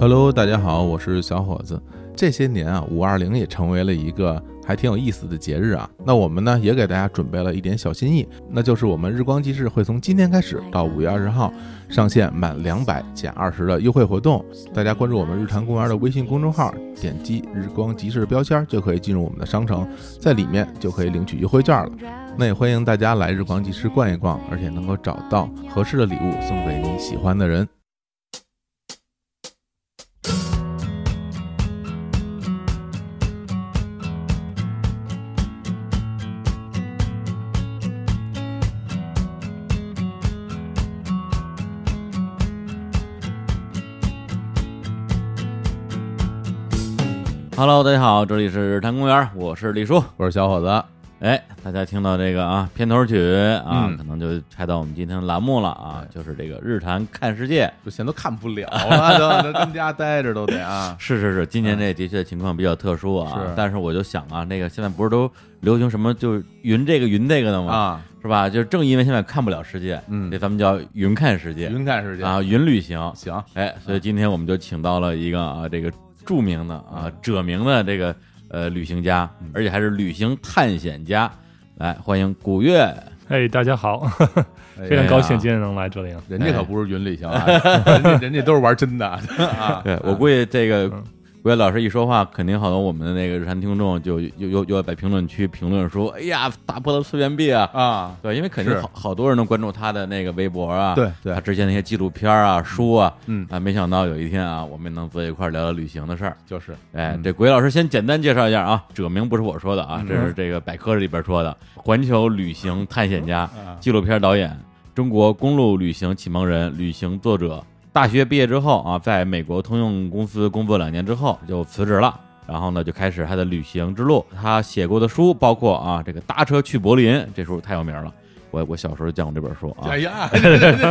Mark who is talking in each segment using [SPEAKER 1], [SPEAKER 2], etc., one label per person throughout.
[SPEAKER 1] Hello，大家好，我是小伙子。这些年啊，五二零也成为了一个还挺有意思的节日啊。那我们呢，也给大家准备了一点小心意，那就是我们日光集市会从今天开始到五月二十号上线满两百减二十的优惠活动。大家关注我们日坛公园的微信公众号，点击日光集市标签就可以进入我们的商城，在里面就可以领取优惠券了。那也欢迎大家来日光集市逛一逛，而且能够找到合适的礼物送给你喜欢的人。
[SPEAKER 2] Hello，大家好，这里是日坛公园，我是李叔。
[SPEAKER 1] 我是小伙子。
[SPEAKER 2] 哎，大家听到这个啊片头曲啊，
[SPEAKER 1] 嗯
[SPEAKER 2] 可能就猜到我们今天的栏目了啊，就是这个日坛看世界。
[SPEAKER 1] 就现在都看不了了， 都都跟家待着都得啊。
[SPEAKER 2] 是是是，今年这的确情况比较特殊啊，
[SPEAKER 1] 是
[SPEAKER 2] 但是我就想啊，那个现在不是都流行什么就是云这个云那个的吗？
[SPEAKER 1] 啊，
[SPEAKER 2] 是吧？就正因为现在看不了世界，
[SPEAKER 1] 嗯
[SPEAKER 2] 所以咱们叫云看世界
[SPEAKER 1] 云看世界
[SPEAKER 2] 啊，云旅行。
[SPEAKER 1] 行，
[SPEAKER 2] 哎，所
[SPEAKER 3] 嗯
[SPEAKER 2] 以今天我们就请到了一个啊，这个著名的啊，者名的这个呃旅行家，
[SPEAKER 3] 嗯
[SPEAKER 2] 而且还是旅行探险家，来欢迎古月。
[SPEAKER 3] 哎，大家好，
[SPEAKER 1] 哎
[SPEAKER 3] 非常
[SPEAKER 1] 呀
[SPEAKER 3] 高兴今天能来这里啊！
[SPEAKER 1] 人家可不是云旅行啊，人家人家都是玩真的 啊。
[SPEAKER 2] 对我估计这个
[SPEAKER 3] 嗯
[SPEAKER 2] 古月老师一说话，肯定好多我们的那个日常听众就又又又要在评论区评论说，哎呀，打破了次元壁啊！
[SPEAKER 1] 啊，
[SPEAKER 2] 对，因为肯定
[SPEAKER 1] 是
[SPEAKER 2] 好好多人都关注他的那个微博啊，
[SPEAKER 1] 对对
[SPEAKER 2] 他之前那些纪录片啊、书啊，
[SPEAKER 1] 嗯
[SPEAKER 2] 啊，没想到有一天啊，我们能坐一块儿聊聊旅行的事儿。
[SPEAKER 1] 就是嗯
[SPEAKER 2] 哎，这鬼老师先简单介绍一下啊，这名不是我说的啊，这是这个百科里边说的，环球旅行探险家、
[SPEAKER 1] 嗯
[SPEAKER 2] 纪录片导演、中国公路旅行启蒙人、旅行作者。大学毕业之后啊，在美国通用公司工作两年之后就辞职了。然后呢，就开始他的旅行之路。他写过的书包括啊，这个《搭车去柏林》，这书太有名了。我我小时候见过这本书啊
[SPEAKER 1] 哎，呀，哎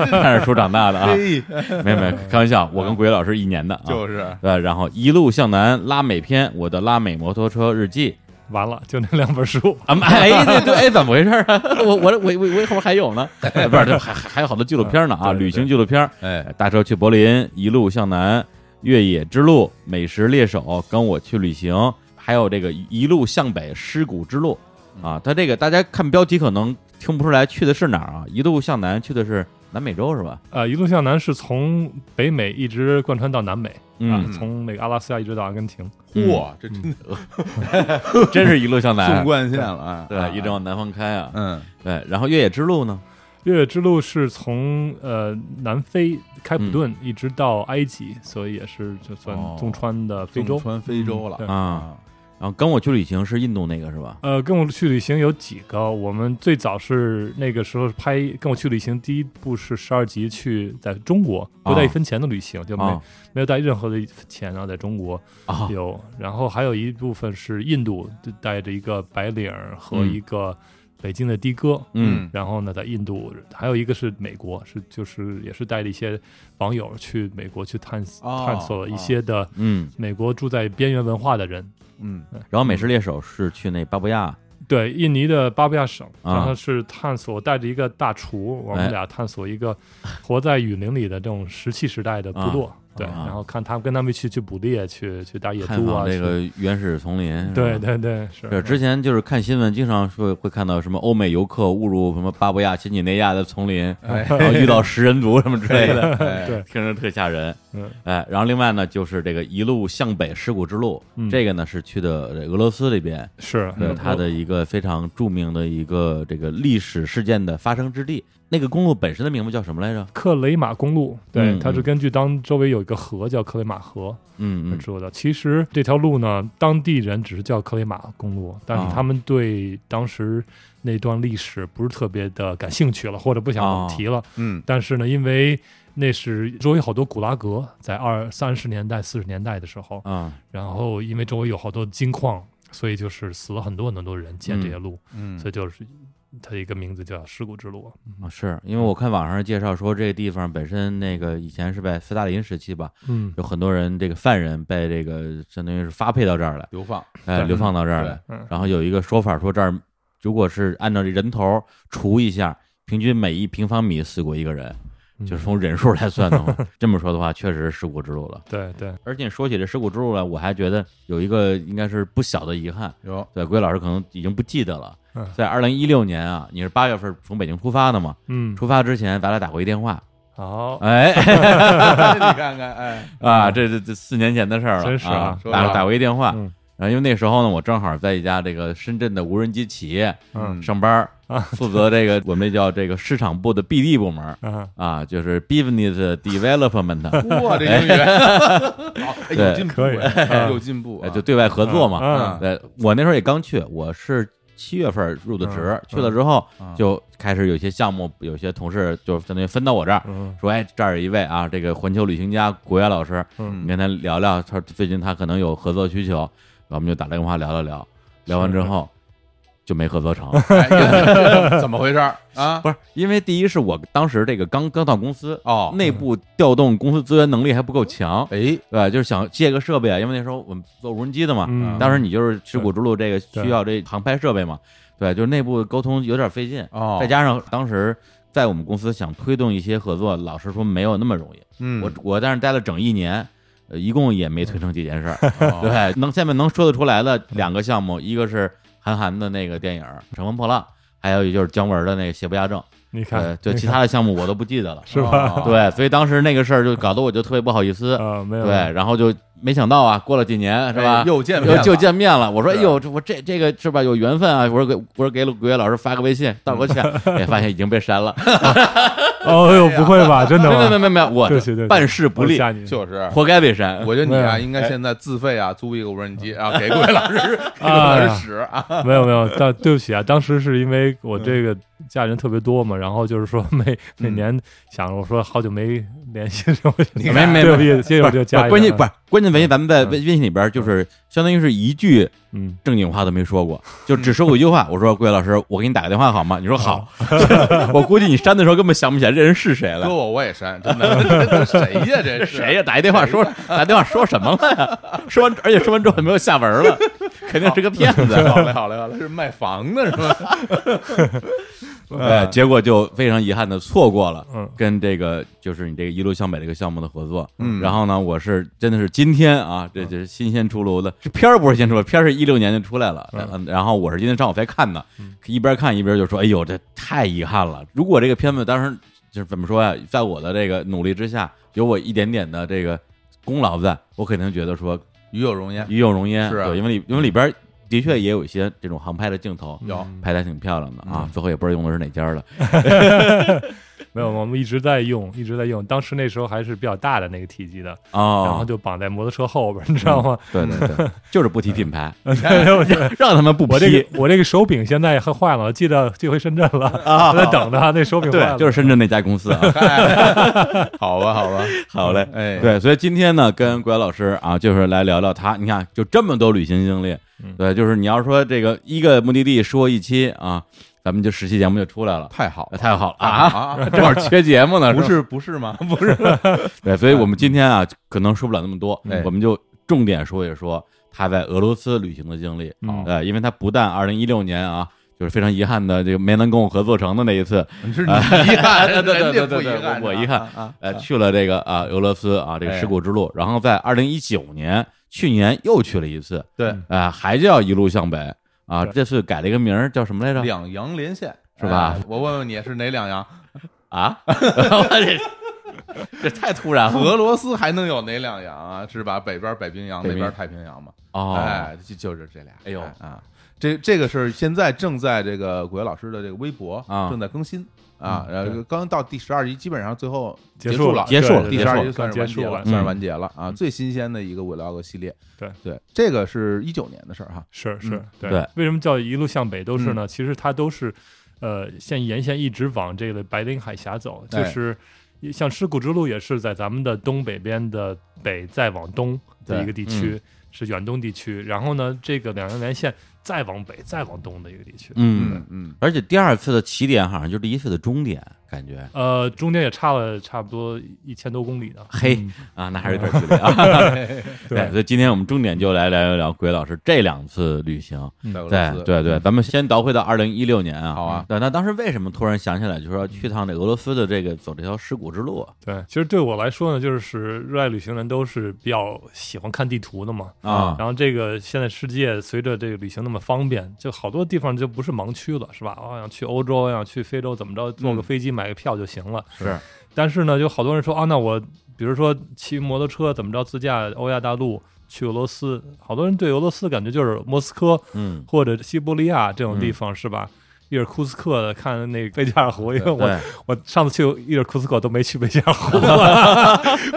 [SPEAKER 2] 看着书长大的啊，
[SPEAKER 1] 嘿，
[SPEAKER 2] 没有没有，开玩笑，我跟鬼老师一年的啊，
[SPEAKER 1] 就是
[SPEAKER 2] 对，然后一路向南拉美篇，我的拉美摩托车日记
[SPEAKER 3] 完了，就那两本书，
[SPEAKER 2] 啊，哎，对对，哎，怎么回事啊？我我我我我后面还有呢，哎不是，这还还还有好多纪录片呢啊，
[SPEAKER 3] 对对
[SPEAKER 2] 旅行纪录片，
[SPEAKER 1] 哎，
[SPEAKER 2] 大车去柏林，一路向南，越野之路，美食猎手，跟我去旅行，还有这个一路向北，尸骨之路
[SPEAKER 3] 嗯
[SPEAKER 2] 啊，它这个大家看标题可能听不出来去的是哪儿啊，一路向南去的是南美洲是吧？
[SPEAKER 3] 呃，一路向南是从北美一直贯穿到南美啊
[SPEAKER 2] 嗯，，
[SPEAKER 3] 从那个阿拉斯加一直到阿根廷。
[SPEAKER 2] 嗯
[SPEAKER 1] 哇，这真的
[SPEAKER 2] 真是一路向
[SPEAKER 1] 纵
[SPEAKER 2] 南，
[SPEAKER 1] 贯线了啊，
[SPEAKER 2] 对，一直往南方开啊，
[SPEAKER 1] 嗯
[SPEAKER 2] 对，然后越野之路呢？
[SPEAKER 3] 越野之路是从呃南非开普敦一直到埃及，所以也是就算
[SPEAKER 1] 嗯哦
[SPEAKER 3] 纵穿的非
[SPEAKER 1] 纵
[SPEAKER 3] 洲。
[SPEAKER 1] 穿非洲了
[SPEAKER 3] 嗯对
[SPEAKER 2] 啊，然后跟我去旅行是印度那个是吧？
[SPEAKER 3] 呃，跟我去旅行有几个，我们最早是那个时候拍《跟我去旅行》，第一部是十二集去在中国不
[SPEAKER 1] 啊
[SPEAKER 3] 带一分钱的旅行，就没、
[SPEAKER 2] 啊
[SPEAKER 3] 没有带任何的钱啊，在中国。
[SPEAKER 2] 啊
[SPEAKER 3] 有，然后还有一部分是印度，就带着一个白领儿和
[SPEAKER 2] 嗯
[SPEAKER 3] 一个北京的的哥。
[SPEAKER 2] 嗯
[SPEAKER 3] 然后呢，在印度，还有一个是美国，是就是也是带着一些网友去美国去探索、
[SPEAKER 1] 哦
[SPEAKER 3] 探索一些的
[SPEAKER 2] 嗯，
[SPEAKER 3] 美国住在边缘文化的人。
[SPEAKER 1] 嗯
[SPEAKER 2] 然后美食猎手是去那巴布亚，
[SPEAKER 3] 对，印尼的巴布亚省，
[SPEAKER 2] 啊
[SPEAKER 3] 然后是探索带着一个大厨，我
[SPEAKER 2] 哎
[SPEAKER 3] 们俩探索一个活在雨林里的这种石器时代的部落。对，
[SPEAKER 2] 啊
[SPEAKER 3] 然后看他们跟他们一起去捕猎，去去打野
[SPEAKER 2] 探
[SPEAKER 3] 猪啊，
[SPEAKER 2] 访这
[SPEAKER 3] 去
[SPEAKER 2] 个原始丛林。是吧
[SPEAKER 3] 对。对对，
[SPEAKER 2] 是之前就是看新闻，经常说会看到什么欧美游客误入什么巴布亚新几内亚的丛 林，
[SPEAKER 1] 哎
[SPEAKER 2] 然后遇到食人族什么之类的，
[SPEAKER 1] 哎
[SPEAKER 3] 对
[SPEAKER 2] 听着特吓人。
[SPEAKER 3] 嗯，
[SPEAKER 2] 哎，然后另外呢，就是这个一路向北尸骨之路，
[SPEAKER 3] 嗯
[SPEAKER 2] 这个呢是去的这个俄罗斯这边，
[SPEAKER 3] 是
[SPEAKER 2] 对
[SPEAKER 3] 嗯
[SPEAKER 2] 它的一个非常著名的一个这个历史事件的发生之地。那个公路本身的名字叫什么来着？
[SPEAKER 3] 克雷马公路，对，
[SPEAKER 2] 嗯
[SPEAKER 3] 它是
[SPEAKER 2] 嗯
[SPEAKER 3] 根据当周围有一个河叫克雷马河
[SPEAKER 2] 嗯
[SPEAKER 3] 而
[SPEAKER 2] 嗯，
[SPEAKER 3] 说的。其实这条路呢，当地人只是叫克雷马公路，但
[SPEAKER 2] 啊
[SPEAKER 3] 是他们对当时那段历史不是特别的感兴趣了，或者不
[SPEAKER 2] 哦
[SPEAKER 3] 想提了。
[SPEAKER 1] 嗯
[SPEAKER 3] 但是呢，因为那是周围好多古拉格，在二三十年代、四十年代的时候，
[SPEAKER 2] 啊，
[SPEAKER 3] 然后因为周围有好多金矿，所以就是死了很多很多人建这些路，
[SPEAKER 1] 嗯
[SPEAKER 3] 所以就是它的一个名字叫尸骨之路。
[SPEAKER 2] 啊，是因为我看网上介绍说，这个地方本身那个以前是在斯大林时期吧，
[SPEAKER 3] 嗯，
[SPEAKER 2] 有很多人这个犯人被这个相当于是发配到这儿来，
[SPEAKER 1] 流放
[SPEAKER 2] 哎，
[SPEAKER 3] 对
[SPEAKER 2] 流放到这儿来。
[SPEAKER 1] 对
[SPEAKER 3] 嗯
[SPEAKER 2] 然后有一个说法说，这儿如果是按照这人头除一下，平均每一平方米死过一个人。
[SPEAKER 3] 嗯
[SPEAKER 2] 就是从人数来算的 话，这么说的话，确实是尸骨之路了。
[SPEAKER 3] 对对，
[SPEAKER 2] 而且说起这尸骨之路来，我还觉得有一个应该是不小的遗憾，
[SPEAKER 1] 有
[SPEAKER 2] 对，龟老师可能已经不记得了
[SPEAKER 3] 嗯。
[SPEAKER 2] 在二零一六年啊，你是八月份从北京出发的嘛？
[SPEAKER 3] 嗯，
[SPEAKER 2] 出发之前咱俩打过一电话，
[SPEAKER 3] 好，
[SPEAKER 2] 哎
[SPEAKER 1] 你看看，哎，
[SPEAKER 2] 啊，这这这四年前的事儿了，
[SPEAKER 3] 嗯真是
[SPEAKER 2] 啊
[SPEAKER 3] 啊，
[SPEAKER 1] 说
[SPEAKER 2] 打
[SPEAKER 1] 吧
[SPEAKER 2] 打过一电话
[SPEAKER 3] 嗯，
[SPEAKER 2] 然后因为那时候呢，我正好在一家这个深圳的无人机企业
[SPEAKER 1] 嗯
[SPEAKER 3] 嗯
[SPEAKER 2] 上班儿，负责这个我们那叫这个市场部的 BD 部门儿
[SPEAKER 3] 嗯，
[SPEAKER 2] 啊，就是 Business Development，
[SPEAKER 1] 哇，这英语好，哎有进步，
[SPEAKER 3] 可以
[SPEAKER 1] 哎有进步啊，
[SPEAKER 2] 哎，就对外合作嘛。
[SPEAKER 3] 嗯
[SPEAKER 2] 呃，我那时候也刚去，我是七月份入的职
[SPEAKER 3] 嗯，
[SPEAKER 2] 去了之后
[SPEAKER 1] 嗯
[SPEAKER 2] 就开始有些项目，有些同事就相当于分到我这儿，
[SPEAKER 3] 嗯
[SPEAKER 2] 说哎，这儿有一位啊，这个环球旅行家国元老师，
[SPEAKER 3] 嗯
[SPEAKER 2] 你跟他聊聊，他最近他可能有合作需求，然后我们就打电话聊了聊，聊完之后就没合作成，
[SPEAKER 1] 哎呀怎么回事儿啊？
[SPEAKER 2] 不是因为第一是我当时这个刚刚到公司，
[SPEAKER 1] 哦，
[SPEAKER 3] 嗯
[SPEAKER 2] 内部调动公司资源能力还不够强，
[SPEAKER 1] 哎，
[SPEAKER 2] 对吧，就是想借个设备啊，因为那时候我们做无人机的嘛，
[SPEAKER 3] 嗯，
[SPEAKER 2] 当时你就是尸骨之路这个
[SPEAKER 3] 对
[SPEAKER 2] 需要这航拍设备嘛，对，就是内部沟通有点费劲，
[SPEAKER 1] 哦，
[SPEAKER 2] 再加上当时。在我们公司想推动一些合作，老实说没有那么容易。
[SPEAKER 1] 嗯，
[SPEAKER 2] 我我但是待了整一年，呃，一共也没
[SPEAKER 3] 嗯
[SPEAKER 2] 推成几件事儿。
[SPEAKER 1] 哦
[SPEAKER 2] 对，能下面能说得出来的两个项目，一个是韩寒的那个电影《乘风破浪》，还有就是姜文的那个《邪不压正》。
[SPEAKER 3] 你
[SPEAKER 2] 呃，
[SPEAKER 3] 看，。
[SPEAKER 2] 就其他的项目我都不记得了
[SPEAKER 3] 是吧？
[SPEAKER 1] 哦
[SPEAKER 2] 对，所以当时那个事儿就搞得我就特别不好意思。
[SPEAKER 3] 呃，没有，
[SPEAKER 2] 对，然后就没想到啊，过了几年是吧
[SPEAKER 1] 哎？又见面
[SPEAKER 2] 又
[SPEAKER 1] 了
[SPEAKER 2] 就见面了，我说：“哎
[SPEAKER 1] 是
[SPEAKER 2] 呦，这我这这个是吧？有缘分啊！”我说给我说给了古月老师发个微信道个 歉，也发现已经被删了。
[SPEAKER 3] 哦呦，不会 吧？真的
[SPEAKER 2] 没有没有
[SPEAKER 3] 吗？
[SPEAKER 2] 没有没有，我
[SPEAKER 3] 对不起对不起
[SPEAKER 2] 办事不力，
[SPEAKER 3] 吓你
[SPEAKER 1] 就是。
[SPEAKER 2] 活该被删。
[SPEAKER 1] 我觉得你啊，
[SPEAKER 3] 没有
[SPEAKER 1] 应该现在自费啊，租一个无人机
[SPEAKER 2] 哎
[SPEAKER 1] 啊，给各位老师， 给各位
[SPEAKER 3] 哎
[SPEAKER 1] 老
[SPEAKER 3] 呀
[SPEAKER 1] 师使啊。
[SPEAKER 3] 没有没有，但对不起啊，当时是因为我这个家人特别多嘛，然后就是说
[SPEAKER 2] 嗯
[SPEAKER 3] 每 每年想着我说好久没联系了，我
[SPEAKER 1] 你看
[SPEAKER 2] 没没
[SPEAKER 3] 对不起，谢谢我这个啊
[SPEAKER 2] 不
[SPEAKER 3] 家
[SPEAKER 2] 是
[SPEAKER 3] 人。
[SPEAKER 2] 关键不是关键，问题咱们在
[SPEAKER 3] 嗯
[SPEAKER 2] 微信里边就是相当于是一句
[SPEAKER 3] 嗯，
[SPEAKER 2] 正经话都没说 过，就只说过一句话。我说：“桂老师，我给你打个电话好吗？”你说好。
[SPEAKER 3] 嗯
[SPEAKER 2] 我估计你删的时候根本想不起来这人是谁
[SPEAKER 1] 搁
[SPEAKER 2] 了。
[SPEAKER 1] 我我也删，真的， 这谁呀？这
[SPEAKER 2] 这
[SPEAKER 1] 是
[SPEAKER 2] 谁呀？打一电话说打电话说什么了呀？说完，而且说完之后也没有下文 了，肯定是个骗子。
[SPEAKER 1] 好嘞，好嘞，好嘞，是卖房的是 吧？嗯
[SPEAKER 2] 对，哎结果就非常遗憾的错过了
[SPEAKER 3] 嗯
[SPEAKER 2] 跟这个就是你这个一路向北这个项目的合作。
[SPEAKER 1] 嗯
[SPEAKER 2] 然后呢，我是真的是今天啊，这这新鲜出炉的，这片儿不是新出的，片儿是一六年就出来了。
[SPEAKER 3] 嗯
[SPEAKER 2] 嗯，然后我是今天上午才看的，
[SPEAKER 1] 嗯
[SPEAKER 2] 一边看一边就说：“哎呦，这太遗憾了！如果这个片子当时就是怎么说呀，在我的这个努力之下，有我一点点的这个功劳在，我肯定觉得说
[SPEAKER 1] 与有荣焉，
[SPEAKER 2] 与有荣焉。
[SPEAKER 1] 是啊
[SPEAKER 2] 对，因为里因为里边的确也有一些这种航拍的镜头。
[SPEAKER 1] 有
[SPEAKER 3] 嗯
[SPEAKER 2] 拍的还挺漂亮的啊
[SPEAKER 1] 嗯，
[SPEAKER 2] 最后也不知道用的是哪家的。
[SPEAKER 3] 没有，我们一直在用，一直在用。当时那时候还是比较大的那个体积的，然后
[SPEAKER 2] 哦，嗯
[SPEAKER 3] 就绑在摩托车后边，你知 道吗？
[SPEAKER 2] 对对 对，就是不提品牌，
[SPEAKER 3] 我这
[SPEAKER 2] 让他们不
[SPEAKER 3] 嗯我这
[SPEAKER 2] 批。
[SPEAKER 3] 个我这个手柄现在还坏了，我记得这回深圳了，我在等着啊那手柄坏
[SPEAKER 2] 对，
[SPEAKER 3] 了，
[SPEAKER 2] 就是深圳那家公司 啊。
[SPEAKER 1] 嗨 好吧，好吧，
[SPEAKER 2] 好嘞，
[SPEAKER 3] 嗯
[SPEAKER 1] 哎，，
[SPEAKER 2] 对，所以今天呢，跟国元老师啊，就是来聊聊他。你看，就这么多旅行经历，
[SPEAKER 3] 嗯
[SPEAKER 2] 对，就是你要说这个一个目的地说一期啊，咱们就十期节目就出来了，
[SPEAKER 1] 太好了
[SPEAKER 2] 太好了啊！
[SPEAKER 1] 啊，
[SPEAKER 2] 正好缺节目呢，
[SPEAKER 1] 不
[SPEAKER 2] 吧
[SPEAKER 1] 是不是吗？不是，
[SPEAKER 2] 对，所以我们
[SPEAKER 3] 嗯
[SPEAKER 2] 今天啊，可能说不了那么多
[SPEAKER 1] 哎，
[SPEAKER 2] 我们就重点说一说他在俄罗斯旅行的经历。
[SPEAKER 3] 嗯
[SPEAKER 2] 呃，因为他不但二零一六年啊，就是非常遗憾的这个没能跟我合作成的那一次，
[SPEAKER 1] 你是你遗憾，
[SPEAKER 2] 对对对
[SPEAKER 1] 人家
[SPEAKER 2] 对
[SPEAKER 1] 不
[SPEAKER 2] 对
[SPEAKER 1] 遗憾，
[SPEAKER 2] 我遗
[SPEAKER 1] 憾
[SPEAKER 2] 憾
[SPEAKER 1] 啊，
[SPEAKER 2] 呃，去了这个啊俄罗斯啊这个
[SPEAKER 1] 哎
[SPEAKER 2] 石鼓之路，然后在二零一九年去年又去了一次，
[SPEAKER 1] 对，
[SPEAKER 2] 啊，还叫一路向北啊，
[SPEAKER 3] 对
[SPEAKER 2] 这次改了一个名儿叫什么来着？
[SPEAKER 1] 两阳连线
[SPEAKER 2] 啊是吧
[SPEAKER 1] 哎我问问你是哪两 阳？
[SPEAKER 2] 啊，我这这太突然了
[SPEAKER 1] 俄罗斯还能有哪两洋啊？是吧？北边北冰洋，
[SPEAKER 2] 北
[SPEAKER 1] 那
[SPEAKER 2] 冰
[SPEAKER 1] 边太平洋嘛。
[SPEAKER 2] 哦，
[SPEAKER 1] 哎，就就是这俩。
[SPEAKER 2] 哎呦
[SPEAKER 1] 啊，这这个是现在正在这个古月老师的这个微博
[SPEAKER 2] 啊
[SPEAKER 1] 正在更新啊，
[SPEAKER 3] 嗯
[SPEAKER 1] 然后
[SPEAKER 3] 对
[SPEAKER 1] 刚到第十二集，基本上最后
[SPEAKER 3] 结
[SPEAKER 1] 束
[SPEAKER 3] 了，
[SPEAKER 2] 结束了
[SPEAKER 3] 对
[SPEAKER 1] 第
[SPEAKER 3] 对
[SPEAKER 1] 十二
[SPEAKER 3] 对
[SPEAKER 1] 集算是
[SPEAKER 3] 结
[SPEAKER 1] 完结
[SPEAKER 3] 束了，
[SPEAKER 1] 算是
[SPEAKER 2] 嗯
[SPEAKER 1] 完结了啊，最新鲜的一个 vlog 系列。
[SPEAKER 3] 对
[SPEAKER 1] 对，这个是一九年的事儿哈。
[SPEAKER 3] 是是
[SPEAKER 1] 嗯，
[SPEAKER 3] 对
[SPEAKER 2] 对
[SPEAKER 3] 为什么叫一路向北都是呢？其实它都是，呃，现沿线一直往这个白令海峡走，
[SPEAKER 1] 哎
[SPEAKER 3] 就是像尸骨之路也是在咱们的东北边的北再往东的一个地区，是远东地区。然后呢，这个两洋连线再往北、再往东的一个地区。
[SPEAKER 2] 嗯，
[SPEAKER 4] 嗯
[SPEAKER 2] 而且第二次的起点好像就是第一次的终点，感觉。
[SPEAKER 3] 呃，中间也差了差不多一千多公里呢。嗯
[SPEAKER 2] 嘿啊，那还是有点距离啊。 对，所以今天我们重点就来聊一聊鬼老师这两次旅行。
[SPEAKER 1] 在俄罗
[SPEAKER 2] 对
[SPEAKER 1] 斯，
[SPEAKER 2] 嗯对对，咱们先倒回到二零一六年啊。
[SPEAKER 1] 好啊。
[SPEAKER 2] 对，那当时为什么突然想起来，就说要去趟这俄罗斯的这个走这条尸骨之路啊？
[SPEAKER 3] 对，其实对我来说呢，就是热爱旅行人都是比较喜欢看地图的嘛。
[SPEAKER 2] 啊，
[SPEAKER 3] 然后这个现在世界随着这个旅行那么方便，就好多地方就不是盲区了，是吧？我想去欧洲，我想去非洲，怎么着，坐个飞机买个票就行了。
[SPEAKER 2] 是，
[SPEAKER 3] 但是呢，有好多人说啊，那我比如说骑摩托车怎么着自驾欧亚大陆去俄罗斯，好多人对俄罗斯感觉就是莫斯科
[SPEAKER 2] 嗯，
[SPEAKER 3] 或者西伯利亚这种地方，是吧？伊尔库茨克看那个贝加尔湖，因为我
[SPEAKER 2] 对，
[SPEAKER 3] 我上次去伊尔库茨克都没去贝加尔湖，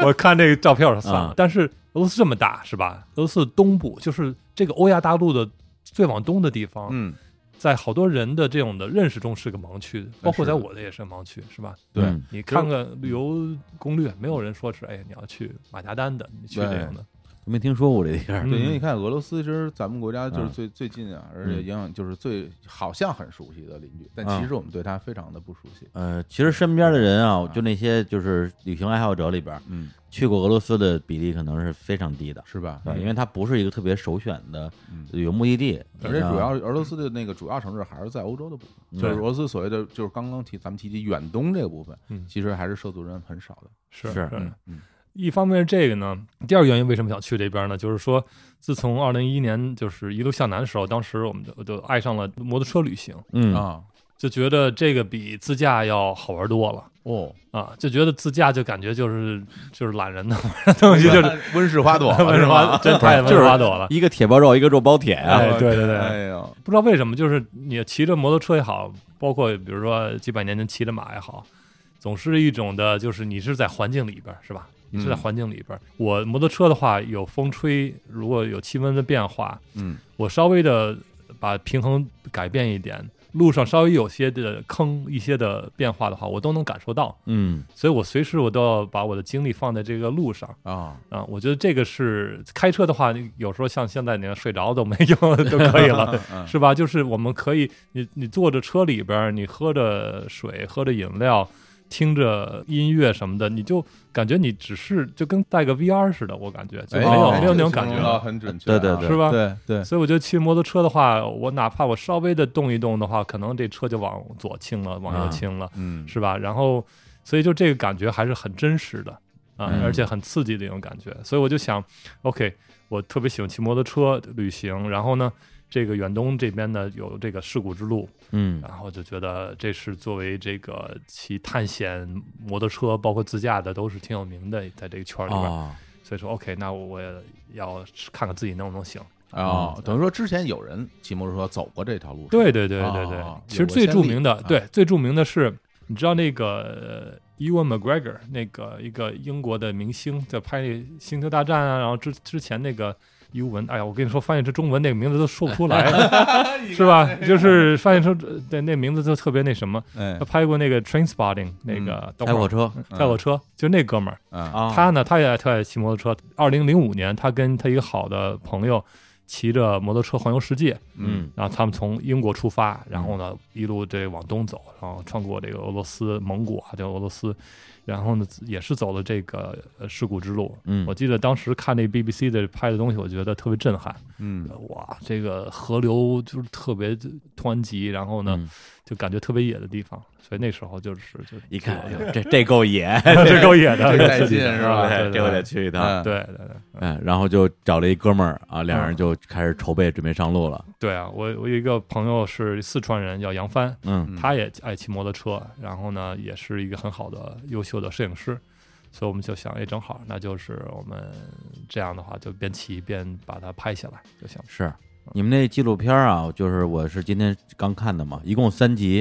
[SPEAKER 3] 我看这个照片我说算了。
[SPEAKER 1] 啊
[SPEAKER 2] 嗯
[SPEAKER 3] 但是俄罗斯这么大是吧？俄罗斯东部就是这个欧亚大陆的最往东的地方，
[SPEAKER 1] 嗯，
[SPEAKER 3] 在好多人的这种的认识中是个盲区，包括在我的也是盲区，是吧？
[SPEAKER 1] 对
[SPEAKER 2] 嗯
[SPEAKER 3] 你看看旅游攻略，没有人说是哎你要去马加丹的，你去这种的，
[SPEAKER 2] 没听说过这地儿。
[SPEAKER 1] 对，因为
[SPEAKER 3] 嗯
[SPEAKER 1] 你看俄罗斯，其实咱们国家就是
[SPEAKER 2] 嗯
[SPEAKER 1] 最最近啊，而且
[SPEAKER 2] 嗯
[SPEAKER 1] 影响就是最好像很熟悉的邻居，但
[SPEAKER 2] 嗯
[SPEAKER 1] 其实我们对它非常的不熟悉。
[SPEAKER 2] 呃，其实身边的人啊，就那些就是旅行爱好者里边，
[SPEAKER 1] 嗯，
[SPEAKER 2] 去过俄罗斯的比例可能是非常低的，
[SPEAKER 1] 是吧？
[SPEAKER 3] 嗯
[SPEAKER 2] 对，因为它不是一个特别首选的
[SPEAKER 1] 嗯
[SPEAKER 2] 旅游目的地，
[SPEAKER 1] 而且主
[SPEAKER 2] 啊
[SPEAKER 1] 要俄罗斯的那个主要城市还是在欧洲的部分，
[SPEAKER 2] 嗯
[SPEAKER 1] 就是俄罗斯所谓的就是刚刚提咱们提及远东这个部分，
[SPEAKER 3] 嗯
[SPEAKER 1] 其实还是涉足人很少的。
[SPEAKER 3] 是
[SPEAKER 2] 是
[SPEAKER 1] 嗯嗯
[SPEAKER 3] 一方面是这个呢，第二个原因为什么想去这边呢？就是说，自从二零一一年就是一路向南的时候，当时我们就我就爱上了摩托车旅行，
[SPEAKER 2] 嗯
[SPEAKER 1] 啊，
[SPEAKER 3] 就觉得这个比自驾要好玩多了
[SPEAKER 1] 哦，
[SPEAKER 3] 啊，就觉得自驾就感觉就是就是懒人的东西，就是，
[SPEAKER 1] 温室花朵
[SPEAKER 3] 温室花真太温
[SPEAKER 2] 就
[SPEAKER 3] 室
[SPEAKER 2] 是
[SPEAKER 3] 花朵了。
[SPEAKER 2] 一个铁包肉，一个肉包铁啊。
[SPEAKER 3] 哎对对对
[SPEAKER 1] 哎呦，
[SPEAKER 3] 不知道为什么，就是你骑着摩托车也好，包括比如说几百年前骑着马也好，总是一种的，就是你是在环境里边儿，是吧？你是在
[SPEAKER 1] 嗯
[SPEAKER 3] 环境里边儿。我摩托车的话，有风吹，如果有气温的变化，
[SPEAKER 1] 嗯，
[SPEAKER 3] 我稍微的把平衡改变一点，路上稍微有些的坑、一些的变化的话，我都能感受到。
[SPEAKER 2] 嗯，
[SPEAKER 3] 所以我随时我都要把我的精力放在这个路上
[SPEAKER 1] 啊，
[SPEAKER 3] 啊。我觉得这个是开车的话，你有时候像现在你睡着都没用都可以了。
[SPEAKER 1] 嗯
[SPEAKER 3] 是吧？就是我们可以，你你坐着车里边儿，你喝着水，喝着饮料，听着音乐什么的，你就感觉你只是就跟戴个 VR 似的，我感觉就
[SPEAKER 1] 哎
[SPEAKER 3] 没有、
[SPEAKER 2] 哦
[SPEAKER 3] 没有那种
[SPEAKER 1] 这个
[SPEAKER 3] 感
[SPEAKER 1] 形
[SPEAKER 3] 觉
[SPEAKER 1] 容得
[SPEAKER 3] 了，
[SPEAKER 1] 很准确啊，
[SPEAKER 2] 对对对
[SPEAKER 3] 是吧？
[SPEAKER 1] 对对，
[SPEAKER 3] 所以我觉得骑摩托车的话，我哪怕我稍微的动一动的话，可能这车就往左倾了，往
[SPEAKER 2] 啊
[SPEAKER 3] 右倾了，
[SPEAKER 1] 嗯，
[SPEAKER 3] 是吧？然后，所以就这个感觉还是很真实的啊、
[SPEAKER 2] 嗯
[SPEAKER 3] 而且很刺激的一种感觉。所以我就想，OK，我特别喜欢骑摩托车旅行，然后呢，这个远东这边呢有这个事故之路，
[SPEAKER 2] 嗯
[SPEAKER 3] 然后就觉得这是作为这个骑探险摩托车，包括自驾的，都是挺有名的，在这个圈儿里边。
[SPEAKER 2] 哦，
[SPEAKER 3] 所以说，OK，那我我也要看看自己能不能行。
[SPEAKER 1] 哦，等于说之前有人骑摩托车走过这条路，
[SPEAKER 3] 对对对对对，
[SPEAKER 1] 哦
[SPEAKER 3] 其实最著名的，
[SPEAKER 1] 有过先例
[SPEAKER 3] 对最著名的是，你知道那个呃 Ewan McGregor 那个一个英国的明星在拍那《星球大战》啊，然后之之前那个尤文，哎呀，我跟你说，翻译成中文那个名字都说不出来， 是吧？就是翻译成呃对那名字就特别那什么。
[SPEAKER 1] 哎嗯
[SPEAKER 3] 他拍过那个 Train Spotting 那个动
[SPEAKER 2] 开
[SPEAKER 3] 画
[SPEAKER 2] 火车
[SPEAKER 3] 开火车，就那哥们儿，
[SPEAKER 1] 啊，
[SPEAKER 2] 啊，
[SPEAKER 3] 他呢，他也特爱骑摩托车。二零零五年，他跟他一个好的朋友骑着摩托车环游世界，
[SPEAKER 2] 嗯
[SPEAKER 3] 然后他们从英国出发，然后呢一路这往东走，然后穿过这个俄罗斯、蒙古啊，这俄罗斯，然后呢也是走了这个呃尸骨之路。
[SPEAKER 2] 嗯
[SPEAKER 3] 我记得当时看那 BBC 的拍的东西，我觉得特别震撼。
[SPEAKER 1] 嗯，
[SPEAKER 3] 哇，这个河流就是特别湍急，然后呢，
[SPEAKER 2] 嗯
[SPEAKER 3] 就感觉特别野的地方，所以那时候就是就
[SPEAKER 2] 一看，哎 呦这这够野，
[SPEAKER 3] 这够野的，
[SPEAKER 1] 这个带
[SPEAKER 3] 是
[SPEAKER 1] 劲
[SPEAKER 3] 的
[SPEAKER 1] 是吧
[SPEAKER 3] 对对
[SPEAKER 2] 这我得
[SPEAKER 3] 对
[SPEAKER 2] 去一趟。
[SPEAKER 1] 嗯，
[SPEAKER 3] 对对对
[SPEAKER 2] 哎，然后就找了一哥们儿啊，
[SPEAKER 3] 嗯
[SPEAKER 2] 两人就开始筹备，准备上路了。嗯
[SPEAKER 3] 对啊！我我有一个朋友是四川人，叫杨帆，
[SPEAKER 2] 嗯
[SPEAKER 3] 他也爱骑摩托车，然后呢，也是一个很好的优秀的摄影师，所以我们就想，哎，正好，那就是我们这样的话，就边骑边把它拍下来就行。
[SPEAKER 2] 是你们那纪录片啊，就是我是今天刚看的嘛，一共三集，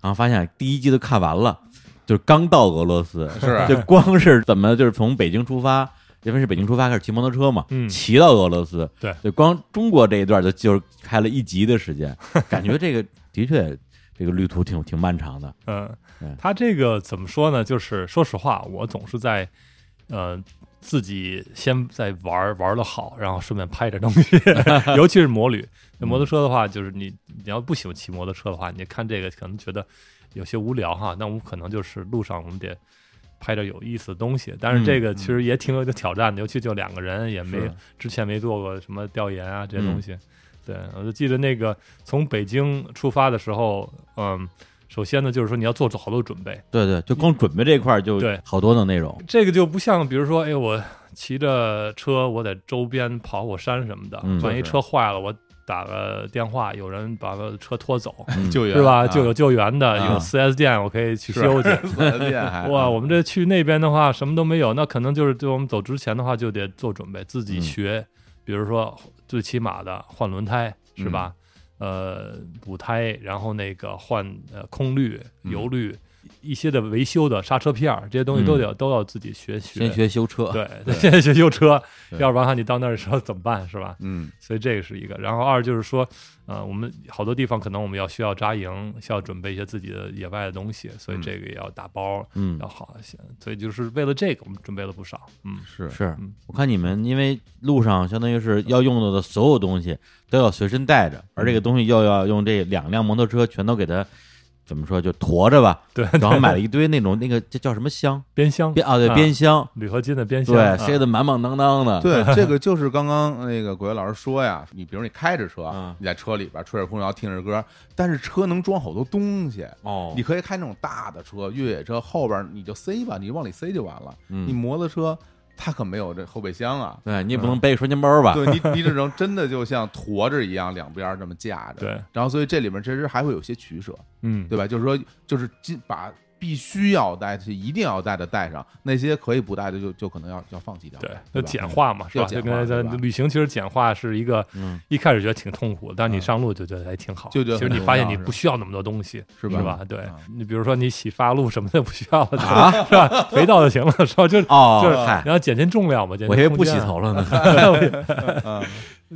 [SPEAKER 2] 然后发现第一集都看完了，就是刚到俄罗斯，
[SPEAKER 1] 是
[SPEAKER 2] 就光是啊怎么就是从北京出发，因为是北京出发开始骑摩托车嘛，
[SPEAKER 3] 嗯
[SPEAKER 2] 骑到俄罗斯，
[SPEAKER 3] 对
[SPEAKER 2] 就光中国这一段就就是开了一集的时 间，感觉这个的确这个旅途挺挺漫长的，
[SPEAKER 3] 嗯
[SPEAKER 2] 嗯，
[SPEAKER 3] 他这个怎么说呢？就是说实话，我总是在呃自己先在玩儿玩的好，然后顺便拍点东 西， 尤其是摩旅。那摩托车的话，就是你你要不喜欢骑摩托车的话，你看这个可能觉得有些无聊哈。那我们可能就是路上我们得拍点有意思的东西，但是这个其实也挺有挑战的，尤其就两个人也没
[SPEAKER 2] 嗯是
[SPEAKER 3] 之前没做过什么调研啊这些
[SPEAKER 2] 嗯
[SPEAKER 3] 东西。对，我就记得那个从北京出发的时候，嗯，首先呢就是说你要做好多准备，
[SPEAKER 2] 对对，就光准备这块儿就
[SPEAKER 3] 对
[SPEAKER 2] 好多的内容，
[SPEAKER 3] 这个就不像，比如说，哎，我骑着车，我在周边跑火山什么的，
[SPEAKER 2] 嗯
[SPEAKER 3] 万一
[SPEAKER 1] 是
[SPEAKER 3] 车坏了，我打个电话，有人把我的车拖走，
[SPEAKER 2] 嗯
[SPEAKER 1] 救援
[SPEAKER 3] 是吧？
[SPEAKER 1] 啊
[SPEAKER 3] 就有啊救援的，
[SPEAKER 2] 啊
[SPEAKER 3] 有 4S 店，我可以去
[SPEAKER 1] 是
[SPEAKER 3] 修去。
[SPEAKER 1] 四 S 店 还
[SPEAKER 3] 哇，我们这去那边的话，什么都没有，那可能就是对我们走之前的话，就得做准备，自己
[SPEAKER 2] 嗯
[SPEAKER 3] 学，比如说最起码的换轮胎是吧？
[SPEAKER 2] 嗯
[SPEAKER 3] 呃，补胎，然后那个换呃空滤、
[SPEAKER 2] 嗯
[SPEAKER 3] 油滤。一些的维修的刹车片儿，这些东西都得、都要自己学学，
[SPEAKER 2] 嗯先学修车，
[SPEAKER 3] 对，
[SPEAKER 2] 对
[SPEAKER 3] 现在学修车，
[SPEAKER 2] 对
[SPEAKER 3] 要不然的话你到那儿的时候怎么办，是吧？
[SPEAKER 2] 嗯
[SPEAKER 3] 所以这个是一个。然后二就是说，呃，我们好多地方可能我们要需要扎营，需要准备一些自己的野外的东西，所以这个也要打包，
[SPEAKER 2] 嗯
[SPEAKER 3] 要，好一些。所以就是为了这个，我们准备了不少。嗯，
[SPEAKER 1] 是
[SPEAKER 2] 是
[SPEAKER 3] 嗯
[SPEAKER 2] 我看你们因为路上相当于是要用到的所有东西都要随身带着，而这
[SPEAKER 3] 嗯
[SPEAKER 2] 个东西又要用这两辆摩托车全都给它怎么说就驮着吧，
[SPEAKER 3] 对，
[SPEAKER 2] 然后买了一堆那种那个这叫什么箱
[SPEAKER 3] 边箱
[SPEAKER 2] 边啊对
[SPEAKER 3] 啊
[SPEAKER 2] 边箱，
[SPEAKER 3] 铝合金的边箱，
[SPEAKER 2] 对塞
[SPEAKER 3] 啊
[SPEAKER 2] 得满满当当 的，
[SPEAKER 1] 对，这个就是刚刚那个鬼月老师说呀，你比如你开着车，
[SPEAKER 2] 嗯
[SPEAKER 1] 你在车里边吹着空调听着歌，但是车能装好多东西。
[SPEAKER 2] 哦
[SPEAKER 1] 你可以开那种大的车，越野车后边你就塞吧，你往里塞就完了。你
[SPEAKER 2] 嗯
[SPEAKER 1] 摩托车它可没有这后备箱 啊，
[SPEAKER 2] 对
[SPEAKER 3] 嗯
[SPEAKER 2] 你也不能背双肩包吧？
[SPEAKER 1] 对你你只能真的就像驮着一样，两边儿这么架着。
[SPEAKER 3] 对，
[SPEAKER 1] 然后所以这里面其实还会有些取舍，
[SPEAKER 3] 嗯，
[SPEAKER 1] 对吧？就是说，就是尽把必须要带的、一定要带的带上，那些可以不带的就就可能要要放弃掉。
[SPEAKER 3] 对，就
[SPEAKER 1] 对吧
[SPEAKER 3] 简化嘛，是吧？
[SPEAKER 1] 要简
[SPEAKER 3] 就
[SPEAKER 1] 化
[SPEAKER 3] 跟
[SPEAKER 1] 对吧
[SPEAKER 3] 旅行，其实简化是一个
[SPEAKER 2] 嗯
[SPEAKER 3] 一开始觉得挺痛苦，但是你
[SPEAKER 1] 嗯
[SPEAKER 3] 上路就觉得还挺好。
[SPEAKER 1] 就觉得
[SPEAKER 3] 其实
[SPEAKER 1] 很
[SPEAKER 3] 你
[SPEAKER 1] 重
[SPEAKER 3] 发现
[SPEAKER 1] 要
[SPEAKER 3] 你
[SPEAKER 1] 是
[SPEAKER 3] 不需要那么多东西，
[SPEAKER 1] 是
[SPEAKER 3] 吧？
[SPEAKER 1] 吧
[SPEAKER 3] 对
[SPEAKER 1] 啊，
[SPEAKER 3] 你比如说你洗发露什么的不 需要了，是吧？肥皂就行了，是吧？就
[SPEAKER 2] 哦
[SPEAKER 3] 就是
[SPEAKER 2] 嗨，
[SPEAKER 3] 然后减轻重量嘛，减
[SPEAKER 2] 我
[SPEAKER 3] 轻
[SPEAKER 2] 以为
[SPEAKER 3] 空
[SPEAKER 2] 不洗
[SPEAKER 3] 间啊，啊
[SPEAKER 2] 头了呢，
[SPEAKER 1] 嗯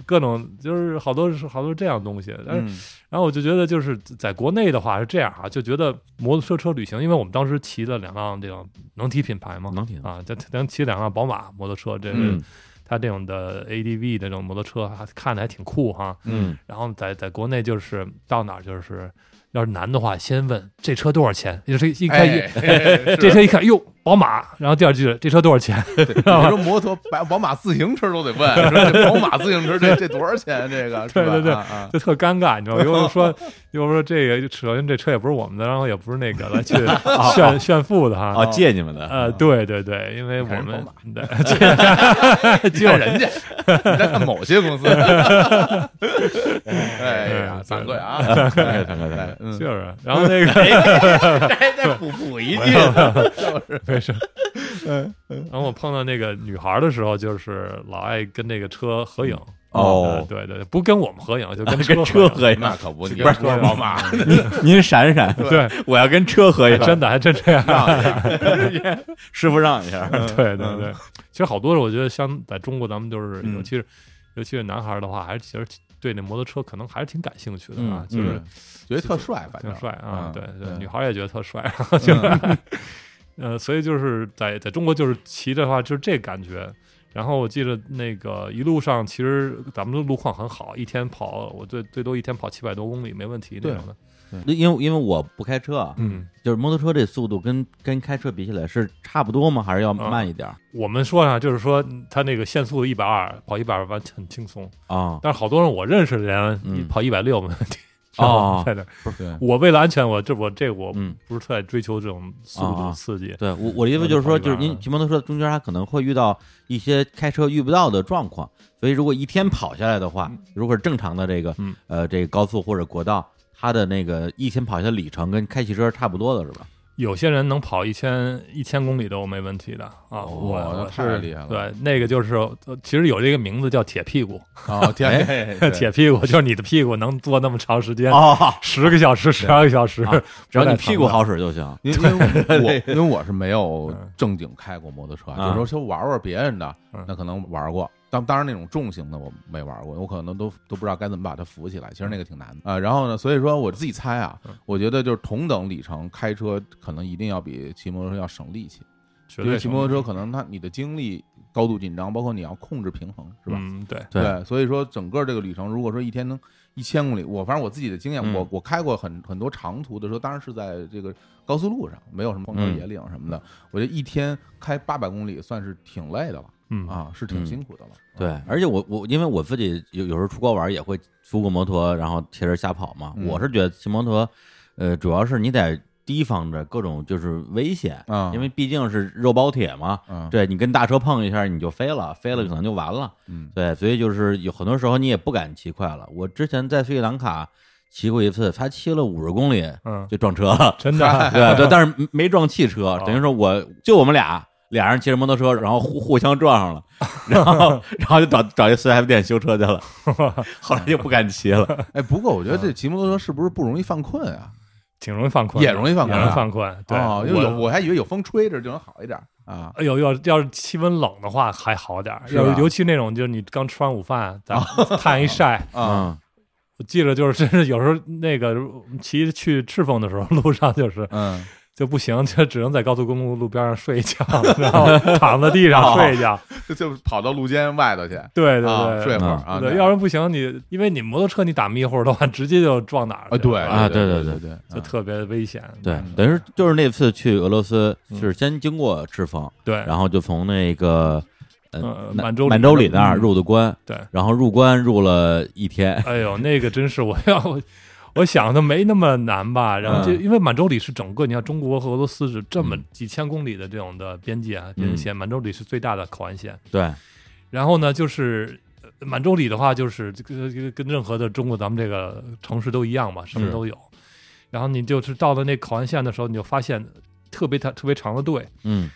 [SPEAKER 3] 各种就是好多是好多这样东西。但是
[SPEAKER 1] 嗯
[SPEAKER 3] 然后我就觉得就是在国内的话是这样啊，就觉得摩托车车旅行，因为我们当时骑了两辆这种能提品牌嘛，
[SPEAKER 2] 能 挺
[SPEAKER 3] 啊，这能骑两辆宝马摩托车，这个、
[SPEAKER 2] 嗯
[SPEAKER 3] 它这种的 ADV 这种摩托车还看着还挺酷哈。
[SPEAKER 2] 嗯
[SPEAKER 3] 然后在在国内就是到哪儿就是，要是难的话先问这车多少钱，就是一开一、
[SPEAKER 1] 哎哎
[SPEAKER 3] 这车一看哟宝马，然后第二句这车多少钱，
[SPEAKER 1] 对你说摩托、宝宝马自行车都得问，说这宝马自行车这这多少钱？这个是吧？
[SPEAKER 3] 对对对
[SPEAKER 1] 啊啊
[SPEAKER 3] 就特尴尬，你知道吗？又说又说这个，首先这车也不是我们的，然后也不是那个来去炫炫富的哈。
[SPEAKER 2] 哦借你们 的，
[SPEAKER 3] 呃，对对对，因为我
[SPEAKER 1] 嗯你看人
[SPEAKER 3] 们
[SPEAKER 1] 宝
[SPEAKER 3] 对
[SPEAKER 1] 你看人家，你再看某些公司，哎呀，惭愧啊，惭
[SPEAKER 2] 惭愧惭愧
[SPEAKER 1] 嗯，
[SPEAKER 3] 就是，然后那个
[SPEAKER 1] 再再补补一句，就是嗯
[SPEAKER 3] 没事。然后我碰到那个女孩的时候，就是老爱跟那个车合影。
[SPEAKER 2] 哦
[SPEAKER 3] 呃对对，不跟我们合影，就跟
[SPEAKER 2] 跟
[SPEAKER 3] 车
[SPEAKER 2] 车
[SPEAKER 3] 合影。
[SPEAKER 1] 哎
[SPEAKER 2] 合影，
[SPEAKER 1] 那可不，你
[SPEAKER 3] 不是
[SPEAKER 1] 说是宝 马，
[SPEAKER 2] 您闪闪，
[SPEAKER 3] 对，
[SPEAKER 2] 我要跟车合影，
[SPEAKER 3] 真的还真这样。
[SPEAKER 2] 师傅让一 下，
[SPEAKER 1] 嗯
[SPEAKER 3] 对对对，其实好多人我觉得像在中国，咱们就是
[SPEAKER 1] 嗯
[SPEAKER 3] 尤其是尤其是男孩儿的话，还是其实对那摩托车可能还是挺感兴趣的啊
[SPEAKER 2] 嗯，
[SPEAKER 3] 就是
[SPEAKER 1] 觉得特帅，反
[SPEAKER 3] 挺
[SPEAKER 1] 正
[SPEAKER 3] 帅啊，
[SPEAKER 1] 嗯
[SPEAKER 3] 对
[SPEAKER 1] 对
[SPEAKER 3] 女孩儿也觉得特帅，然后就是呃，所以就是在在中国就是骑的话就是这感觉。然后我记得那个一路上，其实咱们的路况很好，一天跑我最最多一天跑七百多公里没问题那
[SPEAKER 1] 对
[SPEAKER 3] 种的。
[SPEAKER 2] 因为因为我不开车啊，
[SPEAKER 3] 嗯，
[SPEAKER 2] 就是摩托车这速度跟跟开车比起来是差不多吗？还是
[SPEAKER 3] 嗯
[SPEAKER 2] 要慢一点儿
[SPEAKER 3] 我们说呢，就是说他那个限速一百二，跑一百二完很轻松，
[SPEAKER 2] 啊？
[SPEAKER 3] 但是好多人我认识的人、
[SPEAKER 2] 嗯
[SPEAKER 3] 跑一百六没问题。
[SPEAKER 2] 哦
[SPEAKER 3] 在那儿，
[SPEAKER 1] 对
[SPEAKER 3] 我为了安全，我这我这我
[SPEAKER 2] 嗯
[SPEAKER 3] 不是特爱追求这种速
[SPEAKER 2] 啊
[SPEAKER 3] 度
[SPEAKER 2] 啊
[SPEAKER 3] 刺激。
[SPEAKER 2] 对我我的意思就是说，就是您骑摩托车中间，它可能会遇到一些开车遇不到的状况，所以如果一天跑下来的话，如果是正常的这个
[SPEAKER 3] 嗯
[SPEAKER 2] 呃这个高速或者国道，它的那个一天跑下的里程跟开汽车差不多的是吧？
[SPEAKER 3] 有些人能跑一千一千公里都没问题的啊！我
[SPEAKER 1] 那
[SPEAKER 3] 我
[SPEAKER 1] 太
[SPEAKER 3] 是
[SPEAKER 1] 厉害了
[SPEAKER 3] 对，那个就是呃其实有这个名字叫铁屁股，
[SPEAKER 1] 哦，
[SPEAKER 3] 哎
[SPEAKER 1] 天，对 啊
[SPEAKER 3] 铁屁股就是你的屁股能坐那么长时间，
[SPEAKER 2] 哦，
[SPEAKER 3] 十个小时、十二个小时
[SPEAKER 2] 啊，只要你屁股好使就行。
[SPEAKER 1] 因为因 为我因为我是没有正经开过摩托车，啊
[SPEAKER 2] 嗯
[SPEAKER 1] 有时候说玩玩别人的
[SPEAKER 3] 啊嗯，
[SPEAKER 1] 那可能玩过。当当然那种重型的我没玩过，我可能都都不知道该怎么把它扶起来。其实那个挺难的啊、呃然后呢，所以说我自己猜啊
[SPEAKER 3] 嗯，
[SPEAKER 1] 我觉得就是同等里程开车可能一定要比骑摩托车要省力气，
[SPEAKER 3] 绝
[SPEAKER 1] 因为
[SPEAKER 3] 对
[SPEAKER 1] 骑摩托
[SPEAKER 3] 车
[SPEAKER 1] 车可能它你的精力高度紧张，包括你要控制平衡，是吧？
[SPEAKER 3] 嗯，对，
[SPEAKER 2] 对
[SPEAKER 1] 所以说整个这个旅程，如果说一天能一千公里，我反正我自己的经验，
[SPEAKER 2] 嗯
[SPEAKER 1] 我我开过很很多长途的时候，当然是在这个高速路上，没有什么荒郊
[SPEAKER 3] 嗯
[SPEAKER 1] 野岭什么的，我觉得一天开八百公里算是挺累的了
[SPEAKER 3] 嗯，
[SPEAKER 1] 啊，是挺辛苦的了。
[SPEAKER 2] 对
[SPEAKER 1] 啊，
[SPEAKER 2] 而且我我因为我自己有有时候出国玩也会租个摩托，然后骑着瞎跑嘛。
[SPEAKER 1] 嗯
[SPEAKER 2] 我是觉得骑摩托，呃，主要是你得提防着各种就是危险，
[SPEAKER 1] 啊
[SPEAKER 2] 因为毕竟是肉包铁嘛。
[SPEAKER 1] 啊，
[SPEAKER 2] 对你跟大车碰一下你就飞了，飞了可能就完了。
[SPEAKER 1] 嗯
[SPEAKER 2] 对，所以就是有很多时候你也不敢骑快了。我之前在斯里兰卡骑过一次，他骑了五十公里
[SPEAKER 3] 嗯，
[SPEAKER 2] 就撞车了。
[SPEAKER 3] 真的啊，
[SPEAKER 2] 对对，但是没撞汽车，
[SPEAKER 3] 哦
[SPEAKER 2] 等于说我就我们俩俩人骑着摩托车，然后互互相撞 上了，然后然后就找找一四 S 店修车去了，后来就不敢骑了。
[SPEAKER 1] 哎，不过我觉得这骑摩托车是不是不容易犯困啊？
[SPEAKER 3] 挺容易犯困的，
[SPEAKER 1] 也容易犯困啊
[SPEAKER 3] 也容易犯困。对，
[SPEAKER 1] 哦因为有
[SPEAKER 3] 我
[SPEAKER 1] 我还以为有风吹着就能好一点啊。
[SPEAKER 3] 哎呦，要要是气温冷的话还好点儿，
[SPEAKER 1] 是
[SPEAKER 3] 要
[SPEAKER 1] 吧
[SPEAKER 3] 是尤其那种就是你刚吃完午饭，咱们太阳一晒，
[SPEAKER 1] 啊，
[SPEAKER 2] 嗯
[SPEAKER 3] 我记得就是真是有时候那个骑去赤峰的时候，路上就是
[SPEAKER 1] 嗯，
[SPEAKER 3] 就不行，就只能在高速公路路边上睡一觉， 然后躺在地
[SPEAKER 1] 哦
[SPEAKER 3] 上睡一觉。
[SPEAKER 1] 就 就跑到路肩外头去，
[SPEAKER 3] 对对
[SPEAKER 1] 嗯
[SPEAKER 3] 对，
[SPEAKER 1] 啊，睡会儿
[SPEAKER 2] 嗯
[SPEAKER 1] 啊。
[SPEAKER 3] 对，要是不行，你因为你摩托车你打迷糊的话，直接就撞哪儿
[SPEAKER 1] 啊，
[SPEAKER 3] 去
[SPEAKER 1] 对嗯
[SPEAKER 3] 了
[SPEAKER 2] 啊
[SPEAKER 1] 对
[SPEAKER 2] 对
[SPEAKER 1] 对
[SPEAKER 2] 对
[SPEAKER 1] 对，
[SPEAKER 3] 就特别危险。
[SPEAKER 2] 对，等于说就是那次去俄罗斯
[SPEAKER 3] 嗯
[SPEAKER 2] 是先经过赤峰，
[SPEAKER 3] 对，
[SPEAKER 2] 然后就从那个呃
[SPEAKER 3] 呃
[SPEAKER 2] 那
[SPEAKER 3] 满洲里
[SPEAKER 2] 满洲里那儿
[SPEAKER 3] 嗯
[SPEAKER 2] 入的关，
[SPEAKER 3] 对
[SPEAKER 2] 然后入关入了一天，
[SPEAKER 3] 哎呦，那个真是我要我我想的没那么难吧？然后就
[SPEAKER 1] 嗯
[SPEAKER 3] 因为满洲里是整个，你看中国和俄罗斯是这么
[SPEAKER 2] 嗯
[SPEAKER 3] 几千公里的这种的边界啊，
[SPEAKER 1] 嗯
[SPEAKER 3] 边界线，满洲里是最大的口岸线。
[SPEAKER 2] 对，
[SPEAKER 3] 然后呢，就是呃满洲里的话，就是呃这个这个跟任何的中国咱们这个城市都一样嘛，什么
[SPEAKER 2] 是
[SPEAKER 3] 都有。然后你就是到了那口岸线的时候，你就发现特别长特别长的队，
[SPEAKER 2] 嗯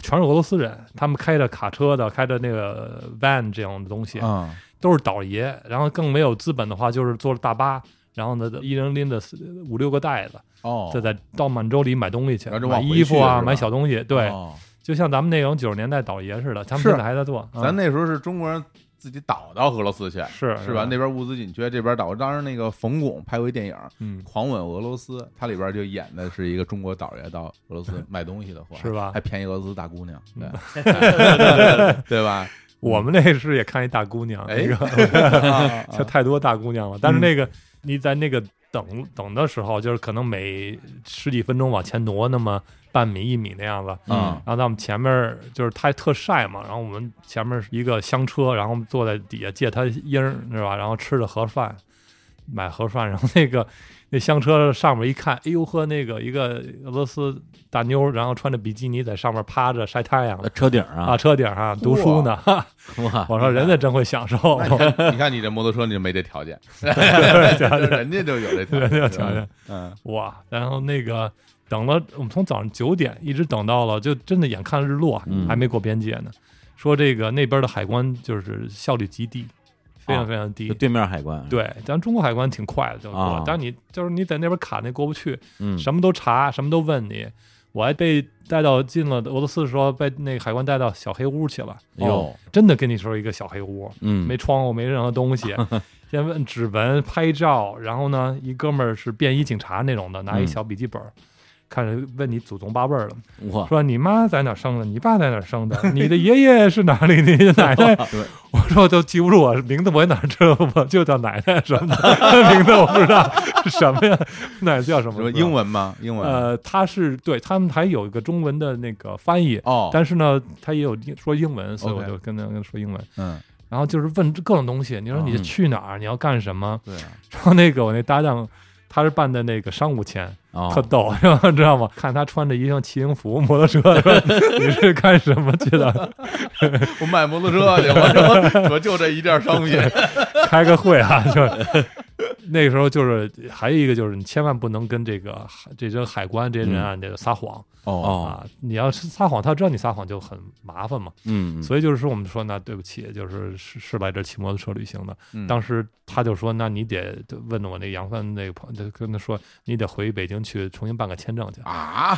[SPEAKER 3] 全是俄罗斯人，他们开着卡车的，开着那个 van 这样的东西，
[SPEAKER 1] 啊，
[SPEAKER 3] 都是倒爷。然后更没有资本的话，就是坐着大巴，然后呢，一人拎着四五六个袋子，
[SPEAKER 1] 哦，
[SPEAKER 3] 这再到满洲里买东西去，
[SPEAKER 1] 然后就
[SPEAKER 3] 买
[SPEAKER 1] 往回
[SPEAKER 3] 衣服
[SPEAKER 1] 去
[SPEAKER 3] 啊，
[SPEAKER 1] 是吧
[SPEAKER 3] 买小东西。对，
[SPEAKER 1] 哦
[SPEAKER 3] 就像咱们那种九十年代倒爷似的，他们
[SPEAKER 1] 是
[SPEAKER 3] 现在还在做。
[SPEAKER 1] 咱那时候是中国人自己倒到俄罗斯去，
[SPEAKER 3] 啊嗯是
[SPEAKER 1] 是吧？那边物资紧缺，这边倒。当时那个冯巩拍过一电影
[SPEAKER 3] 嗯
[SPEAKER 1] 《狂吻俄罗斯》，它里边就演的是一个中国倒爷到俄罗 斯买东西的货，
[SPEAKER 3] 是吧嗯
[SPEAKER 1] 还便宜俄罗斯大姑娘，对 对吧？
[SPEAKER 2] 嗯
[SPEAKER 3] 我们那是也看一大姑娘，
[SPEAKER 1] 哎
[SPEAKER 3] 那个
[SPEAKER 1] 啊
[SPEAKER 3] 就太多大姑娘了。但是那个
[SPEAKER 2] 嗯
[SPEAKER 3] 你在那个等等的时候，就是可能每十几分钟往前挪那么半米一米那样子。
[SPEAKER 1] 啊
[SPEAKER 3] 然后在我们前面儿就是他特晒嘛，然后我们前面是一个香车，然后我们坐在底下借他音儿是吧？然后吃着盒饭，买盒饭，然后那个 那香车上面一看，哎呦呵，那个一个俄罗斯大妞儿，然后穿着比基尼在上面趴着晒太阳
[SPEAKER 2] 呃车顶
[SPEAKER 3] 啊，
[SPEAKER 2] 啊，
[SPEAKER 3] 车顶上读书呢。
[SPEAKER 2] 哇，
[SPEAKER 3] 我说人家真会享受，
[SPEAKER 1] 嗯你看你这摩托车，你就没这 条件，
[SPEAKER 3] 对
[SPEAKER 1] 人家就有这条
[SPEAKER 3] 人家
[SPEAKER 1] 件，
[SPEAKER 3] 有
[SPEAKER 1] 是吧
[SPEAKER 3] 条件，
[SPEAKER 1] 嗯
[SPEAKER 3] 哇！然后那个等了，我们从早上九点一直等到了，就真的眼看日落，
[SPEAKER 2] 嗯
[SPEAKER 3] 还没过边界呢。说这个那边的海关就是效率极低，非常非常低。
[SPEAKER 2] 就对面海关，，
[SPEAKER 3] 对，咱中国海关挺快的，就是说，
[SPEAKER 2] 啊
[SPEAKER 3] 但你就是你在那边卡那过不去，
[SPEAKER 2] 嗯，
[SPEAKER 3] 什么都查，什么都问你。我还被带到进了俄罗斯的时候，被那个海关带到小黑屋去了。
[SPEAKER 2] 哟，
[SPEAKER 3] 真的跟你说一个小黑屋，
[SPEAKER 2] 嗯，
[SPEAKER 3] 哦没窗户，没任何东 西。先问指纹、拍照，然后呢，一哥们儿是便衣警察那种的，拿一
[SPEAKER 2] 嗯
[SPEAKER 3] 小笔记本儿，看着问你祖宗八辈儿了，
[SPEAKER 1] 啊
[SPEAKER 2] 哇，
[SPEAKER 3] 说你妈在哪儿生的，你爸在哪儿生的，你的爷爷是哪里，你的奶奶
[SPEAKER 1] 对。
[SPEAKER 3] 我说我都记不住我名字，我也哪知道，我就叫奶奶什么的， 名字我不知道是什么呀，奶奶叫什么？
[SPEAKER 1] 什么
[SPEAKER 3] 不知道
[SPEAKER 1] 英？文啊吗？英文
[SPEAKER 3] 呃，他是对他们还有一个中文的那个翻译，
[SPEAKER 1] 哦，
[SPEAKER 3] 但是呢，他也有说英文，所以我
[SPEAKER 1] OK
[SPEAKER 3] 就跟他跟他说英文。
[SPEAKER 1] 嗯，
[SPEAKER 3] 然后就是问各种东西，你说你
[SPEAKER 2] 嗯
[SPEAKER 3] 去哪儿，你要干什么？
[SPEAKER 1] 对啊，
[SPEAKER 3] 然后那个我那搭档，他是办的那个商务签，
[SPEAKER 2] 哦
[SPEAKER 3] 特逗， 然后知道吗？看他穿着一身骑行服，摩托车， 说你是干什么去的？
[SPEAKER 1] 我买摩托车去，我说 我就这一件商品，
[SPEAKER 3] 开个会啊， 就是。那个时候就是还有一个就是你千万不能跟这个海这些海关这些人啊，你得撒谎
[SPEAKER 1] 哦
[SPEAKER 2] 嗯哦，
[SPEAKER 3] 啊！你要是撒谎，他知道你撒谎就很麻烦嘛。
[SPEAKER 2] 嗯，嗯
[SPEAKER 3] 所以就是说我们说那对不起，就是是是来这儿骑摩托车旅行的，
[SPEAKER 1] 嗯
[SPEAKER 3] 当时他就说：“那你得问我那杨帆那个朋友，就跟他说，你得回北京去重新办个签证去
[SPEAKER 1] 啊，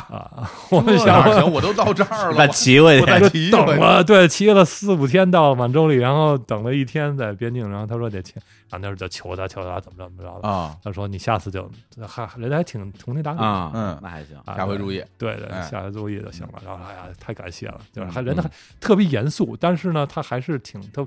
[SPEAKER 3] 啊！”我
[SPEAKER 1] 这
[SPEAKER 3] 们
[SPEAKER 1] 哪
[SPEAKER 3] 想
[SPEAKER 1] 儿行？我都到这儿了，
[SPEAKER 2] 再骑回
[SPEAKER 1] 我
[SPEAKER 2] 去
[SPEAKER 1] 再
[SPEAKER 3] 就
[SPEAKER 1] 骑一
[SPEAKER 3] 等
[SPEAKER 1] 回
[SPEAKER 3] 了，对，骑了四五天到满洲里，然后等了一天在边境，然后他说得签，然后那时候就求他求他怎么着，么着的。
[SPEAKER 1] 啊
[SPEAKER 3] 他说你下次就还人家还挺同情达理的
[SPEAKER 2] 啊，
[SPEAKER 1] 嗯
[SPEAKER 2] 那还行，
[SPEAKER 3] 啊
[SPEAKER 1] 下回
[SPEAKER 3] 对
[SPEAKER 1] 注意
[SPEAKER 3] 对对
[SPEAKER 1] 哎，
[SPEAKER 3] 下来作业就行了。然后哎呀，太感谢了，就是
[SPEAKER 1] 嗯
[SPEAKER 3] 还人
[SPEAKER 2] 嗯
[SPEAKER 3] 还特别严肃，但是呢，他还是挺他。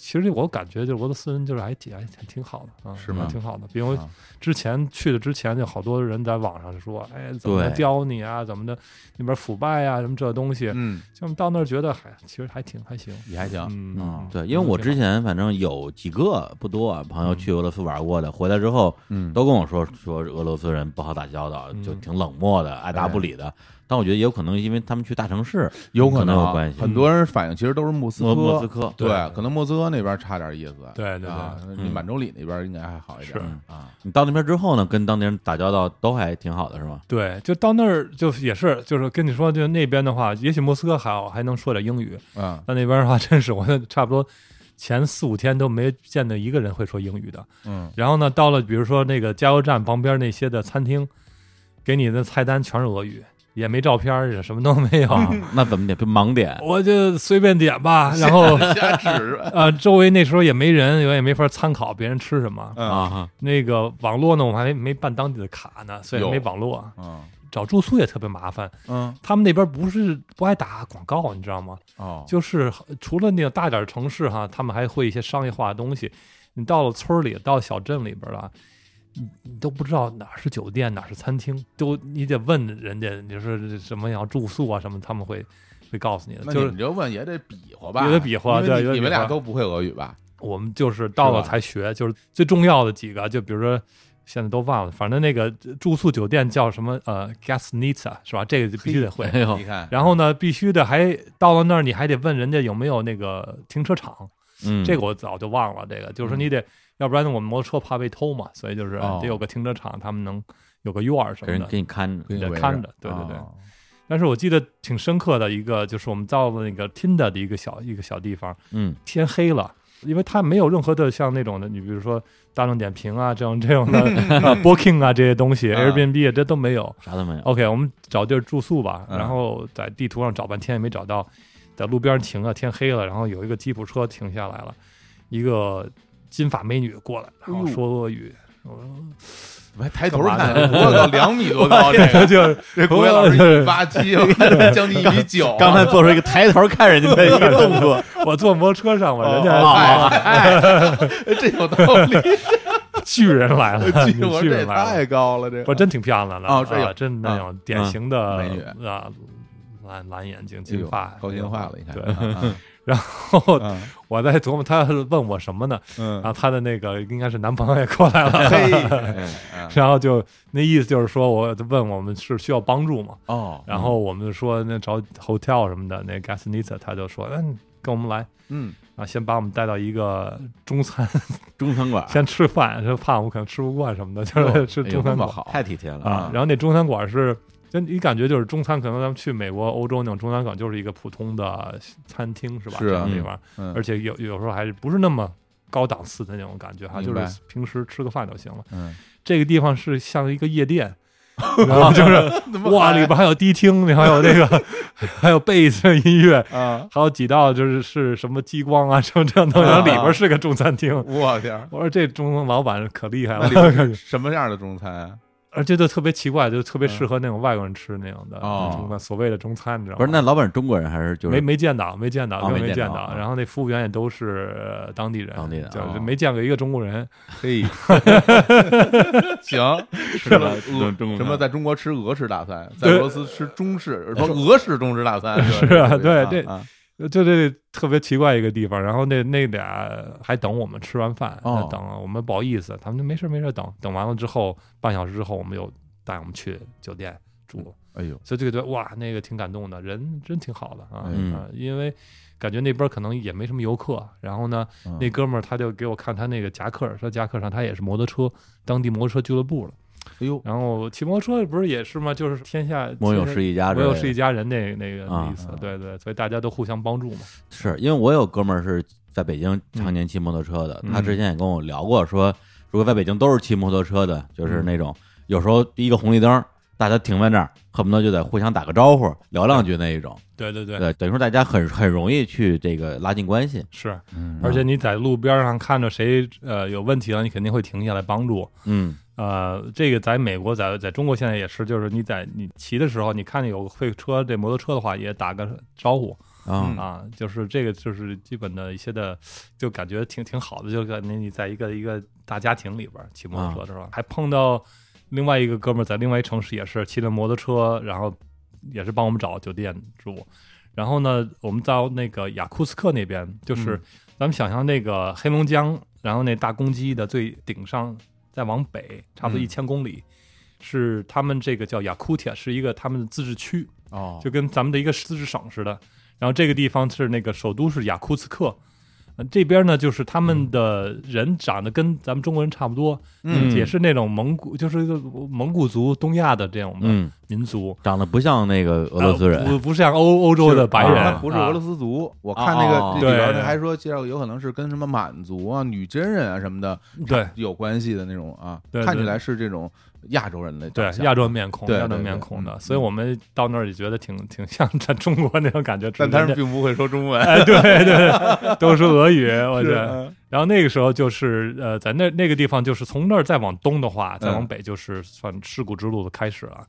[SPEAKER 3] 其实我感觉就是俄罗斯人就是还挺还挺挺好的啊，
[SPEAKER 1] 是
[SPEAKER 3] 还
[SPEAKER 1] 吗
[SPEAKER 3] 挺好的。比如
[SPEAKER 1] 啊
[SPEAKER 3] 之前去的之前，就好多人在网上就说，哎，怎么
[SPEAKER 2] 对
[SPEAKER 3] 刁你啊，怎么的那边腐败啊，什么这东西。
[SPEAKER 1] 嗯
[SPEAKER 3] 就我们到那儿觉得还其实还挺还行，
[SPEAKER 2] 也还行。
[SPEAKER 3] 嗯
[SPEAKER 1] 嗯
[SPEAKER 2] 对，因为我之前反正有几个不多啊朋友去俄罗斯玩过的，回来之后
[SPEAKER 1] 嗯
[SPEAKER 2] 都跟我说说俄罗斯人不好打交道，
[SPEAKER 3] 嗯
[SPEAKER 2] 就挺冷漠的，爱答不理的。但我觉得也有可能因为他们去大城市，
[SPEAKER 1] 有
[SPEAKER 2] 可
[SPEAKER 1] 能
[SPEAKER 2] 能
[SPEAKER 1] 啊
[SPEAKER 2] 有关系
[SPEAKER 1] 很多人反映其实都是莫斯
[SPEAKER 2] 莫莫斯
[SPEAKER 1] 科，
[SPEAKER 2] 科，
[SPEAKER 1] 对
[SPEAKER 3] 对，
[SPEAKER 1] 可能莫斯科那边差点意思，
[SPEAKER 3] 对对对
[SPEAKER 1] 啊，你
[SPEAKER 2] 嗯
[SPEAKER 1] 满洲里那边应该还好一点
[SPEAKER 3] 是
[SPEAKER 1] 啊，
[SPEAKER 2] 你到那边之后呢，跟当地人打交道都还挺好的，是吗？
[SPEAKER 3] 对，就到那儿就也是，就是跟你说，就那边的话，也许莫斯科还好，还能说点英语，
[SPEAKER 1] 嗯
[SPEAKER 3] 但那边的话， 真是我差不多前四五天都没见到一个人会说英语的。
[SPEAKER 1] 嗯
[SPEAKER 3] 然后呢，到了比如说那个加油站旁边那些的餐厅，给你的菜单全是俄语，也没照片儿，也什么都没有，
[SPEAKER 2] 啊 那怎么得盲点？
[SPEAKER 3] 我就随便点吧。然后
[SPEAKER 1] 瞎指
[SPEAKER 3] 呃，周围那时候也没人，我也没法参考别人吃什么。
[SPEAKER 1] 嗯
[SPEAKER 2] 啊，
[SPEAKER 3] 那个网络呢，我们还没办当地的卡呢，所以
[SPEAKER 1] 有
[SPEAKER 3] 没网络，
[SPEAKER 1] 嗯
[SPEAKER 3] 找住宿也特别麻烦。
[SPEAKER 1] 嗯
[SPEAKER 3] 他们那边不是不爱打广告，你知道吗？
[SPEAKER 1] 哦，
[SPEAKER 3] 就是除了那种大点儿城市哈，他们还会一些商业化的东西。你到了村儿里，到小镇里边儿了，你你都不知道哪儿是酒店，哪儿是餐厅，都你得问人家，你是什么要住宿啊什么，他们会会告诉你的。
[SPEAKER 1] 那
[SPEAKER 3] 就
[SPEAKER 1] 你
[SPEAKER 3] 是
[SPEAKER 1] 们这问也得比划吧，
[SPEAKER 3] 有点比划
[SPEAKER 1] 因为
[SPEAKER 3] 对
[SPEAKER 1] 你
[SPEAKER 3] 有点
[SPEAKER 1] 你们
[SPEAKER 3] 比划
[SPEAKER 1] 俩都不会俄语吧？
[SPEAKER 3] 我们就是到了
[SPEAKER 1] 是吧
[SPEAKER 3] 才学，就是最重要的几个，就比如说。现在都忘了，反正那个住宿酒店叫什么？呃 g a s n i t a 是吧？这个就必须得会。
[SPEAKER 2] 哎呦
[SPEAKER 1] 你，看，
[SPEAKER 3] 然后呢，必须得还到了那儿，你还得问人家有没有那个停车场。
[SPEAKER 2] 嗯，
[SPEAKER 3] 这个我早就忘了。这个就是说你得，要不然我们摩托车怕被偷嘛，所以就是
[SPEAKER 1] 哦
[SPEAKER 3] 得有个停车场，他们能有个院儿什
[SPEAKER 2] 给
[SPEAKER 3] 么
[SPEAKER 2] 人
[SPEAKER 3] 的，
[SPEAKER 2] 给你看着，
[SPEAKER 1] 给你
[SPEAKER 3] 得
[SPEAKER 1] 围
[SPEAKER 3] 看着。对对对。
[SPEAKER 1] 哦
[SPEAKER 3] 但是我记得挺深刻的一个，就是我们到了那个 Tinda 的一个小一个小地方，
[SPEAKER 2] 嗯，
[SPEAKER 3] 天黑了。因为它没有任何的像那种的，你比如说大众点评啊这种这种的呃 Booking 啊这些东西
[SPEAKER 1] 啊
[SPEAKER 3] ，Airbnb 啊这都没有。
[SPEAKER 2] 啥都没有，
[SPEAKER 3] OK，我们找地儿住宿吧，
[SPEAKER 1] 嗯
[SPEAKER 3] 然后在地图上找半天也没找到，在路边停啊，天黑了，然后有一个吉普车停下来了，一个金发美女过来，然后说俄语，我说
[SPEAKER 1] 我还抬头
[SPEAKER 3] 干嘛
[SPEAKER 1] 看，
[SPEAKER 3] 呢
[SPEAKER 1] 我到两米多高，这个
[SPEAKER 3] 就是
[SPEAKER 1] 这国伟老师一米八七，我看他将近一米九，
[SPEAKER 2] 刚才做出一个抬头看人家的一个动作，
[SPEAKER 3] 我坐摩托车上嘛，
[SPEAKER 1] 哦
[SPEAKER 3] 人家
[SPEAKER 1] 哎哎哎这有道理，
[SPEAKER 3] 巨人来 了，
[SPEAKER 1] 哦这我说
[SPEAKER 3] 巨
[SPEAKER 1] 这
[SPEAKER 3] 人来
[SPEAKER 1] 太
[SPEAKER 3] 了，
[SPEAKER 1] 高了，这
[SPEAKER 3] 不真挺漂亮的
[SPEAKER 1] 哦这有嗯
[SPEAKER 3] 啊真那种典型的
[SPEAKER 1] 美女
[SPEAKER 3] 啊，蓝蓝眼睛，
[SPEAKER 1] 哎
[SPEAKER 3] 金
[SPEAKER 1] 呦
[SPEAKER 3] 发，
[SPEAKER 1] 高兴坏了，你看，
[SPEAKER 3] 对，
[SPEAKER 1] 啊
[SPEAKER 3] 然后
[SPEAKER 1] 啊
[SPEAKER 3] 我在琢磨他问我什么呢，
[SPEAKER 1] 嗯
[SPEAKER 3] 然后她的那个应该是男朋友也过来了，
[SPEAKER 1] 嘿，嗯啊
[SPEAKER 3] 然后就那意思就是说，我问我们是需要帮助嘛，
[SPEAKER 1] 哦，
[SPEAKER 3] 然后我们就说那找 hotel 什么的，那 Gasnita 他就说，嗯，跟我们来
[SPEAKER 1] 嗯
[SPEAKER 3] 啊，先把我们带到一个中餐，
[SPEAKER 2] 中餐馆
[SPEAKER 3] 先吃饭，就怕我们可能吃不惯什么的，
[SPEAKER 1] 哦
[SPEAKER 3] 就是吃
[SPEAKER 2] 哎呦
[SPEAKER 3] 中
[SPEAKER 1] 这
[SPEAKER 3] 餐
[SPEAKER 1] 么
[SPEAKER 3] 馆、
[SPEAKER 1] 好
[SPEAKER 2] 太体贴了
[SPEAKER 3] 啊。然后那中餐馆是，就你感觉就是中餐，可能咱们去美国、欧洲那种中餐馆就是一个普通的餐厅是吧？
[SPEAKER 1] 是啊
[SPEAKER 3] 这种地方，
[SPEAKER 1] 嗯
[SPEAKER 3] 而且有有时候还是不是那么高档次的那种感觉哈，
[SPEAKER 1] 明
[SPEAKER 3] 就
[SPEAKER 1] 白
[SPEAKER 3] 是平时吃个饭就行了。
[SPEAKER 1] 嗯，
[SPEAKER 3] 这个地方是像一个夜店，然后就是哇，里边还有迪厅，还有那个， 还有贝斯音乐，
[SPEAKER 1] 啊，
[SPEAKER 3] 还有几道就是是什么激光啊，什么这样东西，然后里边是个中餐厅。
[SPEAKER 1] 我天 儿，
[SPEAKER 3] 我说这中餐老板可厉害
[SPEAKER 1] 那
[SPEAKER 3] 了
[SPEAKER 1] 里， 边是什么样的中餐啊？
[SPEAKER 3] 而且就特别奇怪，就特别适合那种外国人吃那种的
[SPEAKER 1] 哦
[SPEAKER 3] 中餐，所谓的中餐，你知道吗？
[SPEAKER 2] 不是，那老板是中国人还是就是
[SPEAKER 3] 没没见到，没见到，
[SPEAKER 2] 哦
[SPEAKER 3] 根本
[SPEAKER 2] 没
[SPEAKER 3] 没
[SPEAKER 2] 见
[SPEAKER 3] 见
[SPEAKER 2] 到
[SPEAKER 3] 到
[SPEAKER 2] 啊。
[SPEAKER 3] 然后那服务员也都是呃当地人，
[SPEAKER 2] 当地啊人
[SPEAKER 3] 就是
[SPEAKER 1] 哦
[SPEAKER 3] 没见过一个中国人。
[SPEAKER 1] 嘿，行，吃
[SPEAKER 2] 了
[SPEAKER 1] 了
[SPEAKER 2] 中中
[SPEAKER 1] 什么
[SPEAKER 2] 餐
[SPEAKER 1] 在中国吃俄式大餐，在
[SPEAKER 3] 对哦
[SPEAKER 1] 俄罗斯吃中式，说俄式中式大餐
[SPEAKER 3] 是啊对
[SPEAKER 1] 对
[SPEAKER 3] 这
[SPEAKER 1] 啊
[SPEAKER 3] 就呃这特别奇怪一个地方，然后那那俩还等我们吃完饭，
[SPEAKER 1] 哦
[SPEAKER 3] 等我们不好意思，他们就没事没事等，等完了之后半小时之后，我们又带我们去酒店住，
[SPEAKER 1] 哎呦，哎
[SPEAKER 3] 所以就觉得哇，那个挺感动的，人真挺好的啊，
[SPEAKER 2] 嗯
[SPEAKER 3] 啊因为感觉那边可能也没什么游客，然后呢，
[SPEAKER 1] 嗯
[SPEAKER 3] 那哥们儿他就给我看他那个夹克，说夹克上他也是摩托车当地摩托车俱乐部的，
[SPEAKER 1] 哎呦，
[SPEAKER 3] 然后骑摩托车不是也是吗？就是天下
[SPEAKER 2] 摩友
[SPEAKER 3] 天
[SPEAKER 2] 是一家之
[SPEAKER 3] 摩
[SPEAKER 2] 类的，
[SPEAKER 3] 友是一家人那那个
[SPEAKER 2] 啊
[SPEAKER 3] 意思
[SPEAKER 1] 啊，
[SPEAKER 3] 对对，所以大家都互相帮助嘛。
[SPEAKER 2] 是因为我有哥们儿是在北京常年骑摩托车的，
[SPEAKER 3] 嗯
[SPEAKER 2] 他之前也跟
[SPEAKER 3] 嗯
[SPEAKER 2] 我聊过说，如果在北京都是骑摩托车的，就是那种有时候一个红绿灯大家停在那儿，恨不得就得互相打个招呼，聊两句那一种。
[SPEAKER 3] 对对对，
[SPEAKER 2] 对，等于说大家很很容易去这个拉近关系。啊
[SPEAKER 3] 是，嗯
[SPEAKER 2] 嗯
[SPEAKER 3] 而且你在路边上看着谁呃有问题了，你肯定会停下来帮助。
[SPEAKER 2] 嗯，
[SPEAKER 3] 呃，这个在美国，在在中国现在也是，就是你在你骑的时候，你看见有会车这摩托车的话，也打个招呼
[SPEAKER 2] 啊
[SPEAKER 1] 嗯
[SPEAKER 3] 啊，就是这个就是基本的一些的，就感觉挺挺好的，就感觉你在一个一个大家庭里边骑摩托车的
[SPEAKER 1] 啊
[SPEAKER 3] 时候，还碰到另外一个哥们儿在另外一城市也是骑着摩托车，然后也是帮我们找酒店住，然后呢，我们到那个雅库茨克那边，就是
[SPEAKER 2] 嗯
[SPEAKER 3] 咱们想象那个黑龙江，然后那大公鸡的最顶上，再往北差不多
[SPEAKER 1] 嗯
[SPEAKER 3] 一千公里，是他们这个叫雅库铁，是一个他们的自治区，
[SPEAKER 1] 哦，
[SPEAKER 3] 就跟咱们的一个自治省似的。然后这个地方是那个首都是雅库茨克。呃这边呢，就是他们的人长得跟咱们中国人差不多，
[SPEAKER 2] 嗯
[SPEAKER 3] 也是那种蒙古，就是一个蒙古族、东亚的这种的
[SPEAKER 2] 嗯，
[SPEAKER 3] 民族，
[SPEAKER 2] 长得不像那个俄罗斯人
[SPEAKER 3] 呃不不像欧欧洲的白人，
[SPEAKER 2] 啊
[SPEAKER 1] 他不是俄罗
[SPEAKER 3] 斯，
[SPEAKER 1] 斯族。我
[SPEAKER 2] 啊
[SPEAKER 1] 看那
[SPEAKER 2] 哦
[SPEAKER 1] 个里边
[SPEAKER 3] 对
[SPEAKER 1] 儿还说介绍有可能是跟什么满族啊、女真人啊什么的
[SPEAKER 3] 对，
[SPEAKER 1] 有关系的那种啊，
[SPEAKER 3] 对对
[SPEAKER 1] 看起来是这种亚洲人的
[SPEAKER 3] 对
[SPEAKER 1] 长相
[SPEAKER 3] 亚洲面孔，
[SPEAKER 1] 对
[SPEAKER 3] 亚洲
[SPEAKER 1] 对对
[SPEAKER 3] 面孔的，
[SPEAKER 1] 嗯
[SPEAKER 3] 所以我们到那儿也觉得挺挺像在中国那种感觉，
[SPEAKER 1] 但他们
[SPEAKER 3] 只是人哎
[SPEAKER 1] 并不会说中文。
[SPEAKER 3] 家对对对，都是俄语，我觉
[SPEAKER 1] 是
[SPEAKER 3] 得。
[SPEAKER 1] 嗯
[SPEAKER 3] 然后那个时候就是呃，在那那个地方，就是从那儿再往东的话，再往
[SPEAKER 1] 嗯
[SPEAKER 3] 北就是算事故之路的开始了。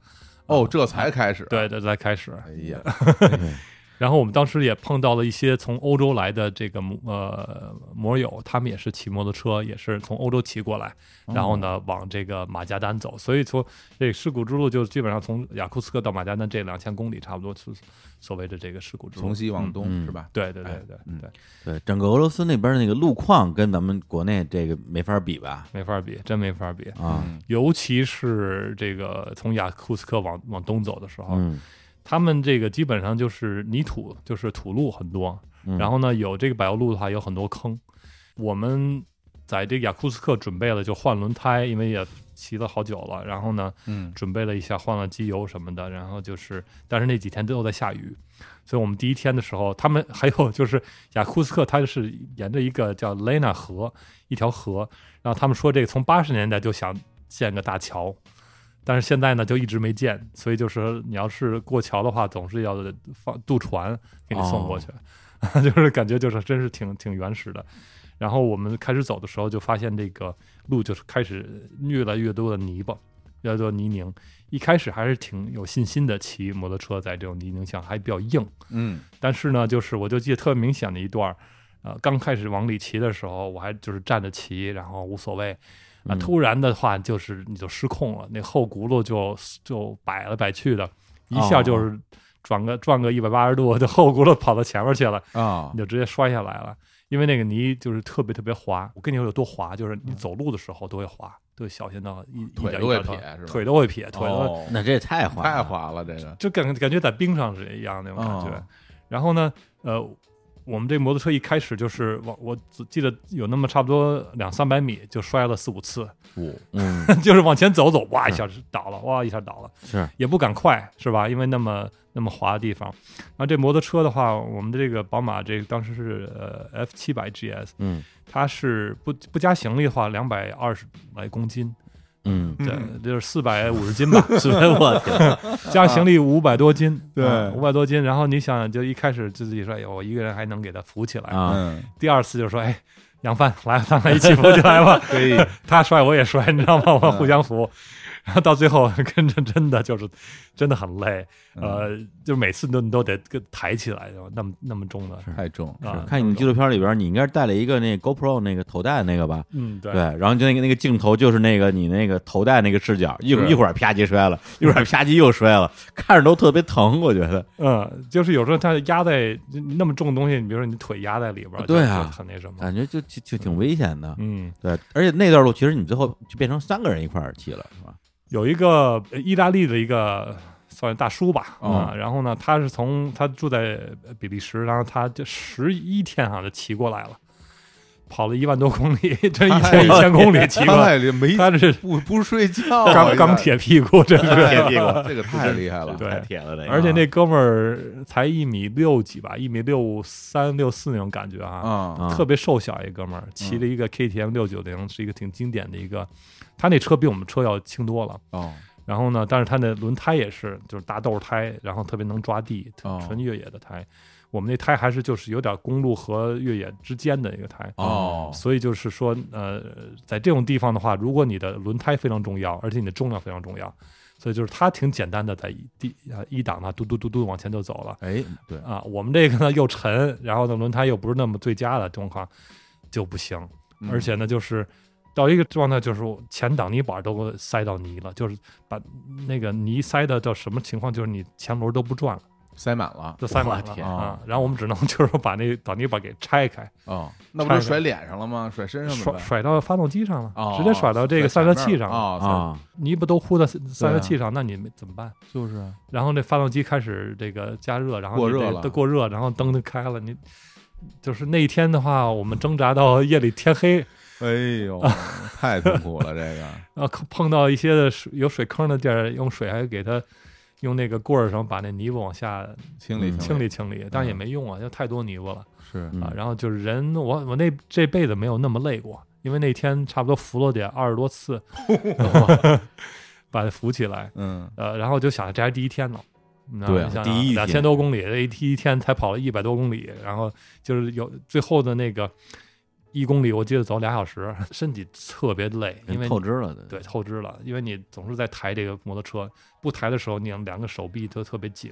[SPEAKER 1] 哦，这才开始。，
[SPEAKER 3] 对对，再开始。
[SPEAKER 1] 哎呀，
[SPEAKER 3] 然后我们当时也碰到了一些从欧洲来的这个摩呃摩友，他们也是骑摩托车，也是从欧洲骑过来，
[SPEAKER 1] 哦
[SPEAKER 3] 然后呢往这个马加丹走，所以从这个世古之路就基本上从雅库茨克到马加丹这两千公里差不多是所谓的这个世古之路
[SPEAKER 1] 从。西往
[SPEAKER 2] 嗯
[SPEAKER 1] 东是吧？
[SPEAKER 3] 对对对对
[SPEAKER 1] 嗯
[SPEAKER 3] 对，
[SPEAKER 2] 对，整个俄罗斯那边的那个路况跟咱们国内这个没法比吧？
[SPEAKER 3] 没法比，真没法比。
[SPEAKER 2] 啊，
[SPEAKER 3] 尤其是这个从雅库茨克往往东走的时候，
[SPEAKER 2] 嗯，
[SPEAKER 3] 他们这个基本上就是泥土，就是土路很多，
[SPEAKER 2] 嗯
[SPEAKER 3] 然后呢，有这个柏油路的话，有很多坑。我们在这个雅库茨克准备了就换轮胎，因为也骑了好久了。然后呢，
[SPEAKER 1] 嗯，
[SPEAKER 3] 准备了一下，换了机油什么的。然后就是，但是那几天都在下雨， 所以我们第一天的时候，他们还有就是雅库茨克，它是沿着一个叫雷纳河一条河，然后他们说这个从八十年代就想建个大桥。但是现在呢，就一直没建，所以就是你要是过桥的话，总是要放渡船给你送过去， 就是感觉就是真是挺挺原始的。然后我们开始走的时候，就发现这个路就是开始越来越多的泥巴，越来越多的泥泞。一开始还是挺有信心的，骑摩托车在这种泥泞下还比较硬。
[SPEAKER 1] 嗯，
[SPEAKER 3] 但是呢，就是我就记得特别明显的一段儿，呃，刚开始往里骑的时候，我还就是站着骑，然后无所谓。啊，
[SPEAKER 2] 嗯
[SPEAKER 3] 突然的话就是你就失控了，那后轱辘就就摆来摆去的，一下就是转个转个一百八十度，就后轱辘跑到前面去了，
[SPEAKER 1] 啊
[SPEAKER 3] 你，就直接摔下来了。因为那个泥就是特别特别滑，嗯我跟你说有多滑，就是你走路的时候都会滑，都会小心到一
[SPEAKER 1] 腿
[SPEAKER 3] 一点
[SPEAKER 1] 都会
[SPEAKER 3] 一点
[SPEAKER 1] 撇
[SPEAKER 3] 地
[SPEAKER 1] 是吧
[SPEAKER 3] 腿都会撇， 腿都会
[SPEAKER 1] 哦
[SPEAKER 2] 那这也太滑了
[SPEAKER 1] 太，滑了，这 个
[SPEAKER 3] 就感感觉在冰上是一样那种感觉。
[SPEAKER 1] 哦
[SPEAKER 3] 然后呢，呃，我们这摩托车一开始就是往我只记得有那么差不多两三百米就摔了四五次，
[SPEAKER 1] 不
[SPEAKER 2] 嗯，
[SPEAKER 3] 就是往前走走，哇一下就倒了，
[SPEAKER 1] 嗯
[SPEAKER 3] 哇一下倒了，
[SPEAKER 2] 是
[SPEAKER 3] 也不敢快是吧？因为那么那么滑的地方。然后这摩托车的话，我们的这个宝马这个当时是呃 F 七百 GS，
[SPEAKER 2] 嗯
[SPEAKER 3] 它是不不加行李的话两百二十来公斤，
[SPEAKER 2] 嗯，
[SPEAKER 3] 对，
[SPEAKER 1] 嗯
[SPEAKER 3] 就是四百五十斤吧，
[SPEAKER 2] 是我天，
[SPEAKER 3] 加行
[SPEAKER 2] 啊
[SPEAKER 3] 李五百多斤，啊
[SPEAKER 1] 对
[SPEAKER 3] 五百多斤。然后你想想，就一开始自己说，哎呦，我一个人还能给他扶起来。
[SPEAKER 2] 啊
[SPEAKER 1] 嗯，
[SPEAKER 3] 第二次就说，哎，杨帆，来，咱们 一起扶起来吧。
[SPEAKER 1] 可以，
[SPEAKER 3] 他摔我也摔，你知道吗？
[SPEAKER 2] 嗯
[SPEAKER 3] 我互相扶。然后到最后，跟着真的就是真的很累，
[SPEAKER 2] 嗯
[SPEAKER 3] 呃，就每次都你都得跟抬起来，就那么那么重的
[SPEAKER 1] 太重，
[SPEAKER 3] 啊。
[SPEAKER 2] 看你纪录片里边，你应该是带了一个那 GoPro 那个头戴那个吧？
[SPEAKER 3] 嗯，对
[SPEAKER 2] 对，然后就那个那个镜头就是那个你那个头戴那个视角，一会儿
[SPEAKER 1] 是
[SPEAKER 2] 一会儿啪叽摔了，一会儿啪叽又摔了，看着都特别疼，我觉得。
[SPEAKER 3] 嗯，就是有时候它压在那么重的东西，你比如说你腿压在里边儿，
[SPEAKER 2] 对啊
[SPEAKER 3] 就就很那什么。
[SPEAKER 2] 感觉就就就挺危险的，
[SPEAKER 3] 嗯，
[SPEAKER 2] 对，而且那段路其实你最后就变成三个人一块儿骑了，是吧？
[SPEAKER 3] 有一个呃意大利的一个呃算是大叔吧，
[SPEAKER 1] 哦
[SPEAKER 3] 啊、然后呢，他是从他住在呃比利时，然后他这十一天好像就骑过来了，跑了一万多公里， 这一
[SPEAKER 1] 哎
[SPEAKER 3] 千一
[SPEAKER 1] 呦
[SPEAKER 3] 千公里骑过
[SPEAKER 1] 他
[SPEAKER 3] 来，
[SPEAKER 1] 在里没
[SPEAKER 3] 他是
[SPEAKER 1] 不不睡觉啊，
[SPEAKER 3] 钢
[SPEAKER 1] 你看
[SPEAKER 3] 钢铁屁股，这是。
[SPEAKER 1] 铁屁股，这个太厉害了，
[SPEAKER 3] 对
[SPEAKER 2] 太铁了这个，
[SPEAKER 3] 而且那哥们儿才一米六几吧，一米六三六四那种感觉啊，
[SPEAKER 1] 啊，
[SPEAKER 2] 啊
[SPEAKER 3] 特别瘦小一哥们儿，骑了一个 KTM 六九零，是一个挺经典的一个，他那车比我们车要轻多了。
[SPEAKER 1] 哦，
[SPEAKER 3] 然后呢，但是它的轮胎也是就是大豆胎，然后特别能抓地，
[SPEAKER 1] 哦
[SPEAKER 3] 纯越野的胎。我们那胎还是就是有点公路和越野之间的一个胎。
[SPEAKER 1] 哦
[SPEAKER 3] 所以就是说，呃，在这种地方的话，如果你的轮胎非常重要，而且你的重量非常重要，所以就是它挺简单的，在一第啊一档呢，嘟嘟嘟嘟往前就走了
[SPEAKER 1] 哎，对，
[SPEAKER 3] 啊。我们这个呢又沉，然后呢轮胎又不是那么最佳的状况，就不行。
[SPEAKER 1] 嗯
[SPEAKER 3] 而且呢，就是到一个状态，就是我前挡泥板都塞到泥了，就是把那个泥塞的到什么情况，就是你前轮都不转了，
[SPEAKER 1] 塞满了
[SPEAKER 3] 都塞
[SPEAKER 2] 我
[SPEAKER 3] 满
[SPEAKER 2] 的
[SPEAKER 3] 了
[SPEAKER 2] 天
[SPEAKER 3] 啊。然后我们只能就是说把那挡泥板给拆开，
[SPEAKER 1] 哦，那不就
[SPEAKER 3] 拆开
[SPEAKER 1] 甩脸上了吗？甩身上了
[SPEAKER 3] 甩
[SPEAKER 1] 呗
[SPEAKER 3] 甩到发动机上了，
[SPEAKER 1] 哦
[SPEAKER 3] 直接甩到这个散热器上了。
[SPEAKER 1] 哦，
[SPEAKER 2] 啊，
[SPEAKER 3] 泥不都糊到散热器上，那你们怎么办？
[SPEAKER 1] 塞就是啊
[SPEAKER 3] 然后那发动机开始这个加热，然后
[SPEAKER 1] 过
[SPEAKER 3] 你
[SPEAKER 1] 热
[SPEAKER 3] 得
[SPEAKER 1] 了
[SPEAKER 3] 都过热，然后灯就开了，你。就是那一天的话，我们挣扎到夜里天黑，
[SPEAKER 1] 哎 呦，太痛苦了，这 个
[SPEAKER 3] 啊，碰碰到一些的水有水坑的地儿，用水还给它用那个棍儿上把那泥巴往下
[SPEAKER 1] 清理
[SPEAKER 2] 嗯
[SPEAKER 3] 清
[SPEAKER 1] 理
[SPEAKER 3] 理清理，但也没用啊，因为太多泥巴了
[SPEAKER 1] 是
[SPEAKER 2] 嗯
[SPEAKER 3] 啊。然后就是人，我我那这辈子没有那么累过，因为那天差不多扶了得二十多 次，把它扶起来。
[SPEAKER 1] 嗯
[SPEAKER 3] 呃，然后就想这还第一天呢，你知道
[SPEAKER 2] 对
[SPEAKER 3] 吗
[SPEAKER 2] 啊
[SPEAKER 3] 你想
[SPEAKER 2] 第一
[SPEAKER 3] 两
[SPEAKER 2] 天
[SPEAKER 3] 千多公里，这一第一天才跑了一百多公里，然后就是有最后的那个一公里，我记得走俩小时，身体特别累，因为
[SPEAKER 2] 透支了的，
[SPEAKER 3] 对，透支了，因为你总是在抬这个摩托车，不抬的时候，你两个手臂都特别紧，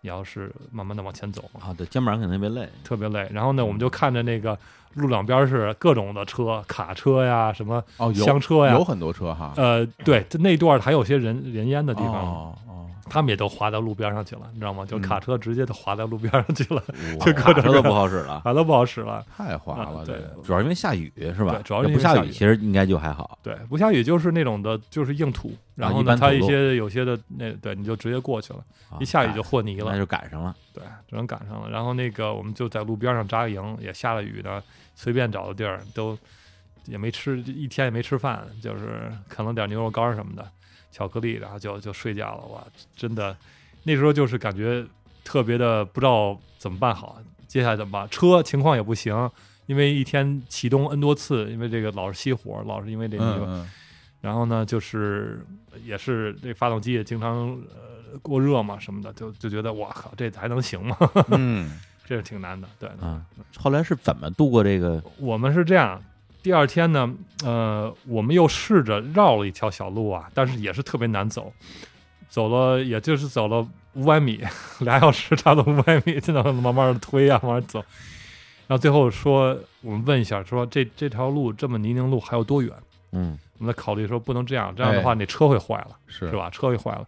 [SPEAKER 3] 你要是慢慢的往前走嘛，
[SPEAKER 2] 啊，对，肩膀肯定被累，
[SPEAKER 3] 特别累。然后呢，我
[SPEAKER 1] 嗯
[SPEAKER 3] 们就看着那个路两边是各种的车，卡车呀，什么
[SPEAKER 1] 哦，有
[SPEAKER 3] 厢车呀
[SPEAKER 1] 有，很多车哈，
[SPEAKER 3] 呃，对，这那段还有些人人烟的呃地方，
[SPEAKER 1] 哦哦，
[SPEAKER 3] 他们也都滑到路边上去了，你知道吗？就
[SPEAKER 1] 嗯
[SPEAKER 3] 卡车直接都滑到路边上去了，
[SPEAKER 2] 这
[SPEAKER 3] 各种
[SPEAKER 2] 都不好使了，
[SPEAKER 3] 啥都不好使了。
[SPEAKER 1] 太滑
[SPEAKER 3] 啊
[SPEAKER 1] 了，这
[SPEAKER 3] 对
[SPEAKER 1] 个
[SPEAKER 2] 主要是因为下雨是吧？
[SPEAKER 3] 对主要
[SPEAKER 2] 要
[SPEAKER 3] 是因
[SPEAKER 2] 不
[SPEAKER 3] 为
[SPEAKER 2] 下
[SPEAKER 3] 下
[SPEAKER 2] 雨，
[SPEAKER 3] 雨
[SPEAKER 2] 其实应该就还好。
[SPEAKER 3] 对，不下雨就是那种的，就是硬土，然
[SPEAKER 2] 啊
[SPEAKER 3] 后
[SPEAKER 2] 一
[SPEAKER 3] 呢，
[SPEAKER 2] 般
[SPEAKER 3] 它
[SPEAKER 2] 土
[SPEAKER 3] 一
[SPEAKER 2] 路
[SPEAKER 3] 些有些的那对，你就直接过去了，
[SPEAKER 2] 啊
[SPEAKER 3] 一下雨就和泥了
[SPEAKER 2] 那。就赶上了，
[SPEAKER 3] 对，只能赶上了。然后那个我们就在路边上扎营，也下了雨呢，随便找个地儿都也没吃，一天也没吃饭，就是啃了点牛肉干儿什么的，巧克力，然后就就睡觉了。哇，真的，那时候就是感觉特别的不知道怎么办好，接下来怎么办？车情况也不行，因为一天启动 n 多次，因为这个老是熄火，老是因为这个。
[SPEAKER 1] 嗯嗯
[SPEAKER 3] 然后呢，就是也是这发动机也经常呃过热嘛什么的，就就觉得哇靠，这还能行吗？
[SPEAKER 1] 嗯，
[SPEAKER 3] 这是挺难的。对，
[SPEAKER 2] 啊。后来是怎么度过这个？
[SPEAKER 3] 我们是这样。第二天呢，呃，我们又试着绕了一条小路啊，但是也是特别难走，走了也就是走了五百米， 俩小时差不多五百米，真的慢慢的推啊，慢慢地走。然后最后说，我们问一下，说这这条路这么泥泞路还有多远？
[SPEAKER 2] 嗯，
[SPEAKER 3] 我们在考虑说不能这样，这样的话
[SPEAKER 1] 哎
[SPEAKER 3] 你车会坏了。
[SPEAKER 1] 是
[SPEAKER 3] 是？吧？车也坏了，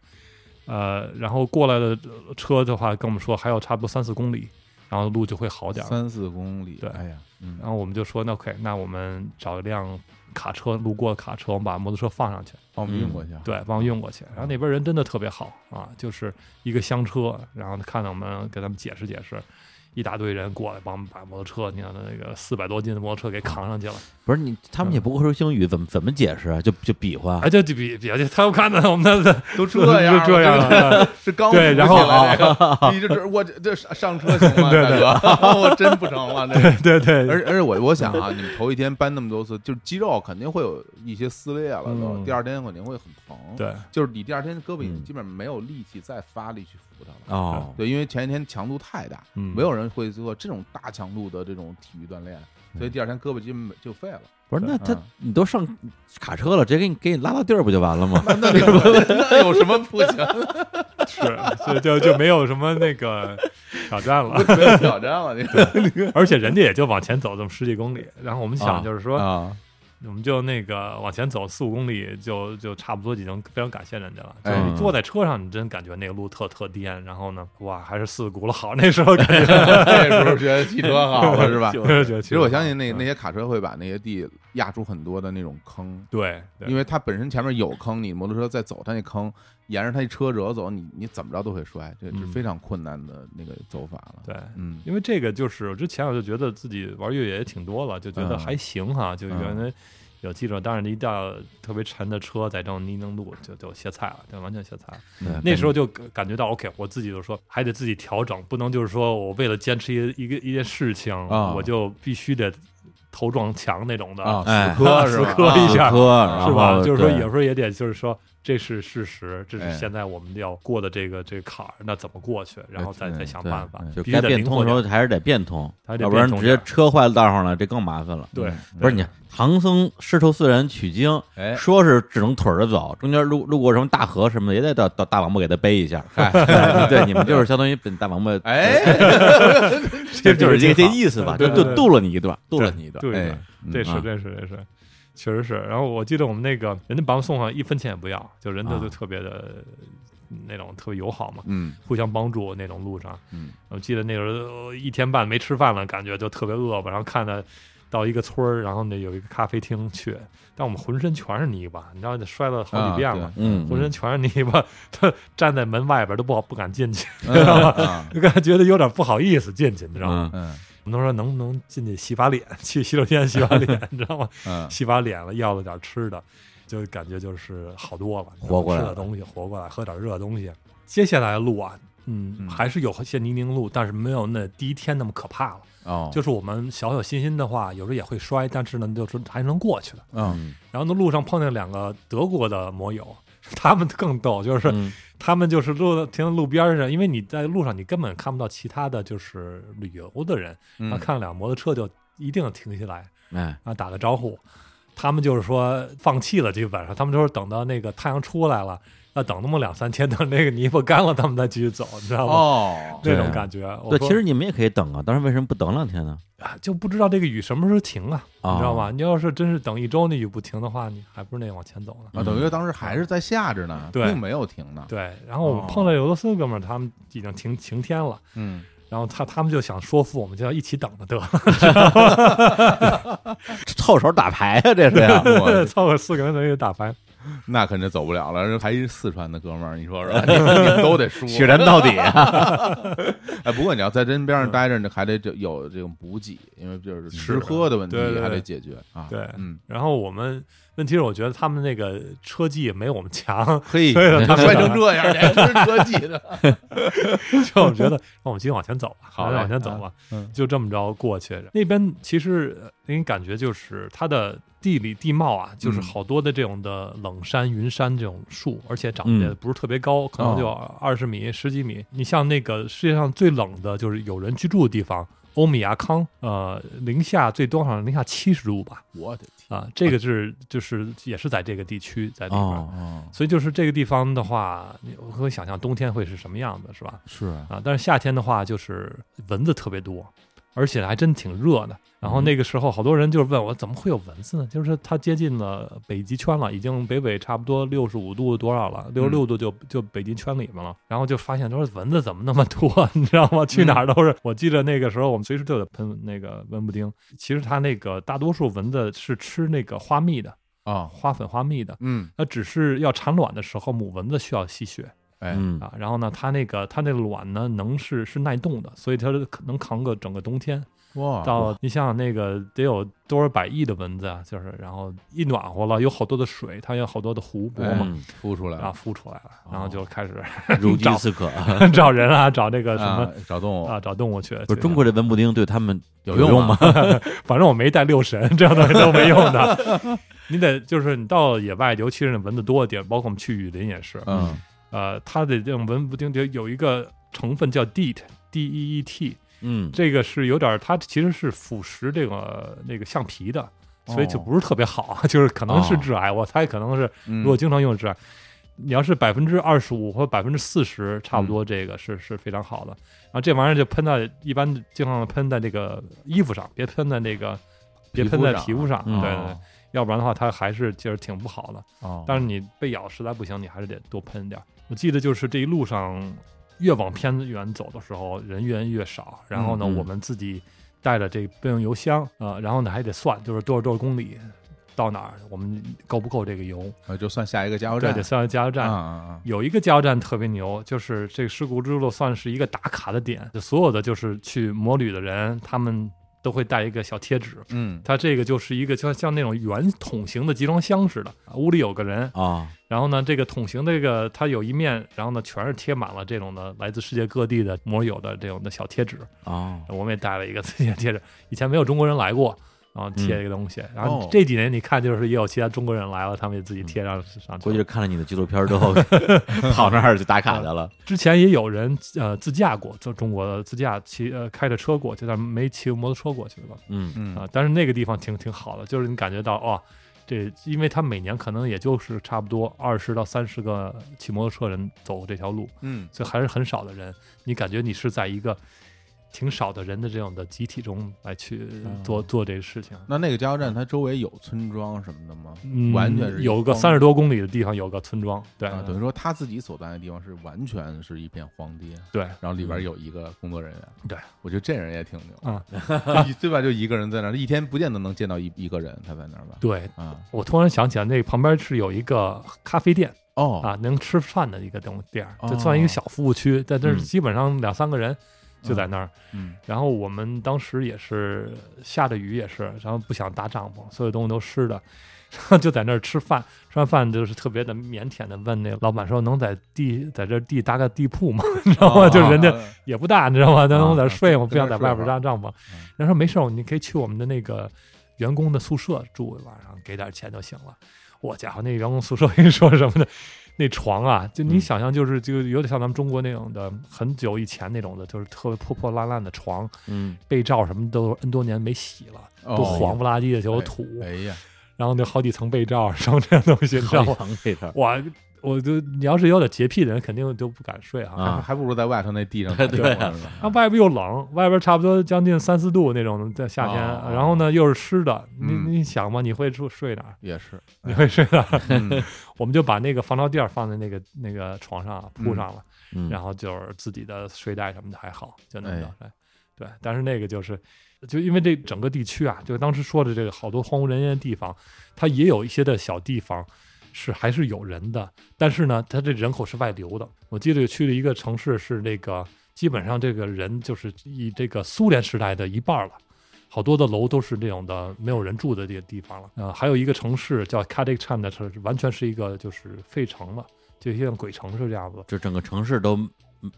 [SPEAKER 3] 呃，然后过来的呃车的话跟我们说还有差不多三四公里，然后路就会好点儿。
[SPEAKER 1] 三四公里，
[SPEAKER 3] 对
[SPEAKER 1] 哎呀，嗯
[SPEAKER 3] 然后我们就说那 OK，那我们找一辆卡车，路过的卡车，我们把摩托车放上去，
[SPEAKER 1] 帮我们运过去啊，
[SPEAKER 3] 对，帮我运过去。然后那边人真的特别好啊，就是一个厢车，然后看到我们给他们解释解释。一大堆人过来帮我们把摩托车，你看那个四百多斤的摩托车给扛上去了，
[SPEAKER 2] 不是你，他们也不会说英语，怎么怎么解释啊？就就比划
[SPEAKER 3] 嗯哎，，这就比比他们看的我们的
[SPEAKER 1] 都
[SPEAKER 3] 就
[SPEAKER 1] 这 样了，
[SPEAKER 3] 这样
[SPEAKER 1] 这个
[SPEAKER 3] 了，
[SPEAKER 1] 是刚
[SPEAKER 3] 对
[SPEAKER 1] 扶
[SPEAKER 3] 然后
[SPEAKER 1] 起来
[SPEAKER 3] 啊
[SPEAKER 1] 这个，你这这我这这上车行吗，
[SPEAKER 3] 对
[SPEAKER 1] 大哥？ 我真不成了，这个。
[SPEAKER 3] 对对，
[SPEAKER 1] 而而且我我想啊，你们头一天搬那么多次，就是肌肉肯定会有一些撕裂了，都
[SPEAKER 3] 嗯
[SPEAKER 1] 第二天肯定会很疼。，
[SPEAKER 3] 对
[SPEAKER 1] 就是你第二天胳膊已经
[SPEAKER 2] 嗯
[SPEAKER 1] 基本上没有力气再发力去扶它了。
[SPEAKER 2] 哦，
[SPEAKER 1] 对，因为前一天强度太大，
[SPEAKER 3] 啊嗯
[SPEAKER 1] 没有人会做这种大强度的这种体育锻炼，所
[SPEAKER 3] 嗯
[SPEAKER 1] 以第二天胳膊基本就废了。
[SPEAKER 2] 不是那他
[SPEAKER 1] 嗯
[SPEAKER 2] 你都上卡车了，直接给你给你拉到地儿不就完了 吗？
[SPEAKER 1] 那那你那有什么不行？
[SPEAKER 3] 是，所以就就没有什么那个挑战了。
[SPEAKER 1] 没有挑战了，你
[SPEAKER 3] 而且人家也就往前走这么十几公里，然后我们
[SPEAKER 2] 啊
[SPEAKER 3] 想就是说，
[SPEAKER 1] 啊，
[SPEAKER 3] 我们就那个往前走四五公里就，就差不多已经非常感谢人家了。就
[SPEAKER 1] 哎
[SPEAKER 3] 是你坐在车上，你真感觉那个路特特颠，然后呢，哇，还是四轱辘好。那时候感 觉
[SPEAKER 1] 那时候觉得汽车好了是吧？
[SPEAKER 3] 确实觉得，
[SPEAKER 1] 其实我相信那
[SPEAKER 3] 嗯
[SPEAKER 1] 那些卡车会把那些地压出很多的那种坑，
[SPEAKER 3] 对，对
[SPEAKER 1] 因为它本身前面有坑，你摩托车再走它那坑，沿着它一车辙走，你你怎么着都会摔，这是
[SPEAKER 3] 嗯
[SPEAKER 1] 非常困难的那个走法了。
[SPEAKER 3] 对。
[SPEAKER 1] 嗯，
[SPEAKER 3] 因为这个就是之前我就觉得自己玩越野也挺多了，就觉得
[SPEAKER 1] 嗯
[SPEAKER 3] 还行哈，就
[SPEAKER 1] 嗯
[SPEAKER 3] 原来有技术，但是一到特别沉的车在这种泥泞路就就歇菜了，就完全歇菜了。
[SPEAKER 2] 啊
[SPEAKER 3] 那时候就感感觉到 OK，我自己就说还得自己调整，不能就是说我为了坚持一一个一件事情，
[SPEAKER 1] 啊
[SPEAKER 3] 我就必须得头撞墙那种的，
[SPEAKER 1] 啊，
[SPEAKER 2] 哎
[SPEAKER 1] 死磕
[SPEAKER 3] 死
[SPEAKER 1] 是吧？
[SPEAKER 3] 磕一
[SPEAKER 1] 啊
[SPEAKER 3] 下
[SPEAKER 2] 磕
[SPEAKER 3] 是吧？就是说有
[SPEAKER 2] 也
[SPEAKER 3] 时候也得就是说这是事实，这
[SPEAKER 2] 哎
[SPEAKER 3] 是现在我们要过的这个这个坎儿，那怎么过去？然后再
[SPEAKER 2] 嗯
[SPEAKER 3] 再想
[SPEAKER 2] 对
[SPEAKER 3] 办法
[SPEAKER 2] 就，
[SPEAKER 3] 必
[SPEAKER 2] 该
[SPEAKER 3] 须得
[SPEAKER 2] 变
[SPEAKER 3] 灵
[SPEAKER 2] 通
[SPEAKER 3] 活
[SPEAKER 2] 的时
[SPEAKER 3] 点
[SPEAKER 2] 候
[SPEAKER 3] 儿。
[SPEAKER 2] 还是得变通，
[SPEAKER 3] 还得
[SPEAKER 2] 要不然
[SPEAKER 3] 变通
[SPEAKER 2] 直接
[SPEAKER 3] 点儿
[SPEAKER 2] 车坏道上了，这更麻烦了。
[SPEAKER 3] 对
[SPEAKER 2] 嗯，不是你唐僧师徒四人取经，
[SPEAKER 1] 哎，
[SPEAKER 2] 说是只能腿着走，中间路路过什么大河什么的，也得到到大王八给他背一下。对，你们 就是相当于本大王八，
[SPEAKER 1] 哎，
[SPEAKER 2] 这就是这这
[SPEAKER 3] 这
[SPEAKER 2] 意思吧？就
[SPEAKER 3] 对
[SPEAKER 2] 就
[SPEAKER 3] 对对
[SPEAKER 2] 渡了你一段，渡了你一段。
[SPEAKER 3] 对
[SPEAKER 1] 哎
[SPEAKER 3] 的，这
[SPEAKER 2] 啊
[SPEAKER 3] 是这是这是，确实是。然后我记得我们那个人家把我们送上一分钱也不要，就人家
[SPEAKER 2] 啊
[SPEAKER 3] 就特别的那种特别友好嘛，
[SPEAKER 1] 嗯，
[SPEAKER 3] 互相帮助那种路上。
[SPEAKER 2] 嗯，
[SPEAKER 3] 我记得那时候呃一天半没吃饭了，感觉就特别饿吧。然后看着到一个村儿，然后那有一个咖啡厅去，但我们浑身全是泥巴，你知道得摔了好
[SPEAKER 1] 啊
[SPEAKER 3] 几遍了。
[SPEAKER 2] 嗯，
[SPEAKER 3] 浑身全是泥 巴，他站在门外边都不好不敢进去，
[SPEAKER 1] 嗯啊
[SPEAKER 3] 就感觉觉得有点不好意思进去，你知道吗？
[SPEAKER 2] 嗯
[SPEAKER 1] 嗯
[SPEAKER 3] 我们都说能不能进去洗把脸，去洗手间洗把 脸，你知道吗？
[SPEAKER 1] 嗯，
[SPEAKER 3] 洗把脸了，要了点吃的，就感觉就是好多了，
[SPEAKER 2] 活过来
[SPEAKER 3] 吃
[SPEAKER 2] 了
[SPEAKER 3] 点东西，活过来，喝点热东西。接下来的路啊，
[SPEAKER 1] 嗯
[SPEAKER 3] 嗯，还是有些泥泞路，但是没有那第一天那么可怕了。
[SPEAKER 1] 哦，
[SPEAKER 3] 就是我们小小心心的话，有时候也会摔，但是呢，就是还能过去的。
[SPEAKER 1] 嗯
[SPEAKER 3] 然后呢，路上碰见两个德国的摩友， 他们更逗，就是
[SPEAKER 2] 嗯
[SPEAKER 3] 他们就是路停在路边上，因为你在路上你根本看不到其他的就是旅游的人， 然后
[SPEAKER 1] 嗯，
[SPEAKER 3] 啊看了辆摩托车就一定停下来，
[SPEAKER 2] 哎，
[SPEAKER 3] 啊打个招呼。他们就是说放弃了，基本上他们就是等到那个太阳出来了，要等那么两三天， 等那个泥巴干了，他们再继续走，你知道吗？
[SPEAKER 1] 哦，
[SPEAKER 3] 这种
[SPEAKER 2] 对
[SPEAKER 3] 感觉，我
[SPEAKER 2] 对，
[SPEAKER 3] 说
[SPEAKER 2] 其实你们也可以等啊，当时为什么不等两天呢？
[SPEAKER 3] 啊就不知道这个雨什么时候停啊，
[SPEAKER 2] 啊
[SPEAKER 3] 你知道吗？你要是真是等一周那雨不停的话，你还不是那往前走呢？
[SPEAKER 1] 啊，等于当时还是在下着呢，
[SPEAKER 3] 对
[SPEAKER 1] 并没有停呢。
[SPEAKER 3] 对，然后我们
[SPEAKER 2] 哦
[SPEAKER 3] 碰到俄罗斯哥们儿，他们已经停晴天了，
[SPEAKER 1] 嗯，
[SPEAKER 3] 然后他他们就想说服我们，就要一起等着得了，
[SPEAKER 2] 凑手打牌啊，这是
[SPEAKER 1] 对呀
[SPEAKER 2] 呀。，
[SPEAKER 1] 我
[SPEAKER 3] 凑个四个人等于打牌，
[SPEAKER 1] 那肯定走不了了。人还一四川的哥们儿，你说说，你们都得输。
[SPEAKER 2] 血战到底啊！
[SPEAKER 1] 哎，不过你要在真边上待着，你还得这有这种补给，因为就是吃
[SPEAKER 3] 是
[SPEAKER 1] 喝的问题
[SPEAKER 3] 对对对
[SPEAKER 1] 还得解决啊。
[SPEAKER 3] 对
[SPEAKER 1] 嗯，
[SPEAKER 3] 然后我们问题是，我觉得他们那个车技也没有我们强，
[SPEAKER 1] 嘿，
[SPEAKER 3] 对了 他们
[SPEAKER 1] 摔成这样，你还吃科技的？
[SPEAKER 3] 就我觉得，那我们继续往前走吧，
[SPEAKER 1] 好
[SPEAKER 3] 咱
[SPEAKER 1] 嘞
[SPEAKER 3] 俩往前走吧，
[SPEAKER 1] 嗯
[SPEAKER 3] 就这么着过去。那边其实呃给你感觉就是它的地理地貌啊，就是
[SPEAKER 1] 嗯
[SPEAKER 3] 好多的这种的冷山、云山这种树，而且长得也
[SPEAKER 2] 嗯
[SPEAKER 3] 不是特别高，可能就
[SPEAKER 1] 哦
[SPEAKER 3] 二十米、十几米。你像那个世界上最冷的就是有人居住的地方。欧米亚康，呃，零下最多好像零下七十度吧，
[SPEAKER 1] 我的天！
[SPEAKER 3] 啊，这个是就是也是在这个地区，在里边，
[SPEAKER 2] 哦
[SPEAKER 1] 哦，
[SPEAKER 3] 所以就是这个地方的话，你我可以想象冬天会是什么样子，是吧？
[SPEAKER 1] 是啊，
[SPEAKER 3] 啊，但是夏天的话，就是蚊子特别多，而且还真挺热的。然后那个时候，好多人就是问我怎么会有蚊子呢？就是它接近了北极圈了，已经北纬差不多六十五度多少了，六十六度就就北极圈里面了。然后就发现，说蚊子怎么那么多， 你知道吗？去哪儿都是。我记得那个时候，我们随时都得喷那个蚊不叮。其实它那个大多数蚊子是吃那个花蜜的，
[SPEAKER 1] 哦，
[SPEAKER 3] 花粉花蜜的。
[SPEAKER 1] 嗯，
[SPEAKER 3] 那只是要产卵的时候，母蚊子需要吸血，
[SPEAKER 1] 哎，
[SPEAKER 2] 嗯
[SPEAKER 3] 啊，然后呢，它那个它那卵呢，能是是耐冻的，所以它可能扛个整个冬天。
[SPEAKER 1] 啊哇，
[SPEAKER 3] 到你想想那个得有多少百亿的蚊子啊，就是然后一暖和了，有好多的水，它有好多的湖泊
[SPEAKER 1] 哎
[SPEAKER 3] 嘛，
[SPEAKER 2] 嗯，
[SPEAKER 1] 孵出来
[SPEAKER 3] 然后
[SPEAKER 1] 了，
[SPEAKER 3] 孵出来了，然后就开始
[SPEAKER 2] 如饥似渴。
[SPEAKER 3] 找人啊，找那个什
[SPEAKER 1] 啊
[SPEAKER 3] 么。，
[SPEAKER 1] 找动物
[SPEAKER 3] 啊，找动物去。
[SPEAKER 2] 不
[SPEAKER 3] 去
[SPEAKER 2] 是中国这文布丁对他们
[SPEAKER 1] 有
[SPEAKER 2] 用
[SPEAKER 1] 用
[SPEAKER 2] 吗？
[SPEAKER 3] 反正我没带六神，这样东西都没用的。你得就是你到野外，尤其是那蚊子多的地儿，包括我们去雨林也是。
[SPEAKER 1] 嗯，
[SPEAKER 3] 呃，它的这种蚊不叮得有一个成分叫 DEET，D E E T，
[SPEAKER 2] 嗯，
[SPEAKER 3] 这个是有点儿，它其实是腐蚀这个那个橡皮的，所以就不是特别好， 就是可能是致癌，我猜可能是
[SPEAKER 1] 嗯
[SPEAKER 3] 如果经常用致癌。你要是百分之二十五或百分之四十，差不多这个是、是非常好的。然后这玩意儿就喷在一般经常喷在这个衣服上，别喷在那个别喷在皮肤上，啊
[SPEAKER 2] 嗯
[SPEAKER 3] 对对对，要不然的话它还是其实挺不好的。
[SPEAKER 1] 哦，
[SPEAKER 3] 但是你被咬实在不行，你还是得多喷点儿。我记得就是这一路上越往偏远走的时候，人员越少。然后呢，
[SPEAKER 2] 嗯嗯
[SPEAKER 3] 我们自己带着这备用油箱啊、呃然后呢还得算，就是多少多少公里到哪儿，我们够不够这个油？
[SPEAKER 1] 啊就算下一个加油
[SPEAKER 3] 这
[SPEAKER 1] 站
[SPEAKER 3] 得算加油
[SPEAKER 1] 啊
[SPEAKER 3] 站。
[SPEAKER 1] 啊啊，
[SPEAKER 3] 有一个加油站特别牛，就是这个事故之路算是一个打卡的点，就所有的就是去摩旅的人，他们都会带一个小贴纸。
[SPEAKER 1] 嗯，
[SPEAKER 3] 它这个就是一个像像那种圆筒形的集装箱似的，屋里有个人，
[SPEAKER 2] 啊，
[SPEAKER 3] 然后呢，这个桶形这个它有一面，然后呢全是贴满了这种的来自世界各地的摩友的这种的小贴纸，
[SPEAKER 2] 哦，
[SPEAKER 3] 我们也带了一个自己的贴纸。以前没有中国人来过，然后贴一个东西。然后这几年你看，就是也有其他中国人来了，他们也自己贴上上去
[SPEAKER 2] 估计是
[SPEAKER 3] 了。
[SPEAKER 2] 看了你的纪录片之后，跑那儿去打卡去了。
[SPEAKER 3] 之前也有人呃自驾过，就中国的自驾骑呃开着车过去，但没骑摩托车过去吧？
[SPEAKER 2] 嗯
[SPEAKER 3] 啊
[SPEAKER 4] 嗯，
[SPEAKER 3] 但是那个地方挺挺好的，就是你感觉到哦，这因为它每年可能也就是差不多二十到三十个骑摩托车人走这条路，
[SPEAKER 4] 嗯
[SPEAKER 3] 所以还是很少的人。你感觉你是在一个挺少的人的这种的集体中来去
[SPEAKER 1] 嗯
[SPEAKER 3] 做、做这个事情。
[SPEAKER 1] 那那个加油站它周围有村庄什么的吗？
[SPEAKER 3] 嗯，
[SPEAKER 1] 完全是一
[SPEAKER 3] 有个
[SPEAKER 1] 荒
[SPEAKER 3] 三十多公里的地方有个村庄，对、
[SPEAKER 1] 啊，等于说他自己所在的地方是完全是一片荒地，
[SPEAKER 3] 对
[SPEAKER 1] 然后里边有一个工作人员。
[SPEAKER 3] 嗯对，
[SPEAKER 1] 我觉得这人也挺 牛，
[SPEAKER 3] 啊、
[SPEAKER 1] 一对吧？就一个人在那儿，一天不见得能见到一一个人，他在那儿吧？
[SPEAKER 3] 对。
[SPEAKER 1] 啊，
[SPEAKER 3] 我突然想起来，那旁边是有一个咖啡店
[SPEAKER 1] 哦，
[SPEAKER 3] 啊，能吃饭的一个东店儿，就
[SPEAKER 1] 哦
[SPEAKER 3] 算一个小服务区，但这
[SPEAKER 2] 嗯
[SPEAKER 3] 是基本上两三个人就在那儿。
[SPEAKER 1] 嗯
[SPEAKER 3] 然后我们当时也是下着雨，也是，然后不想搭帐篷，所有东西都湿的， 然后就在那儿吃饭。吃完饭就是特别的腼腆的问那老板说：“能在地在这地搭个地铺吗？” 你知道吗？
[SPEAKER 1] 哦
[SPEAKER 3] 就是人家
[SPEAKER 1] 哦
[SPEAKER 3] 也不大，你知道吗？能
[SPEAKER 2] 啊
[SPEAKER 3] 我在这儿睡吗？
[SPEAKER 1] 啊
[SPEAKER 3] 不想在外边
[SPEAKER 1] 在这
[SPEAKER 3] 搭
[SPEAKER 1] 儿
[SPEAKER 3] 帐篷。人说没事儿，你可以去我们的那个员工的宿舍住一晚上，给点钱就行了。我家伙，那员工宿舍我跟你说什么的， 那床啊，就你
[SPEAKER 2] 嗯
[SPEAKER 3] 想象就是就有点像咱们中国那种的，很久以前那种的，就是特别破破烂烂的床，
[SPEAKER 2] 嗯，
[SPEAKER 3] 被罩什么都 N 多年没洗了，都
[SPEAKER 1] 哦
[SPEAKER 3] 黄不拉几的，就有
[SPEAKER 1] 哎
[SPEAKER 3] 土，
[SPEAKER 1] 哎呀，
[SPEAKER 3] 然后那好几层被罩，什么这样东西，你知道吗？
[SPEAKER 2] 长这套。
[SPEAKER 3] 我我就你要是有点洁癖的人，肯定就不敢睡啊。
[SPEAKER 2] 啊
[SPEAKER 1] 还不如在外头那地上
[SPEAKER 2] 对
[SPEAKER 1] 对吧
[SPEAKER 3] 那外边又冷，外边差不多将近三四度那种，在夏天，
[SPEAKER 1] 哦
[SPEAKER 3] 然后呢又是湿的，你
[SPEAKER 1] 嗯
[SPEAKER 3] 你想嘛，你会住睡 哪儿？
[SPEAKER 1] 也是，
[SPEAKER 3] 你会睡哪儿？
[SPEAKER 1] 嗯
[SPEAKER 3] 我们就把那个防潮垫儿放在那个那个床上啊铺
[SPEAKER 1] 嗯
[SPEAKER 3] 上了，
[SPEAKER 2] 嗯
[SPEAKER 3] 然后就是自己的睡袋什么的还好，就能
[SPEAKER 1] 哎
[SPEAKER 3] 着。哎对，但是那个就是，就因为这整个地区啊，就当时说的这个好多荒无人烟的地方，它也有一些的小地方是还是有人的，但是呢，它这人口是外流的。我记得去了一个城市是那个，基本上这个人就是以这个苏联时代的一半儿了。好多的楼都是这种的没有人住的这个地方了。呃，还有一个城市叫 k a d i k c h a n 的城市，完全是一个就是废城了，就像鬼城是这样子。
[SPEAKER 2] 就整个城市都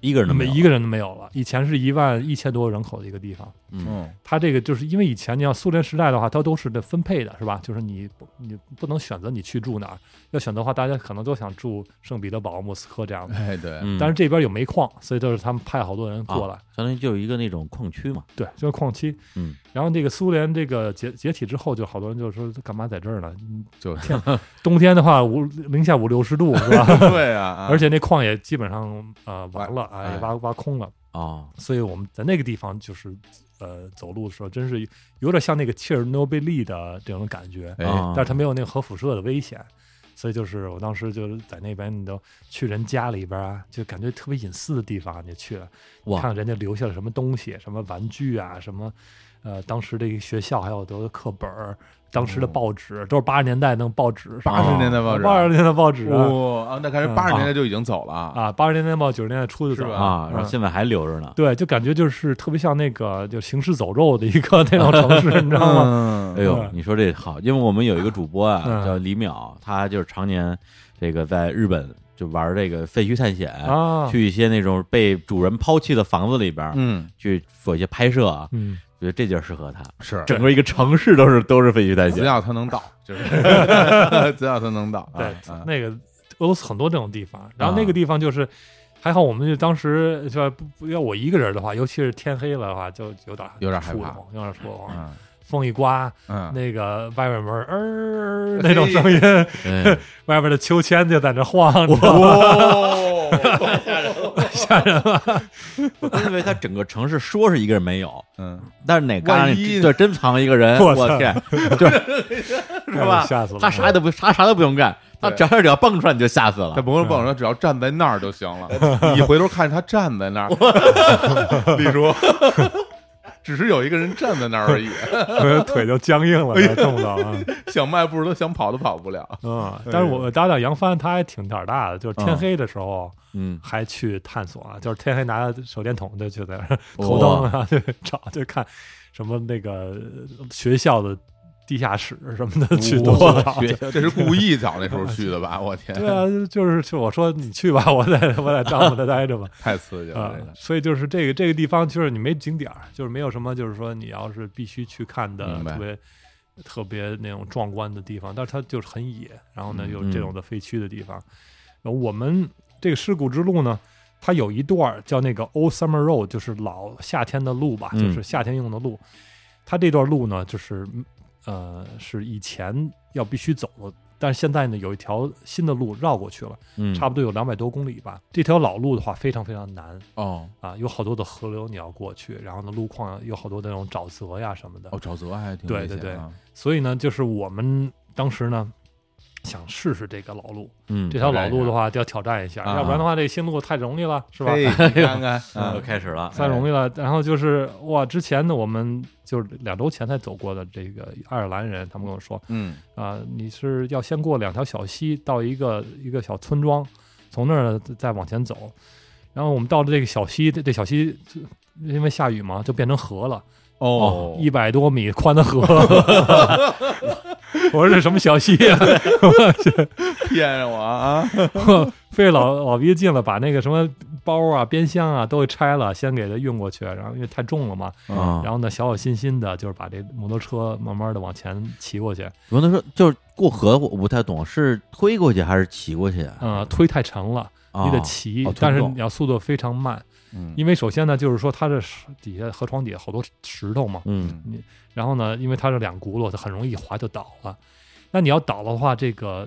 [SPEAKER 2] 一个人都
[SPEAKER 3] 每
[SPEAKER 2] 没有
[SPEAKER 3] 一个人都没有了。以前是一万一千多人口的一个地方，
[SPEAKER 2] 嗯
[SPEAKER 1] 嗯，
[SPEAKER 3] 它这个就是因为以前你要苏联时代的话，它都是得分配的，是吧？就是你不你不能选择你去住哪儿，要选择的话，大家可能都想住圣彼得堡、莫斯科这样的。
[SPEAKER 1] 哎对，
[SPEAKER 2] 嗯，
[SPEAKER 3] 但是这边有煤矿，所以就是他们派好多人过来，
[SPEAKER 2] 相当于就有一个那种矿区嘛，
[SPEAKER 3] 对，就是矿区。
[SPEAKER 2] 嗯，
[SPEAKER 3] 然后这个苏联这个解解体之后，就好多人就说干嘛在这儿呢？嗯
[SPEAKER 1] 就
[SPEAKER 3] 天，冬天的话五零下五六十度是吧？
[SPEAKER 1] 对啊，
[SPEAKER 3] 而且那矿也基本上呃完了啊，
[SPEAKER 1] 哎
[SPEAKER 3] 也挖挖空了。
[SPEAKER 2] 哦，
[SPEAKER 3] 所以我们在那个地方就是，呃，走路的时候真是有点像那个切尔诺贝利的这种感觉，
[SPEAKER 1] 哎
[SPEAKER 2] 啊
[SPEAKER 3] 但是它没有那个核辐射的危险，所以就是我当时就是在那边，你都去人家里边啊，就感觉特别隐私的地方，你去了，
[SPEAKER 2] 哇
[SPEAKER 3] 看看人家留下了什么东西，什么玩具啊，什么，呃，当时的一个学校还有很多课本儿，当时的报纸、都是八十年代那种报纸，
[SPEAKER 1] 八十年代报纸，
[SPEAKER 3] 哦八十年代报纸
[SPEAKER 1] 哇、
[SPEAKER 3] 啊，
[SPEAKER 1] 啊，那看来八十年代就已经走了啊，
[SPEAKER 3] 啊，八十年代报九十年代初就是走
[SPEAKER 1] 吧
[SPEAKER 3] 了
[SPEAKER 2] 啊，然后
[SPEAKER 3] 嗯
[SPEAKER 2] 现在还留着呢。
[SPEAKER 3] 对，就感觉就是特别像那个就行尸走肉的一个那种城 市，你知道吗？
[SPEAKER 1] 嗯
[SPEAKER 2] 哎呦，
[SPEAKER 3] 嗯
[SPEAKER 2] 你说这好，因为我们有一个主播啊，
[SPEAKER 3] 嗯
[SPEAKER 2] 叫李淼，他就是常年这个在日本就玩这个废墟探险，
[SPEAKER 1] 嗯
[SPEAKER 3] 啊，
[SPEAKER 2] 去一些那种被主人抛弃的房子里边
[SPEAKER 3] 哎
[SPEAKER 2] 儿
[SPEAKER 1] 嗯，
[SPEAKER 2] 去做一些拍摄啊，
[SPEAKER 3] 嗯，
[SPEAKER 2] 觉得这地儿适合他。
[SPEAKER 1] 是，
[SPEAKER 2] 整个一个城市都是都是废墟探
[SPEAKER 1] 只
[SPEAKER 2] 险，
[SPEAKER 1] 要他能到，就是 只要他能到，啊
[SPEAKER 3] 对，
[SPEAKER 1] 啊
[SPEAKER 3] 那个俄罗斯很多这种地方，然后那个地方就是。还好，我们就当时就不不要我一个人的话，尤其是天黑了的话，就有点
[SPEAKER 1] 有点害
[SPEAKER 3] 怵
[SPEAKER 1] 怕
[SPEAKER 3] 慌，有点怵慌。
[SPEAKER 1] 嗯
[SPEAKER 3] 啊
[SPEAKER 1] 哎
[SPEAKER 3] 风一刮，
[SPEAKER 1] 嗯，
[SPEAKER 3] 那个外面门儿、呃、那种声音，
[SPEAKER 2] 哎
[SPEAKER 3] 外面的秋千就在那晃，你知道吗
[SPEAKER 1] 哦，
[SPEAKER 2] 我真以为他整个城市说是一个人没有，
[SPEAKER 1] 嗯，
[SPEAKER 2] 但是哪旮
[SPEAKER 1] 万
[SPEAKER 2] 旯
[SPEAKER 1] 一
[SPEAKER 2] 里这真藏一个人，
[SPEAKER 3] 我
[SPEAKER 2] 我
[SPEAKER 3] 操
[SPEAKER 2] 天，就是是吧？
[SPEAKER 3] 哎吓死了
[SPEAKER 2] 他啥也都不啥啥都不用干，他
[SPEAKER 1] 对
[SPEAKER 2] 只要只要蹦出来你就吓死
[SPEAKER 1] 他
[SPEAKER 2] 了。
[SPEAKER 3] 嗯
[SPEAKER 1] 不用蹦说，只要站在那儿就行了。你一回头看见他站在那儿，李叔，只是有一个人站在那儿而已，
[SPEAKER 3] 我的腿就僵硬
[SPEAKER 1] 哎
[SPEAKER 3] 了，动不了啊。
[SPEAKER 1] 想迈步都想跑都跑不了。
[SPEAKER 3] 嗯，但是我搭档杨帆他还挺胆儿大的，就是天
[SPEAKER 1] 哎嗯
[SPEAKER 3] 黑的时候，
[SPEAKER 2] 嗯，
[SPEAKER 3] 还去探索啊，就是天黑拿着手电筒就去在那儿
[SPEAKER 2] 哇
[SPEAKER 3] 头灯啊，就找就看什么那个学校的地下室什么的 去
[SPEAKER 1] 我
[SPEAKER 3] 多
[SPEAKER 1] 操
[SPEAKER 3] 了。
[SPEAKER 1] 这是故意找那时候去的吧？我天，
[SPEAKER 3] 对啊，就是就我说你去吧，我在我在帐篷那待着吧。
[SPEAKER 1] 太刺激了
[SPEAKER 3] 啊、
[SPEAKER 1] 这个。
[SPEAKER 3] 所以就是这个这个地方，就是你没景点儿，就是没有什么，就是说你要是必须去看的
[SPEAKER 1] 明白
[SPEAKER 3] 特别特别那种壮观的地方，但是它就是很野，然后呢
[SPEAKER 2] 嗯
[SPEAKER 3] 有这种的废墟的地方。然后我们这个尸骨之路呢，它有一段儿叫那个 Old Summer Road，就是老夏天的路吧，
[SPEAKER 2] 嗯
[SPEAKER 3] 就是夏天用的路。它这段路呢，就是呃是以前要必须走的，但是现在呢有一条新的路绕过去了，
[SPEAKER 2] 嗯，
[SPEAKER 3] 差不多有两百多公里吧。这条老路的话，非常非常难。
[SPEAKER 1] 哦
[SPEAKER 3] 啊，有好多的河流你要过去，然后呢，路况有好多那种沼泽呀什么的。
[SPEAKER 1] 哦，沼泽还挺
[SPEAKER 3] 对
[SPEAKER 1] 危
[SPEAKER 3] 对
[SPEAKER 1] 险啊
[SPEAKER 3] 所以呢，就是我们当时呢想试试这个老路，
[SPEAKER 2] 嗯，
[SPEAKER 3] 这
[SPEAKER 1] 条
[SPEAKER 3] 条
[SPEAKER 1] 战
[SPEAKER 3] 老
[SPEAKER 1] 一
[SPEAKER 3] 路
[SPEAKER 1] 下
[SPEAKER 3] 的话要挑战一下，
[SPEAKER 1] 啊
[SPEAKER 3] 要不然的话这新路太容易了，是吧？
[SPEAKER 1] 嘿你看 看，
[SPEAKER 2] 嗯
[SPEAKER 1] 嗯
[SPEAKER 2] 开始了，
[SPEAKER 3] 太容易了。然后就是哇，之前呢，我们就是两周前才走过的这个爱尔兰人，他们跟我说
[SPEAKER 1] 嗯，
[SPEAKER 3] 啊、你是要先过两条小溪，到一个一个小村庄，从那儿再往前走。然后我们到了这个小溪，这这小溪就因为下雨嘛，就变成河了。
[SPEAKER 1] 哦，
[SPEAKER 3] 一百多米 宽的河。我说这什么小溪啊？
[SPEAKER 1] 骗我啊！
[SPEAKER 3] 费老老逼劲了，把那个什么包啊、边箱啊都给拆了，先给它运过去，然后因为太重了嘛，
[SPEAKER 2] 啊。
[SPEAKER 1] 嗯
[SPEAKER 3] 然后呢，小小心心的，就是把这摩托车慢慢的往前骑过去，
[SPEAKER 2] 有人说就是过河，我不太懂，是推过去还是骑过去？
[SPEAKER 3] 呃，推太沉了，
[SPEAKER 2] 啊
[SPEAKER 3] 你得骑，
[SPEAKER 2] 哦推不动
[SPEAKER 3] 但是你要速度非常慢，
[SPEAKER 1] 嗯
[SPEAKER 3] 因为首先呢，就是说它这石底下河床底下好多石头嘛，
[SPEAKER 2] 嗯
[SPEAKER 3] 然后呢，因为它是两轱辘，它很容易一滑就倒了。那你要倒的话，这个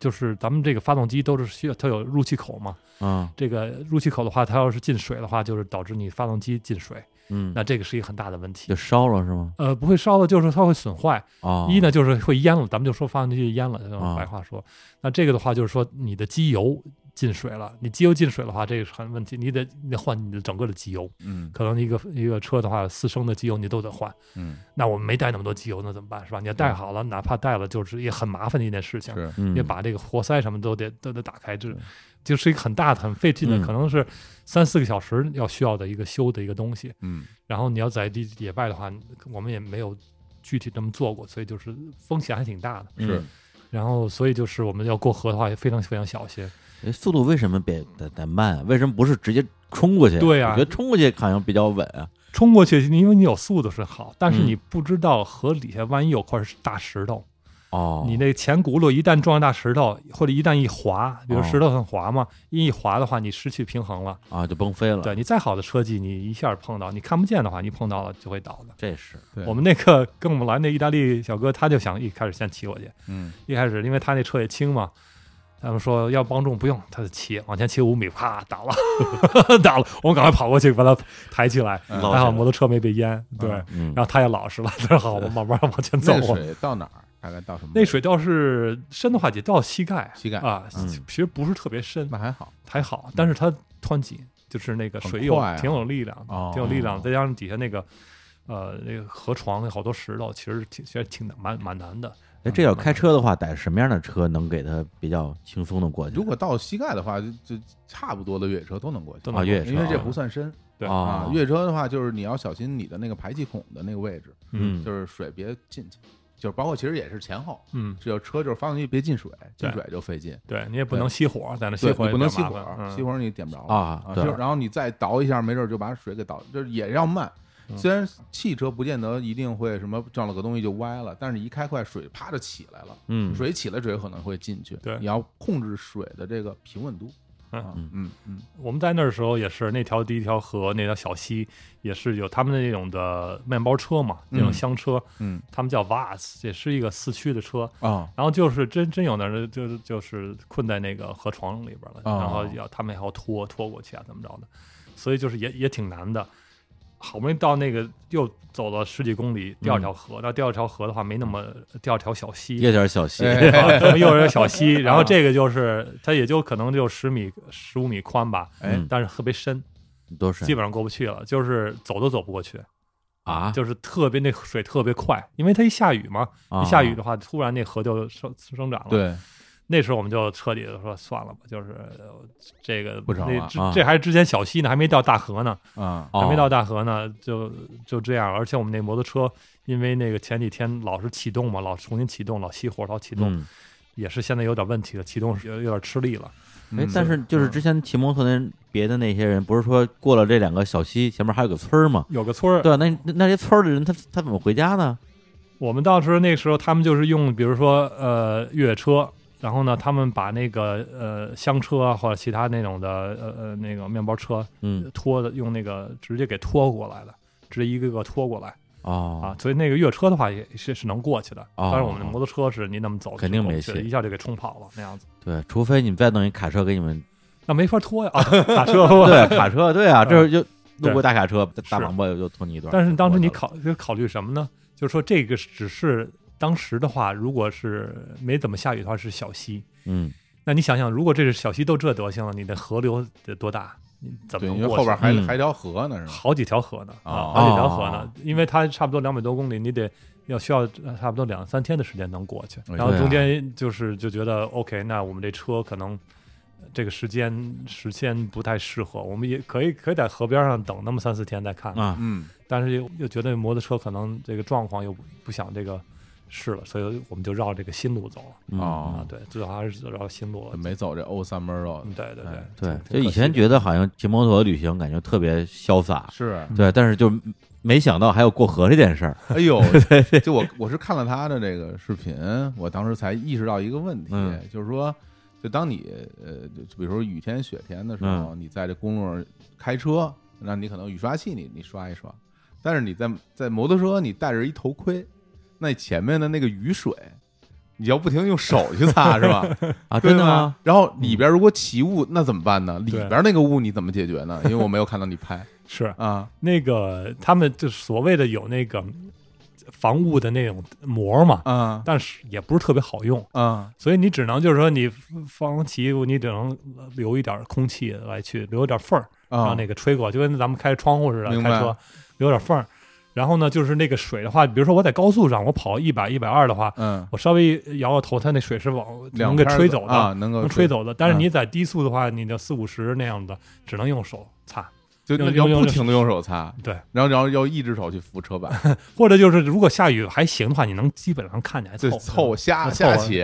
[SPEAKER 3] 就是咱们这个发动机都是需要它有入气口嘛。
[SPEAKER 2] 啊
[SPEAKER 3] 这个入气口的话，它要是进水的话，就是导致你发动机进水，
[SPEAKER 2] 嗯，
[SPEAKER 3] 那这个是一个很大的问题
[SPEAKER 2] 就。烧了是吗？
[SPEAKER 3] 呃，不会烧的，就是它会损坏。
[SPEAKER 2] 啊，
[SPEAKER 3] 一呢，就是会淹了，咱们就说发动机淹了，这
[SPEAKER 2] 啊
[SPEAKER 3] 种白话说。那这个的话，就是说你的机油进水了，你机油进水的话，这个是很问题，你得你得换你的整个的机油。
[SPEAKER 1] 嗯
[SPEAKER 3] 可能一个一个车的话，四升的机油你都得换。
[SPEAKER 1] 嗯，
[SPEAKER 3] 那我们没带那么多机油，那怎么办？是吧？你要带好了，哪怕带了，就是也很麻烦的一件事情。
[SPEAKER 1] 是
[SPEAKER 2] 嗯
[SPEAKER 3] 你把这个活塞什么都得都得打开，这
[SPEAKER 1] 对
[SPEAKER 3] 就是一个很大的、很费劲的，
[SPEAKER 2] 嗯
[SPEAKER 3] 可能是三四个小时要需要的一个修的一个东西。
[SPEAKER 1] 嗯
[SPEAKER 3] 然后你要在地野外的话，我们也没有具体这么做过，所以就是风险还挺大的。
[SPEAKER 1] 是
[SPEAKER 2] 嗯
[SPEAKER 3] 然后，所以就是我们要过河的话，也非常非常小心。
[SPEAKER 2] 哎，速度为什么得得得慢？啊为什么不是直接冲过去？
[SPEAKER 3] 对啊
[SPEAKER 2] 我觉得冲过去好像比较稳啊。
[SPEAKER 3] 冲过去，因为你有速度是好，但是
[SPEAKER 2] 嗯
[SPEAKER 3] 你不知道河底下万一有块大石头，
[SPEAKER 2] 哦，
[SPEAKER 3] 你那前轱辘一旦撞上大石头，或者一旦一滑，比如
[SPEAKER 2] 哦
[SPEAKER 3] 石头很滑嘛，一滑的话你失去平衡了。
[SPEAKER 2] 啊就崩飞了。
[SPEAKER 3] 对，你再好的车技，你一下碰到你看不见的话，你碰到了就会倒的。
[SPEAKER 2] 这是
[SPEAKER 1] 对
[SPEAKER 3] 我们那个跟我们来那意大利小哥，他就想一开始先骑过去，
[SPEAKER 1] 嗯，
[SPEAKER 3] 一开始因为他那车也轻嘛，他们说要帮助不用，他就骑往前骑五米，啪倒了，倒了， 我们赶快跑过去把他抬起来，哎
[SPEAKER 1] 嗯
[SPEAKER 2] 老
[SPEAKER 3] 还好摩托车没被淹，对，
[SPEAKER 1] 嗯
[SPEAKER 2] 嗯
[SPEAKER 3] 然后他也老实了， 他说好，我们慢慢往前 走
[SPEAKER 1] 那
[SPEAKER 3] 吧。
[SPEAKER 1] 水到哪儿？大概到什么？
[SPEAKER 3] 那水倒是深的话，也到膝盖
[SPEAKER 1] 膝盖
[SPEAKER 3] 啊，
[SPEAKER 2] 嗯
[SPEAKER 3] 其实不是特别深，
[SPEAKER 1] 那还好。
[SPEAKER 3] 还好，但是它湍急，就是那个
[SPEAKER 1] 很
[SPEAKER 3] 水有
[SPEAKER 1] 快啊
[SPEAKER 3] 挺有力量的
[SPEAKER 1] 哦，
[SPEAKER 3] 挺有力量，再加上底下那个呃那个河床那好多石头，其实挺其实挺难蛮蛮难的。
[SPEAKER 2] 哎，这要开车的话，逮什么样的车能给他比较轻松的过去？
[SPEAKER 1] 如果到膝盖的话，就就差不多的越野车都能过去
[SPEAKER 3] 都，
[SPEAKER 2] 啊
[SPEAKER 3] 能
[SPEAKER 2] 越野车
[SPEAKER 1] 因为这不算深
[SPEAKER 3] 对
[SPEAKER 2] 啊
[SPEAKER 1] 啊。，越野车的话，就是你要小心你的那个排气孔的那个位置，
[SPEAKER 2] 嗯
[SPEAKER 1] 就是水别进去，就是包括其实也是前后，
[SPEAKER 3] 嗯，
[SPEAKER 1] 只有车就是发动机别进水，进
[SPEAKER 3] 对
[SPEAKER 1] 水就费劲。
[SPEAKER 3] 对你也不能熄火，在那
[SPEAKER 1] 对
[SPEAKER 3] 熄
[SPEAKER 1] 你
[SPEAKER 3] 火也
[SPEAKER 1] 不能
[SPEAKER 3] 比较
[SPEAKER 1] 熄
[SPEAKER 3] 麻
[SPEAKER 1] 火啊
[SPEAKER 3] 烦，嗯
[SPEAKER 1] 熄火你点不着
[SPEAKER 2] 啊
[SPEAKER 1] 啊。
[SPEAKER 2] 对
[SPEAKER 1] 就然后你再倒一下，没准就把水给倒，就是也要慢。
[SPEAKER 3] 嗯
[SPEAKER 1] 虽然汽车不见得一定会什么撞了个东西就歪了，但是你一开快，水啪就起来了。
[SPEAKER 2] 嗯
[SPEAKER 1] 水起来，水可能会进去。
[SPEAKER 3] 对
[SPEAKER 1] 你要控制水的这个平稳度。
[SPEAKER 3] 嗯
[SPEAKER 1] 啊嗯嗯，
[SPEAKER 3] 我们在那儿的时候也是，那条第一条河那条小溪也是有他们那种的面包车嘛，那种
[SPEAKER 1] 嗯
[SPEAKER 3] 厢车，
[SPEAKER 1] 嗯
[SPEAKER 3] 他们叫 VAS，也是一个四驱的车，
[SPEAKER 1] 啊，
[SPEAKER 3] 然后就是真真有的人就是就是困在那个河床里边了，
[SPEAKER 1] 哦
[SPEAKER 3] 然后要他们还要拖拖过去啊，怎么着的，所以就是也也挺难的。好不容易到那个又走了十几公里，第二条河，那第二条河的话没那么第二条小溪
[SPEAKER 2] 有，点小心。
[SPEAKER 1] 哎
[SPEAKER 3] 啊咱们又是小溪，然后这个就是它也就可能就十米十五米宽吧，
[SPEAKER 1] 哎
[SPEAKER 2] 嗯
[SPEAKER 3] 但是特别深，
[SPEAKER 2] 多深
[SPEAKER 3] 基本上过不去了，就是走都走不过去，
[SPEAKER 2] 啊？
[SPEAKER 3] 就是特别那水特别快，因为它一下雨嘛，
[SPEAKER 2] 啊
[SPEAKER 3] 一下雨的话，突然那河就生生长了，
[SPEAKER 1] 对，
[SPEAKER 3] 那时候我们就彻底的说算了吧，就是呃这个
[SPEAKER 1] 不成
[SPEAKER 3] 那
[SPEAKER 1] 了
[SPEAKER 3] 之
[SPEAKER 2] 啊
[SPEAKER 3] 这还是之前小溪呢，还没到大河呢，
[SPEAKER 1] 啊
[SPEAKER 2] 哦
[SPEAKER 3] 还没到大河呢，就就这样。而且我们那摩托车因为那个前几天老是启动嘛，老是重新启动，老熄火，老启动，
[SPEAKER 2] 嗯，
[SPEAKER 3] 也是现在有点问题了，启动是有有点吃力了。
[SPEAKER 2] 哎
[SPEAKER 3] 嗯，
[SPEAKER 2] 但是就是之前骑摩托的人别的那些人，不是说过了这两个小溪，前面还有个村儿吗？
[SPEAKER 3] 有个村儿，
[SPEAKER 2] 对啊，那那那些村儿的人，他他怎么回家呢？
[SPEAKER 3] 我们当时那时候他们就是用，比如说呃越野车，然后呢，他们把那个呃香车啊或者其他那种的呃呃那个面包车
[SPEAKER 2] 嗯，
[SPEAKER 3] 拖的，用那个直接给拖过来的，直接一个个拖过来
[SPEAKER 2] 哦
[SPEAKER 3] 啊。，所以那个越野车的话也是是能过去的，
[SPEAKER 2] 哦
[SPEAKER 3] 但是我们的摩托车是你那么走
[SPEAKER 2] 肯定
[SPEAKER 3] 就过不
[SPEAKER 2] 没
[SPEAKER 3] 去了
[SPEAKER 2] 戏
[SPEAKER 3] 一下就给冲跑了那样子，
[SPEAKER 2] 对，除非你们再弄一卡车给你们，
[SPEAKER 3] 那没法拖呀 啊，打车
[SPEAKER 2] 对，卡车，对啊，
[SPEAKER 3] 嗯
[SPEAKER 2] 这就路
[SPEAKER 3] 对
[SPEAKER 2] 过大卡车，大
[SPEAKER 3] 是
[SPEAKER 2] 王八又拖你一段。
[SPEAKER 3] 但是当时你
[SPEAKER 2] 我操
[SPEAKER 3] 考就考虑什么呢？就是说这个只是当时的话，如果是没怎么下雨的话是小溪，
[SPEAKER 2] 嗯，
[SPEAKER 3] 那你想想，如果这是小溪都这德行了，你的河流得多大？你怎么
[SPEAKER 1] 对，
[SPEAKER 3] 能
[SPEAKER 1] 因为
[SPEAKER 3] 过去
[SPEAKER 1] 后边还
[SPEAKER 2] 嗯
[SPEAKER 1] 还条河呢，是吧？
[SPEAKER 3] 好几条河呢，啊，
[SPEAKER 1] 哦
[SPEAKER 3] 好几条河呢，因为它差不多两百多公里，你得要需要差不多两三天的时间能过去，
[SPEAKER 1] 哎
[SPEAKER 3] 然后
[SPEAKER 2] 对啊
[SPEAKER 3] 中间就是就觉得 OK，那我们这车可能。这个时间时间不太适合，我们也可以可以在河边上等那么三四天再看，
[SPEAKER 2] 啊，
[SPEAKER 1] 嗯，
[SPEAKER 3] 但是又又觉得摩托车可能这个状况又不不想这个试了，所以我们就绕这个新路走了、
[SPEAKER 2] 嗯
[SPEAKER 1] 哦
[SPEAKER 3] 啊。对，最后还是绕新路了。
[SPEAKER 1] 没走这 Old Summer Road，
[SPEAKER 3] 嗯，对对对
[SPEAKER 1] 哎，
[SPEAKER 2] 对，
[SPEAKER 3] 挺
[SPEAKER 2] 就以前
[SPEAKER 3] 挺可惜的
[SPEAKER 2] 觉得好像骑摩托旅行感觉特别潇洒，
[SPEAKER 3] 啊
[SPEAKER 1] 是，
[SPEAKER 2] 对，但是就没想到还有过河这件事儿。
[SPEAKER 1] 哎呦，就我我是看了他的这个视频，我当时才意识到一个问题，
[SPEAKER 2] 嗯
[SPEAKER 1] 就是说，就当你呃，就比如说雨天雪天的时
[SPEAKER 2] 嗯
[SPEAKER 1] 候，你在这公路上开车，那你可能雨刷器你你刷一刷，但是你在在摩托车你戴着一头盔，那前面的那个雨水。你要不停用手去擦是 吧？
[SPEAKER 2] 啊，
[SPEAKER 1] 对
[SPEAKER 2] 真的
[SPEAKER 1] 吧
[SPEAKER 2] 吗？？
[SPEAKER 1] 然后里边如果起雾，那怎么办呢？里
[SPEAKER 3] 对
[SPEAKER 1] 边那个雾你怎么解决呢？因为我没有看到你拍
[SPEAKER 3] 是
[SPEAKER 1] 啊。
[SPEAKER 3] 那个他们就是所谓的有那个防雾的那种膜嘛，
[SPEAKER 1] 啊
[SPEAKER 3] 但是也不是特别好用，
[SPEAKER 1] 啊
[SPEAKER 3] 所以你只能就是说你防起雾，你只能留一点空气来去留一点缝儿，
[SPEAKER 1] 啊
[SPEAKER 3] 让！那个吹过，就跟咱们开窗户似的，
[SPEAKER 1] 明白
[SPEAKER 3] 开车留点缝儿。然后呢，就是那个水的话，比如说我在高速上，我跑一百、一百二的话，
[SPEAKER 1] 嗯，
[SPEAKER 3] 我稍微摇摇头，它那水是往
[SPEAKER 1] 两
[SPEAKER 3] 能给
[SPEAKER 1] 边儿
[SPEAKER 3] 吹走的，
[SPEAKER 1] 啊，能够
[SPEAKER 3] 能吹走的。但是你在低速的话，你的四五十那样的，只能用手擦。
[SPEAKER 1] 就
[SPEAKER 3] 用
[SPEAKER 1] 要不
[SPEAKER 3] 用用
[SPEAKER 1] 停的用手擦，
[SPEAKER 3] 对，
[SPEAKER 1] 然后然后要一只手去扶车板，
[SPEAKER 3] 或者就是如果下雨还行的话，你能基本上看见，还
[SPEAKER 1] 就
[SPEAKER 3] 凑
[SPEAKER 1] 凑
[SPEAKER 3] 合。
[SPEAKER 1] 瞎
[SPEAKER 3] 凑
[SPEAKER 1] 瞎
[SPEAKER 3] 合
[SPEAKER 1] 骑。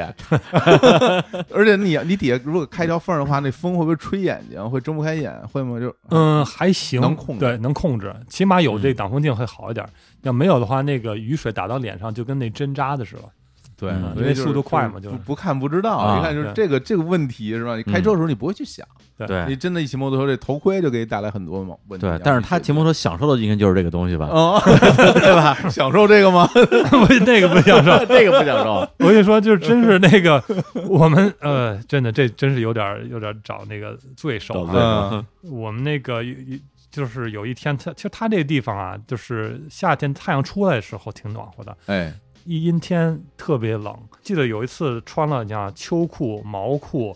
[SPEAKER 1] 而且你你底下如果开条缝儿的话，那风会不会吹眼睛？会睁不开眼？会吗？就
[SPEAKER 3] 嗯，还行，
[SPEAKER 1] 能控制嗯
[SPEAKER 3] 对，能控制，起码有这挡风镜会好一点。要没有的话，那个雨水打到脸上就跟那针扎的似的。
[SPEAKER 1] 对
[SPEAKER 2] 嗯
[SPEAKER 1] 所以
[SPEAKER 3] 因为
[SPEAKER 1] 就
[SPEAKER 3] 速
[SPEAKER 1] 是
[SPEAKER 3] 度快嘛
[SPEAKER 1] 不
[SPEAKER 3] 就是
[SPEAKER 1] 不看不知道。
[SPEAKER 2] 啊
[SPEAKER 1] 你看，就是
[SPEAKER 3] 对
[SPEAKER 1] 这个这个问题是吧？你开车的时候你不会去想，你
[SPEAKER 2] 对
[SPEAKER 1] 真的一骑摩托车，这头盔就给你带来很多毛问题。
[SPEAKER 2] 对，但是他骑摩托享受的应该就是这个东西吧？
[SPEAKER 1] 啊， 对吧？享受这个吗？
[SPEAKER 3] 不，那个不想 说，
[SPEAKER 2] 这个不享受，
[SPEAKER 3] 我跟你说，就是真是那个，我们呃，真的这真是有点儿有点儿找那个罪受
[SPEAKER 2] 找
[SPEAKER 3] 啊
[SPEAKER 2] 罪。
[SPEAKER 1] 嗯
[SPEAKER 3] 我们那个有有就是有一天，它其实它这个地方啊，就是夏天太阳出来的时候挺暖和的，
[SPEAKER 1] 哎，
[SPEAKER 3] 一阴天特别冷。记得有一次穿了你像秋裤、毛裤，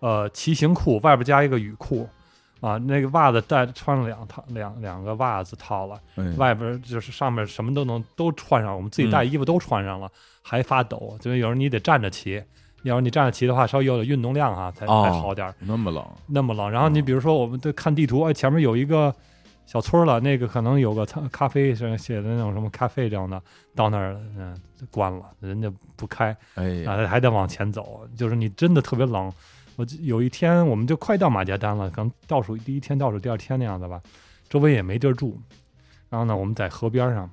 [SPEAKER 3] 呃，骑行裤，外边加一个雨裤，啊，那个袜子带穿了两套两两个袜子套了，
[SPEAKER 1] 哎
[SPEAKER 3] 外边就是上面什么都能都穿上，我们自己带衣服都穿上了，还发抖，就是有时候你得站着骑。要是你站着骑的话，稍微有点运动量啊，才、
[SPEAKER 2] 哦
[SPEAKER 3] 才好点儿。
[SPEAKER 1] 那么冷，
[SPEAKER 3] 那么
[SPEAKER 1] 嗯
[SPEAKER 3] 冷，然后你比如说，我们在看地图，哎，前面有一个小村儿了，那个可能有个咖咖啡上写的那种什么咖啡这样的，到那儿嗯、关了，人家不开，
[SPEAKER 1] 哎呀，
[SPEAKER 3] 啊，还得往前走，就是你真的特别冷。我记有一天我们就快到马家丹了，可能倒数第一天、倒数第二天那样子吧，周围也没地儿住。然后呢，我们在河边上，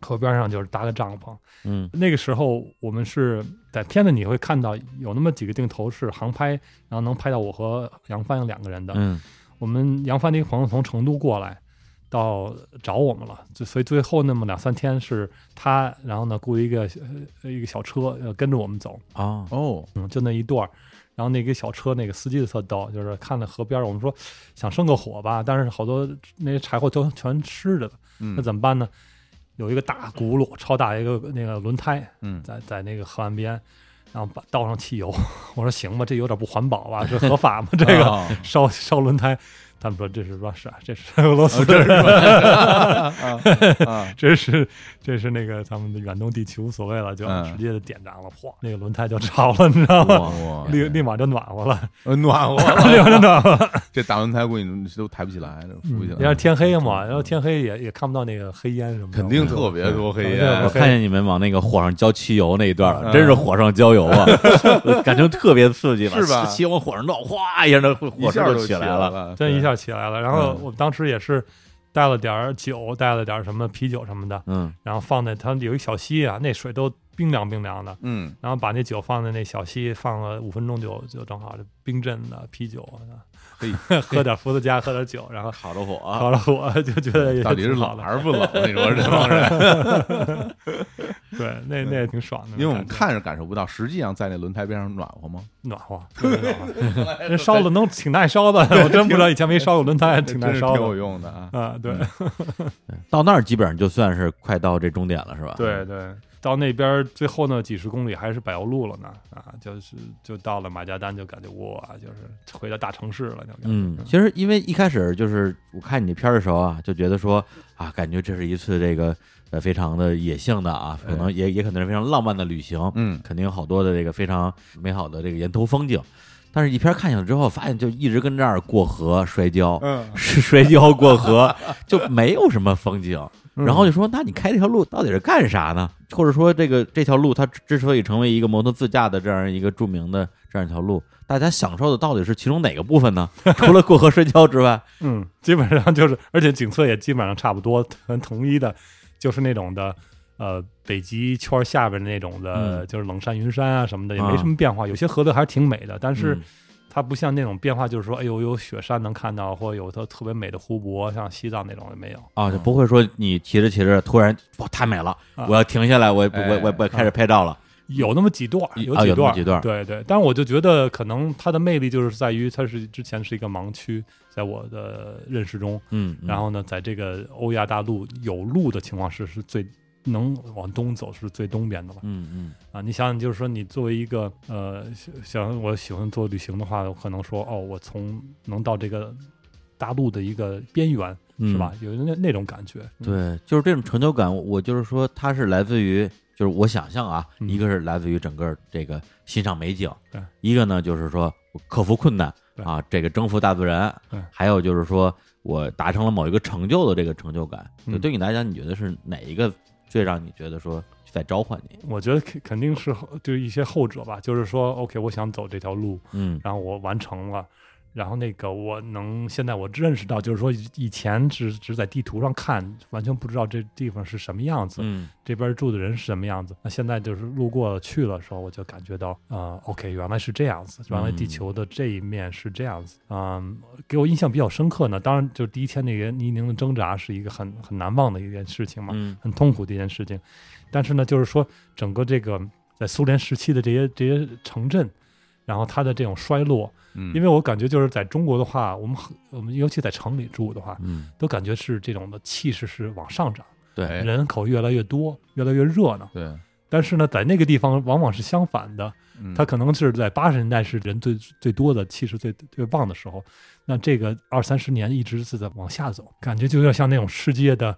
[SPEAKER 3] 河边上就是搭个帐篷。
[SPEAKER 2] 嗯
[SPEAKER 3] 那个时候我们是在片子你会看到有那么几个镜头是航拍，然后能拍到我和杨帆两个人的。
[SPEAKER 2] 嗯
[SPEAKER 3] 我们杨帆的一个朋友从成都过来，到找我们了，就所以最后那么两三天是他，然后呢雇一个呃一个小车呃跟着我们走，
[SPEAKER 2] 哦，
[SPEAKER 1] 哦，
[SPEAKER 3] 嗯，就那一段儿。然后那个小车那个司机特逗，就是看到河边儿，我们说想生个火吧，但是好多那些柴火都全湿着的，
[SPEAKER 1] 嗯
[SPEAKER 3] 那怎么办呢？有一个大轱辘，超大一个那个轮胎，
[SPEAKER 1] 嗯
[SPEAKER 3] 在在那个河岸边，然后把倒 啊上汽油。我说行吧，这有点不环保吧，这合法吗？这个
[SPEAKER 1] 啊
[SPEAKER 3] 烧烧轮胎，他们说这是 Russia，这是俄罗斯，
[SPEAKER 2] 这是
[SPEAKER 4] 啊，
[SPEAKER 3] 这是这是那个咱们的远东地区无所谓了，就
[SPEAKER 1] 嗯
[SPEAKER 3] 直接就点燃了，嚯，那个轮胎就着了，你知道吗？
[SPEAKER 1] 哇，
[SPEAKER 3] 立立马就暖和了，
[SPEAKER 1] 呃暖和了，
[SPEAKER 3] 立马就暖和了。
[SPEAKER 1] 这打轮胎估计你都抬不起来，扶不起来。
[SPEAKER 3] 然后天黑嘛，然后天黑也也看不到那个黑烟什么的，
[SPEAKER 1] 肯定特别多黑
[SPEAKER 2] 我
[SPEAKER 3] 嗯
[SPEAKER 1] 烟，
[SPEAKER 2] 看见你们往那个火上浇汽油那一段了，
[SPEAKER 1] 嗯
[SPEAKER 2] 真是火上浇油 啊，感觉特别刺激，
[SPEAKER 1] 是吧
[SPEAKER 2] 汽油往火上倒，哗一下，那火
[SPEAKER 1] 一
[SPEAKER 2] 火势
[SPEAKER 1] 下
[SPEAKER 2] 就
[SPEAKER 1] 就
[SPEAKER 2] 起来了。
[SPEAKER 1] 了，
[SPEAKER 3] 真
[SPEAKER 1] 对
[SPEAKER 3] 一下起来了。然后
[SPEAKER 1] 嗯
[SPEAKER 3] 我当时也是带了点儿酒，带了点儿什么啤酒什么的，
[SPEAKER 2] 嗯，
[SPEAKER 3] 然后放在它有一小溪啊，那水都冰凉冰凉的。
[SPEAKER 1] 嗯，
[SPEAKER 3] 然后把那酒放在那小溪，放了五分钟就就正好就冰镇的啤酒，啊 喝点伏特加，喝点酒，然后
[SPEAKER 2] 烤着火啊，
[SPEAKER 3] 烤了我就觉得也
[SPEAKER 1] 到底是
[SPEAKER 3] 挺好
[SPEAKER 1] 冷
[SPEAKER 3] 的
[SPEAKER 1] 还是不冷？你 说这帮人，
[SPEAKER 3] 对，那那也挺爽的，
[SPEAKER 1] 嗯因为我们
[SPEAKER 3] 感觉
[SPEAKER 1] 看着感受不到，实际上在那轮胎边上暖和吗？
[SPEAKER 3] 暖 和，特别暖和人烧了能挺耐烧的，我真不知道以前没烧过轮胎，哎挺耐
[SPEAKER 1] 真是
[SPEAKER 3] 烧
[SPEAKER 1] 挺有
[SPEAKER 3] 的
[SPEAKER 1] 用的啊。
[SPEAKER 3] 啊，对。
[SPEAKER 2] 到那儿基本上就算是快到这终点了，是吧？，
[SPEAKER 1] 嗯
[SPEAKER 3] 对对，到那边儿最后那几十公里还是柏油路了呢啊，就是就到了马加丹，就感觉哇，就是回到大城市了，就感觉
[SPEAKER 2] 嗯，其实因为一开始就是我看你这片儿的时候啊，就觉得说啊，感觉这是一次这个呃非常的野性的啊，可能也也可能是非常浪漫的旅行，
[SPEAKER 1] 嗯，
[SPEAKER 2] 肯定有好多的这个非常美好的这个沿途风景。但是，一片儿看下来之后，发现就一直跟这儿过河摔跤，
[SPEAKER 1] 嗯
[SPEAKER 2] 是摔跤过河，就没有什么风景。
[SPEAKER 1] 嗯
[SPEAKER 3] 嗯
[SPEAKER 2] 然后就说，那你开这条路到底是干啥呢？或者说，这个这条路它之之所以成为一个摩托自驾的这样一个著名的这样一条路，大家享受的到底是其中哪个部分 呢？除了过河摔跤之外，
[SPEAKER 3] 嗯，基本上就是，而且景色也基本上差不多，很统一的，就是那种的。呃，北极圈下边那种的，
[SPEAKER 2] 嗯
[SPEAKER 3] 就是冷山、云山啊什么的，也
[SPEAKER 2] 啊
[SPEAKER 3] 没什么变化。有些河流还是挺美的，但是
[SPEAKER 2] 嗯
[SPEAKER 3] 它不像那种变化，就是说，哎呦，有雪山能看到，或者有它特别美的湖泊，像西藏那种也没有。
[SPEAKER 2] 啊，就不会说你骑着骑着突然哇太美了，
[SPEAKER 3] 啊
[SPEAKER 2] 我要停下来，我我我我我
[SPEAKER 1] 哎
[SPEAKER 2] 开始拍照了。
[SPEAKER 3] 有那么几段儿，
[SPEAKER 2] 嗯一
[SPEAKER 3] 有
[SPEAKER 2] 啊有那么
[SPEAKER 3] 段儿，
[SPEAKER 2] 几段儿
[SPEAKER 3] 对对。但我就觉得，可能它的魅力就是在于，它是之前是一个盲区，在我的认识中，
[SPEAKER 2] 嗯，
[SPEAKER 3] 然后呢，在这个欧亚大陆有路的情况是是最能往东走是最东边的了
[SPEAKER 2] 嗯嗯
[SPEAKER 3] 啊。你想想，就是说你作为一个呃，想我喜欢做旅行的话，我可能说哦，我从能到这个大陆的一个边缘，
[SPEAKER 2] 嗯
[SPEAKER 3] 是吧？？有那那种感觉，
[SPEAKER 2] 对，就是这种成就感，我我就是说，它是来自于，就是我想象啊，
[SPEAKER 3] 嗯
[SPEAKER 2] 一个是来自于整个这个欣赏美景
[SPEAKER 3] 对，
[SPEAKER 2] 一个呢就是说我克服困难
[SPEAKER 3] 对
[SPEAKER 2] 啊，这个征服大自然
[SPEAKER 3] 对，
[SPEAKER 2] 还有就是说我达成了某一个成就的这个成就感。就
[SPEAKER 3] 嗯
[SPEAKER 2] 对你来讲，你觉得是哪一个最让你觉得说在召唤你？
[SPEAKER 3] 我觉得肯肯定是后就是一些后者吧，就是说，OK，我想走这条路，
[SPEAKER 2] 嗯
[SPEAKER 3] 然后我完成了，然后那个我能现在我认识到，就是说以以前只只在地图上看，完全不知道这地方是什么样子，
[SPEAKER 2] 嗯
[SPEAKER 3] 这边住的人是什么样子。那现在就是路过去了的时候，我就感觉到，呃，OK，原来是这样子，原来地球的这一面是这样子。嗯、给我印象比较深刻呢，当然就是第一天那个泥泞的挣扎是一个很很难忘的一件事情嘛，
[SPEAKER 2] 嗯
[SPEAKER 3] 很痛苦的一件事情。但是呢，就是说整个这个在苏联时期的这些这些城镇，然后它的这种衰落，
[SPEAKER 1] 嗯，
[SPEAKER 3] 因为我感觉就是在中国的话，我们很我们尤其在城里住的话，
[SPEAKER 2] 嗯，
[SPEAKER 3] 都感觉是这种的气势是往上涨，
[SPEAKER 1] 哎
[SPEAKER 2] 对，
[SPEAKER 3] 人口越来越多，越来越热闹。
[SPEAKER 1] 对，
[SPEAKER 3] 但是呢，在那个地方往往是相反的，
[SPEAKER 1] 嗯
[SPEAKER 3] 它可能是在八十年代是人最最多的气势最最旺的时候，那这个二三十年一直是在往下走，感觉就有点像那种世界的，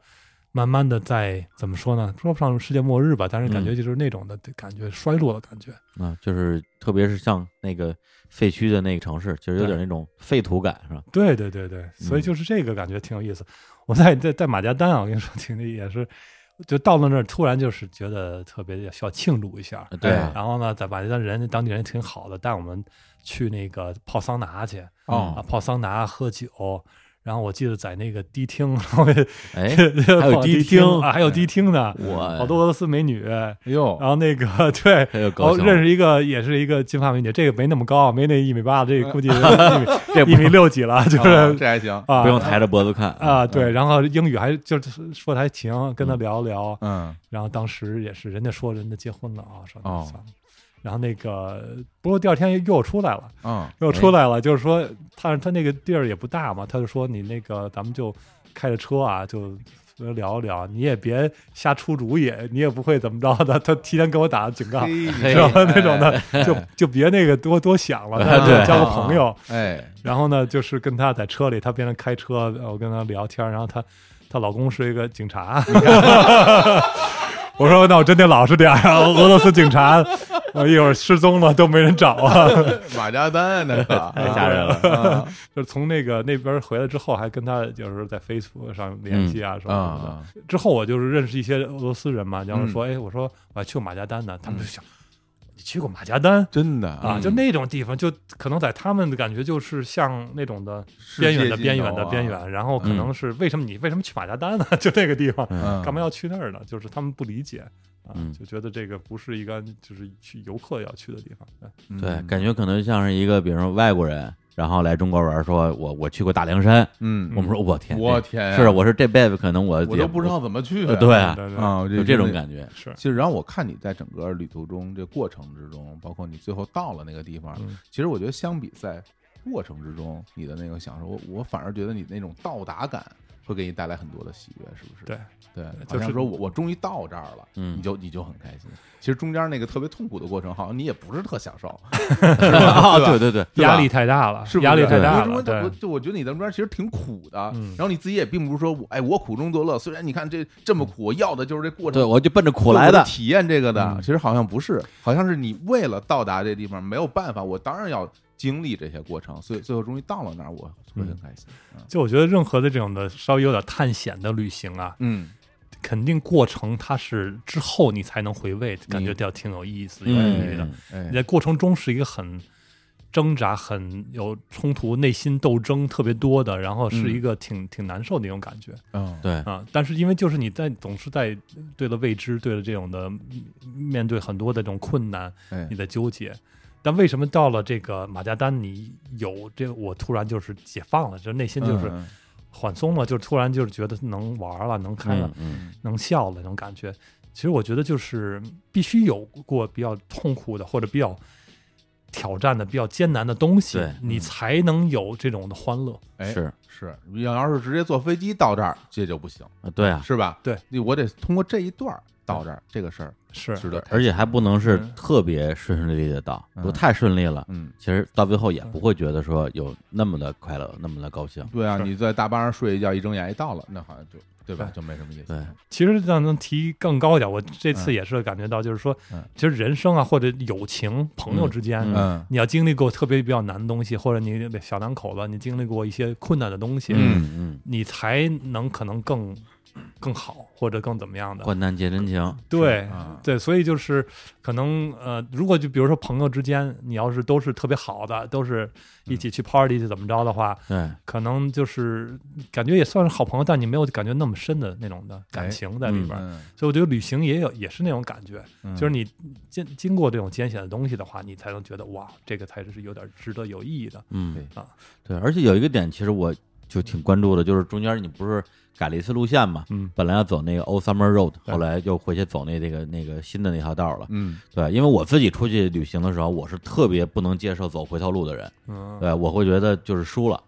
[SPEAKER 3] 慢慢的在怎么说呢，说不上世界末日吧，但是感觉就是那种的、感觉衰落的感觉，
[SPEAKER 2] 啊，就是特别是像那个废墟的那个城市，其实有点那种废土感，是吧？
[SPEAKER 3] 对对对对，所以就是这个感觉挺有意思。我在在在马加丹啊，我跟你说，挺也是，就到了那儿，突然就是觉得特别需要庆祝一下。
[SPEAKER 2] 对啊，
[SPEAKER 3] 嗯然后呢，在马加丹人当地人挺好的，带我们去那个泡桑拿去啊，
[SPEAKER 1] 哦，
[SPEAKER 3] 泡桑拿喝酒。然后我记得在那个迪厅，然后，
[SPEAKER 2] 哎
[SPEAKER 3] 还
[SPEAKER 2] 还有迪
[SPEAKER 3] 迪
[SPEAKER 2] 厅 哎
[SPEAKER 3] 啊，还有迪厅呢，
[SPEAKER 2] 我
[SPEAKER 3] 好多俄罗斯美女。然
[SPEAKER 1] 哎呦，
[SPEAKER 3] 后那个 对，
[SPEAKER 2] 哎呦
[SPEAKER 3] 然
[SPEAKER 2] 高
[SPEAKER 3] 后
[SPEAKER 2] 兴了，
[SPEAKER 3] 认识一个也是一个金发美女，这个没那么高，没那一米 八，这个估计一米一米六几了，就
[SPEAKER 1] 啊
[SPEAKER 3] 是
[SPEAKER 1] 这还行，
[SPEAKER 3] 啊，
[SPEAKER 2] 哦不用嗯抬着脖子看
[SPEAKER 3] 啊，对，然后英语还就是说的还行，跟他聊聊，
[SPEAKER 1] 嗯，
[SPEAKER 3] 然后当时也是人家说人家结婚了啊，说那
[SPEAKER 1] 哦
[SPEAKER 3] 算了，然后那个不过第二天又又出来了，
[SPEAKER 1] 啊，
[SPEAKER 3] 又出来了，就是说，但是他那个地儿也不大嘛，他就说你那个咱们就开着车啊，就聊一聊，你也别瞎出主意，你也不会怎么着的。他提前给我打警告，
[SPEAKER 1] 哎嘿
[SPEAKER 3] 是
[SPEAKER 2] 嘿
[SPEAKER 3] 吧？那种的，就就别那个多多想了，大家就交个朋友。
[SPEAKER 1] 哎，
[SPEAKER 3] 然后呢，就是跟他在车里，他边上开车，呃我跟他聊天，然后他她老公是一个警察， 我说那我真得老实点儿啊，俄罗斯警察，我一会儿失踪了都没人找啊。
[SPEAKER 1] 马家丹那个
[SPEAKER 2] 太吓人了
[SPEAKER 1] 了
[SPEAKER 3] 就是从那个那边回来之后，还跟他就是在 Facebook 上联系啊什
[SPEAKER 1] 啊
[SPEAKER 3] 么的。
[SPEAKER 1] 啊！
[SPEAKER 3] 之后我就是认识一些俄罗斯人嘛，然后
[SPEAKER 1] 嗯
[SPEAKER 3] 说，哎，我说我还去过马加丹呢，他们就想，你去过马加丹？
[SPEAKER 1] 真的
[SPEAKER 3] 啊，
[SPEAKER 2] 嗯
[SPEAKER 3] 就那种地方，就可能在他们的感觉就是像那种的
[SPEAKER 1] 啊
[SPEAKER 3] 边缘的边缘的边，缘，然后可能是为什么你为什么去马加丹呢？ 就那个地方，
[SPEAKER 1] 嗯
[SPEAKER 3] 干嘛要去那儿呢？就是他们不理解啊
[SPEAKER 2] 嗯，
[SPEAKER 3] 就觉得这个不是一个就是去游客要去的地方。对
[SPEAKER 1] 嗯
[SPEAKER 2] 对，感觉可能像是一个，比如说外国人，然后来中国玩，说我我去过大凉山，
[SPEAKER 1] 嗯，
[SPEAKER 2] 我们说我天，
[SPEAKER 1] 我
[SPEAKER 2] 这
[SPEAKER 1] 天呀，
[SPEAKER 2] 是啊我是这辈子可能我
[SPEAKER 1] 我都不知道怎么去
[SPEAKER 2] 呃，对啊，
[SPEAKER 3] 嗯对对
[SPEAKER 1] 啊，
[SPEAKER 2] 有这种感觉，
[SPEAKER 3] 是
[SPEAKER 1] 其实，然后我看你在整个旅途中这过程之中，包括你最后到了那个地方，
[SPEAKER 3] 嗯
[SPEAKER 1] 其实我觉得相比在过程之中，你的那个享受，我我反而觉得你那种到达感会给你带来很多的喜悦，是不是？
[SPEAKER 3] 对
[SPEAKER 1] 对，
[SPEAKER 3] 就
[SPEAKER 1] 好像
[SPEAKER 3] 是
[SPEAKER 1] 说我我终于到这儿了，
[SPEAKER 2] 嗯
[SPEAKER 1] 你就你就很开心。其实中间那个特别痛苦的过程，好像你也不是特享受， 是吧
[SPEAKER 2] 对对对，
[SPEAKER 1] 对吧
[SPEAKER 3] 压力太大了，
[SPEAKER 1] 是不是
[SPEAKER 3] 啊压力太大
[SPEAKER 1] 因为
[SPEAKER 3] 了，
[SPEAKER 1] 中间
[SPEAKER 3] 对
[SPEAKER 1] 我就我觉得你在中间其实挺苦的，
[SPEAKER 3] 嗯
[SPEAKER 1] 然后你自己也并不是说我哎我苦中作乐，虽然你看这这么苦，我要的就是这过程
[SPEAKER 2] 对，我就奔着苦
[SPEAKER 1] 我
[SPEAKER 2] 来的，
[SPEAKER 1] 体验这个的，
[SPEAKER 3] 嗯
[SPEAKER 1] 其实好像不是，好像是你为了到达这地方没有办法，我当然要经历这些过程，所以最后终于到了那儿，我会
[SPEAKER 3] 嗯
[SPEAKER 1] 很开心。
[SPEAKER 3] 就我觉得任何的这种的稍微有点探险的旅行啊，
[SPEAKER 1] 嗯，
[SPEAKER 3] 肯定过程它是之后你才能回味，感觉到挺有意思、有意义的
[SPEAKER 2] 嗯。
[SPEAKER 1] 哎
[SPEAKER 3] 你，在过程中是一个很挣扎、很有冲突、内心斗争特别多的，然后是一个挺、挺难受的一种感觉
[SPEAKER 1] 嗯，
[SPEAKER 2] 对，
[SPEAKER 3] 啊。但是因为就是你在总是在对了未知、对了这种的面对很多的这种困难，
[SPEAKER 1] 哎
[SPEAKER 3] 你，的纠结。但为什么到了这个马加丹，你有这我突然就是解放了，就是内心就是
[SPEAKER 1] 嗯
[SPEAKER 3] 缓松了，就是突然就是觉得能玩了，能开了，
[SPEAKER 2] 嗯，
[SPEAKER 3] 能笑了那种感觉。其实我觉得就是必须有过比较痛苦的或者比较挑战的、比较艰难的东西
[SPEAKER 2] 对，
[SPEAKER 3] 你才能有这种的欢乐。
[SPEAKER 1] 哎
[SPEAKER 2] 是，
[SPEAKER 1] 是，你要是直接坐飞机到这儿，这就不行，
[SPEAKER 2] 呃对啊，
[SPEAKER 1] 是吧？
[SPEAKER 3] 对，
[SPEAKER 1] 我得通过这一段儿到这儿，这个事儿
[SPEAKER 3] 是
[SPEAKER 1] 值得开心，
[SPEAKER 2] 而且还不能是
[SPEAKER 3] 嗯
[SPEAKER 2] 特别顺顺利利的到，
[SPEAKER 1] 嗯
[SPEAKER 2] 如果太顺利了，
[SPEAKER 1] 嗯。
[SPEAKER 2] 其实到最后也不会觉得说有那么的快乐，那么的高兴，
[SPEAKER 1] 对啊，
[SPEAKER 3] 是
[SPEAKER 1] 你在大巴上睡一觉，一睁眼一哎到了，那好像就对吧，
[SPEAKER 3] 对
[SPEAKER 1] 就没什么意思。
[SPEAKER 2] 对
[SPEAKER 3] 其实让能提更高一点，我这
[SPEAKER 1] 嗯
[SPEAKER 3] 次也是感觉到，就是说
[SPEAKER 1] 嗯，
[SPEAKER 3] 其实人生啊，或者友情、朋友
[SPEAKER 2] 嗯
[SPEAKER 3] 之间，
[SPEAKER 2] 嗯
[SPEAKER 1] 嗯
[SPEAKER 3] 你要经历过特别比较难的东西，或者你小两口子，你经历过一些困难的东西，
[SPEAKER 1] 嗯
[SPEAKER 2] 嗯，
[SPEAKER 3] 你才能可能更更好，或者更怎么
[SPEAKER 1] 嗯
[SPEAKER 3] 样的。
[SPEAKER 2] 患难见真情，
[SPEAKER 3] 对
[SPEAKER 1] 啊
[SPEAKER 3] 对，所以就是可能呃，如果就比如说朋友之间，你要是都是特别好的，都是一起去 party 去怎么着的话，
[SPEAKER 2] 对，
[SPEAKER 3] 可能就是感觉也算是好朋友，但你没有感觉那么深的那种的感情在里边儿。
[SPEAKER 1] 嗯，
[SPEAKER 3] 所以我觉得旅行也有也是那种感觉，
[SPEAKER 1] 嗯
[SPEAKER 3] 就是你经经过这种艰险的东西的话，你才能觉得哇，这个才是有点值得有意义的。
[SPEAKER 2] 嗯
[SPEAKER 1] 对
[SPEAKER 3] 啊，
[SPEAKER 2] 对，而且有一个点，其实我就挺关注的，就是中间你不是改了一次路线嘛，
[SPEAKER 3] 嗯
[SPEAKER 2] 本来要走那个 Old Summer Road，
[SPEAKER 3] 对
[SPEAKER 2] 后来又回去走那那个那个新的那条道了。
[SPEAKER 1] 嗯
[SPEAKER 2] 对，因为我自己出去旅行的时候，我是特别不能接受走回头路的人，
[SPEAKER 3] 嗯，
[SPEAKER 2] 对我会觉得就是输了，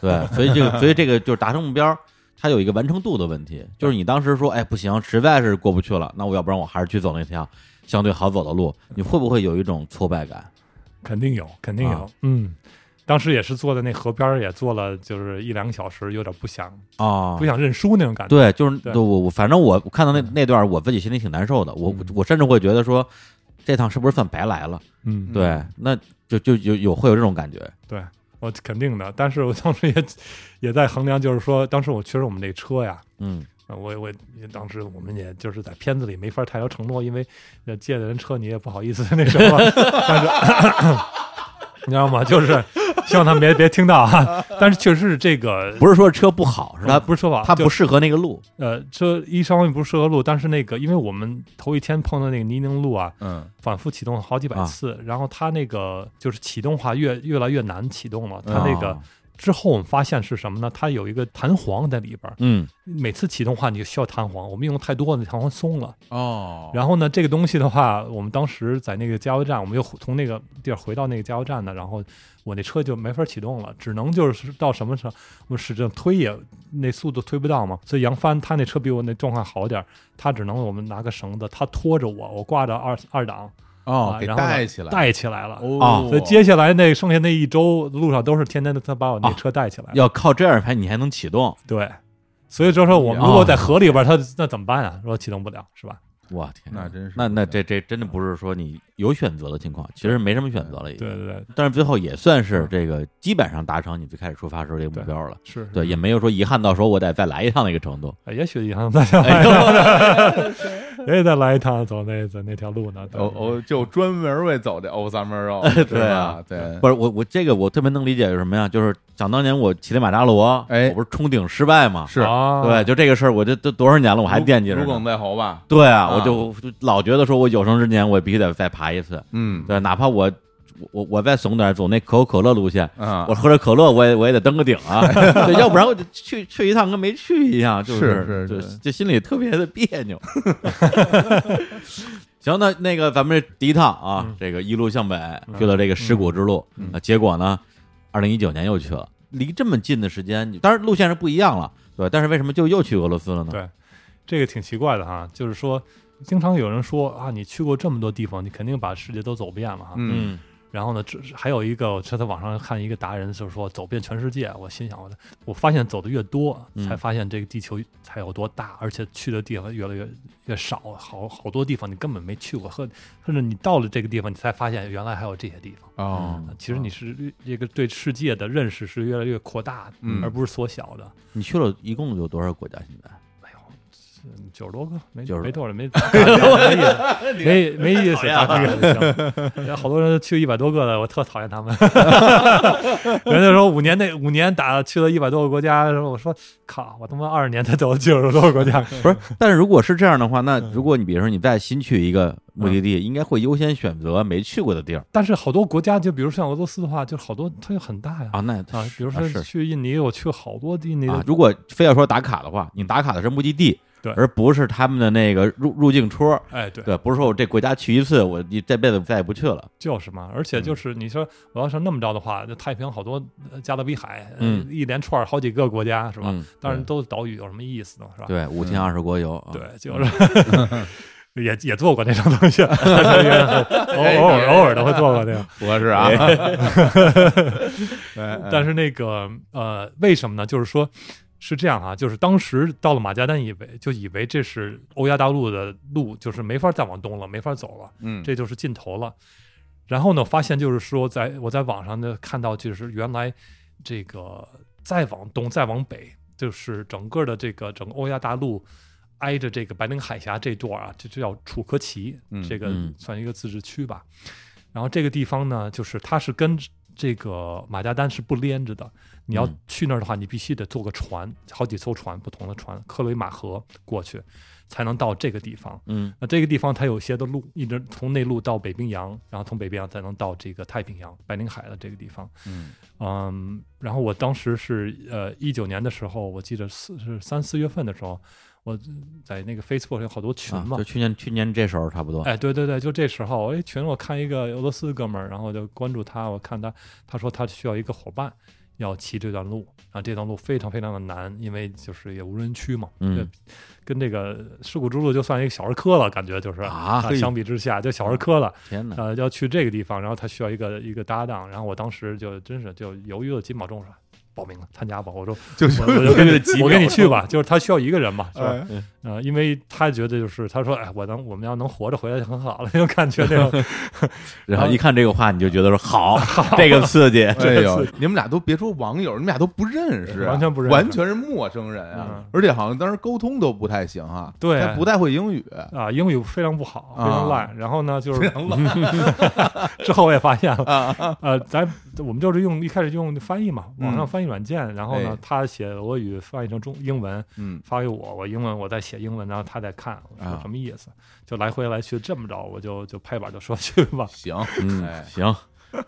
[SPEAKER 2] 对，所以这个所以这个就是达成目标，它有一个完成度的问题，就是你当时说，哎，不行，实在是过不去了，那我要不然我还是去走那条相对好走的路，你会不会有一种挫败感？
[SPEAKER 3] 肯定有，肯定有。
[SPEAKER 2] 啊
[SPEAKER 3] 嗯，当时也是坐在那河边儿，也坐了就是一两个小时，有点不想
[SPEAKER 2] 啊
[SPEAKER 3] 不想认输那种感觉。
[SPEAKER 2] 对，就是
[SPEAKER 3] 对
[SPEAKER 2] 我我反正我我看到那那段儿，我自己心里挺难受的，我
[SPEAKER 3] 嗯
[SPEAKER 2] 我甚至会觉得说，这趟是不是算白来了？
[SPEAKER 3] 嗯，
[SPEAKER 2] 对，那就就有有会有这种感觉，
[SPEAKER 3] 对我肯定的。但是我当时也也在衡量，就是说，当时我确实我们这车呀。
[SPEAKER 2] 嗯
[SPEAKER 3] 呃我我当时我们也就是在片子里没法太多承诺，因为呃借的人车你也不好意思 那什么，但是你知道吗？就是希望他们别别听到啊。但是确实是这个
[SPEAKER 2] 不是说车不好，是它
[SPEAKER 3] 不是车吧？
[SPEAKER 2] 它
[SPEAKER 3] 嗯就
[SPEAKER 2] 不适合那个路，
[SPEAKER 3] 呃，这一方面不是适合路，但是那个，因为我们头一天碰到那个泥泞路啊，
[SPEAKER 1] 嗯
[SPEAKER 3] 反复启动了好几百
[SPEAKER 2] 啊
[SPEAKER 3] 次，然后它那个就是启动化越越来越难启动了，它那个
[SPEAKER 2] 啊
[SPEAKER 3] 之后我们发现是什么呢？它有一个弹簧在里边儿，
[SPEAKER 2] 嗯
[SPEAKER 3] 每次启动的话你就需要弹簧，我们用太多了，弹簧松了。
[SPEAKER 1] 哦，
[SPEAKER 3] 然后呢，这个东西的话，我们当时在那个加油站，我们又从那个地儿回到那个加油站呢，然后我那车就没法启动了，只能就是到什么时候我使劲推也那速度推不到嘛。所以杨帆他那车比我那状况好点儿，他只能我们拿个绳子，他拖着我，我挂着二二档
[SPEAKER 1] 哦
[SPEAKER 3] 啊，
[SPEAKER 1] 给
[SPEAKER 3] 然后呢
[SPEAKER 1] 带起来，
[SPEAKER 3] 带起来了。啊
[SPEAKER 1] 哦，
[SPEAKER 3] 所以接下来那剩下那一周路上都是天天的他把我
[SPEAKER 1] 啊
[SPEAKER 3] 那车带起来了。
[SPEAKER 2] 要靠这样牌你还能启动，
[SPEAKER 3] 对，所以就说我们如
[SPEAKER 1] 哦
[SPEAKER 3] 果在河里边儿，他那怎么办啊？说启动不了是吧？
[SPEAKER 2] 我天哪，
[SPEAKER 1] 那真是
[SPEAKER 2] 那那
[SPEAKER 1] 不行
[SPEAKER 2] 这这真的不是说你有选择的情况，其实没什么选择了已经。
[SPEAKER 3] 对对对，
[SPEAKER 2] 但是最后也算是这个基本上达成你最开始出发时候这个目
[SPEAKER 3] 对嗯
[SPEAKER 2] 标了，
[SPEAKER 3] 是
[SPEAKER 2] 对，也没有说遗憾到说我得再来一趟那个程 度。
[SPEAKER 3] 哎也许以后再 来，也许再来一趟走那走那条路呢。对
[SPEAKER 1] 哦哦，就专门为走这欧三门 肉，是
[SPEAKER 2] 对
[SPEAKER 1] 吧
[SPEAKER 2] 啊？
[SPEAKER 1] 对，
[SPEAKER 2] 不是我我这个我特别能理解是什么呀？就是想当年我骑那马扎罗，
[SPEAKER 1] 哎
[SPEAKER 2] 我不是冲顶失败嘛，
[SPEAKER 1] 是
[SPEAKER 3] 啊，
[SPEAKER 2] 对，就这个事儿，我这都多少年了，我还惦记着
[SPEAKER 1] 如
[SPEAKER 2] 呢。
[SPEAKER 1] 鲠在喉吧？
[SPEAKER 2] 对啊，
[SPEAKER 1] 啊
[SPEAKER 2] 我就我就老觉得说，我有生之年我必须得再爬一次。
[SPEAKER 1] 嗯，
[SPEAKER 2] 对，哪怕我我我我再怂点儿，走那可口可乐路线，
[SPEAKER 1] 啊
[SPEAKER 2] 我，喝着可乐，我也我也得登个顶啊，对，要不然我就去去一趟跟没去一样，就是
[SPEAKER 1] 是
[SPEAKER 2] 就是就心里特别的别扭。行，那那个咱们这第一趟啊，
[SPEAKER 3] 嗯
[SPEAKER 2] 这个一路向北去了这个石鼓之路，啊结果呢，二零一九年又去了，离这么近的时间，当然路线是不一样了，对，但是为什么就又去俄罗斯了呢？
[SPEAKER 3] 对这个挺奇怪的哈，就是说，经常有人说啊，你去过这么多地方，你肯定把世界都走遍了哈。
[SPEAKER 1] 嗯，
[SPEAKER 2] 嗯，
[SPEAKER 3] 然后呢，这还有一个，我在网上看一个达人，就是说走遍全世界。我心想，我我发现走的越多，
[SPEAKER 2] 嗯
[SPEAKER 3] 才发现这个地球才有多大，而且去的地方越来越越少，好好多地方你根本没去过，和甚至你到了这个地方，你才发现原来还有这些地方。
[SPEAKER 2] 嗯
[SPEAKER 1] 哦，
[SPEAKER 3] 其实你是这个对世界的认识是越来越扩大的，
[SPEAKER 1] 嗯
[SPEAKER 3] 而不是缩小的。
[SPEAKER 2] 你去了一共有多少国家？现在
[SPEAKER 3] 九十多个，没
[SPEAKER 2] 90
[SPEAKER 3] 没多少，没没意思，没没意思，打这个行。然后好多人都去一百多个的，我特讨厌他们。 人家说五年内五年打去了一百多个国家，然后我说靠，我他妈二十年才走了九十多个国家。
[SPEAKER 2] 不是，但是如果是这样的话，那如果你比如说你再新去一个目的地，应该会优先选择没去过的地儿
[SPEAKER 3] 但是好多国家，就比如像俄罗斯的话，就好多它就很大呀
[SPEAKER 2] 啊。那
[SPEAKER 3] 啊，比如
[SPEAKER 2] 啊
[SPEAKER 3] 说
[SPEAKER 2] 是
[SPEAKER 3] 去印尼，我去好多印尼的
[SPEAKER 2] 啊，如果非要说打卡的话，你打卡的是目的地，
[SPEAKER 3] 对
[SPEAKER 2] 而不是他们的那个入入境戳，
[SPEAKER 3] 哎，对，
[SPEAKER 2] 对，不是说我这国家去一次，我你这辈子再也不去了，
[SPEAKER 3] 就是嘛，而
[SPEAKER 2] 嗯
[SPEAKER 3] 且就是你说我要是那么着的话，那太平洋好多呃加勒比海，呃
[SPEAKER 2] 嗯
[SPEAKER 3] 一连串好几个国家是吧？
[SPEAKER 2] 嗯
[SPEAKER 3] 当然
[SPEAKER 2] 对
[SPEAKER 3] 都是岛屿，有什么意思呢？是吧？嗯
[SPEAKER 2] 对，五天二十国游，啊，
[SPEAKER 3] 对，就是 也也做过那种东西，偶偶尔偶尔都会做过那个。
[SPEAKER 1] 不合适啊。
[SPEAKER 3] 但
[SPEAKER 1] 是
[SPEAKER 3] 是那个呃，为什么呢？就是说。是这样啊，就是当时到了马加丹，以为就以为这是欧亚大陆的路，就是没法再往东了，没法走了。
[SPEAKER 1] 嗯，
[SPEAKER 3] 这就是尽头了。然后呢，发现就是说，在我在网上呢看到，就是原来这个再往东、再往北，就是整个的这个整个欧亚大陆挨着这个白令海峡这段啊，这就叫楚科奇
[SPEAKER 1] 嗯，
[SPEAKER 3] 这个
[SPEAKER 2] 嗯
[SPEAKER 3] 算一个自治区吧。然后这个地方呢，就是它是跟这个马加丹是不连着的。你要
[SPEAKER 2] 嗯
[SPEAKER 3] 去那儿的话，你必须得坐个船，好几艘船，不同的船，克雷马河过去，才能到这个地方。
[SPEAKER 2] 嗯
[SPEAKER 3] 那这个地方它有些的路，一直从内陆到北冰洋，然后从北冰洋才能到这个太平洋、白令海的这个地方。
[SPEAKER 1] 嗯
[SPEAKER 3] 嗯，然后我当时是呃一九年的时候，我记得四是三四月份的时候，我在那个 Facebook 上有好多群
[SPEAKER 2] 啊，
[SPEAKER 3] 嘛
[SPEAKER 2] 就。去年去年这时候差不多，
[SPEAKER 3] 哎，对对对，就这时候，哎，群我看一个俄罗斯哥们儿，然后我就关注他，我看他，他说他需要一个伙伴，要骑这段路，然后这段路非常非常的难，因为就是也无人区嘛，
[SPEAKER 2] 嗯
[SPEAKER 3] 这跟这个事故之路就算一个小儿科了，感觉就是
[SPEAKER 2] 啊嘿
[SPEAKER 3] 相比之下就小儿科了，
[SPEAKER 2] 天
[SPEAKER 1] 嗯
[SPEAKER 2] 哪，
[SPEAKER 3] 呃，要去这个地方，然后他需要一个一个搭档，然后我当时就真是就犹豫了几秒钟，说报名了，参加吧，我说
[SPEAKER 1] 就
[SPEAKER 3] 我我就跟 你我跟你去吧，就是他需要一个人嘛，是吧？
[SPEAKER 1] 哎
[SPEAKER 3] 呃，因为他觉得就是他说，哎，我能我们要能活着回来就很好了，那种感觉 那种
[SPEAKER 2] 然后一看这个话，你就觉
[SPEAKER 3] 嗯
[SPEAKER 2] 得说好， 这个刺激，
[SPEAKER 1] 哎呦，你们俩都别说网友，你们俩都不认识啊，
[SPEAKER 3] 完全不认识
[SPEAKER 1] 完全是陌生人啊
[SPEAKER 3] 嗯！
[SPEAKER 1] 而且好像当时沟通都不太行啊，
[SPEAKER 3] 对
[SPEAKER 1] 他不太会英语，
[SPEAKER 3] 啊、英语非常不好，非常烂。然后呢，就是
[SPEAKER 1] 啊非常烂 啊
[SPEAKER 3] 之后我也发现了，呃，咱我们就是用一开始用翻译嘛，网上
[SPEAKER 1] 嗯
[SPEAKER 3] 翻译软件，然后呢
[SPEAKER 1] 哎，
[SPEAKER 3] 他写俄语翻译成中英文，
[SPEAKER 1] 嗯
[SPEAKER 3] 发给我，我英文我在写英文，然后他在看，我
[SPEAKER 1] 啊
[SPEAKER 3] 说什么意思？就来回来去这么着，我就就拍板就说去吧。，
[SPEAKER 1] 行，
[SPEAKER 2] 嗯，
[SPEAKER 1] 哎
[SPEAKER 2] 行，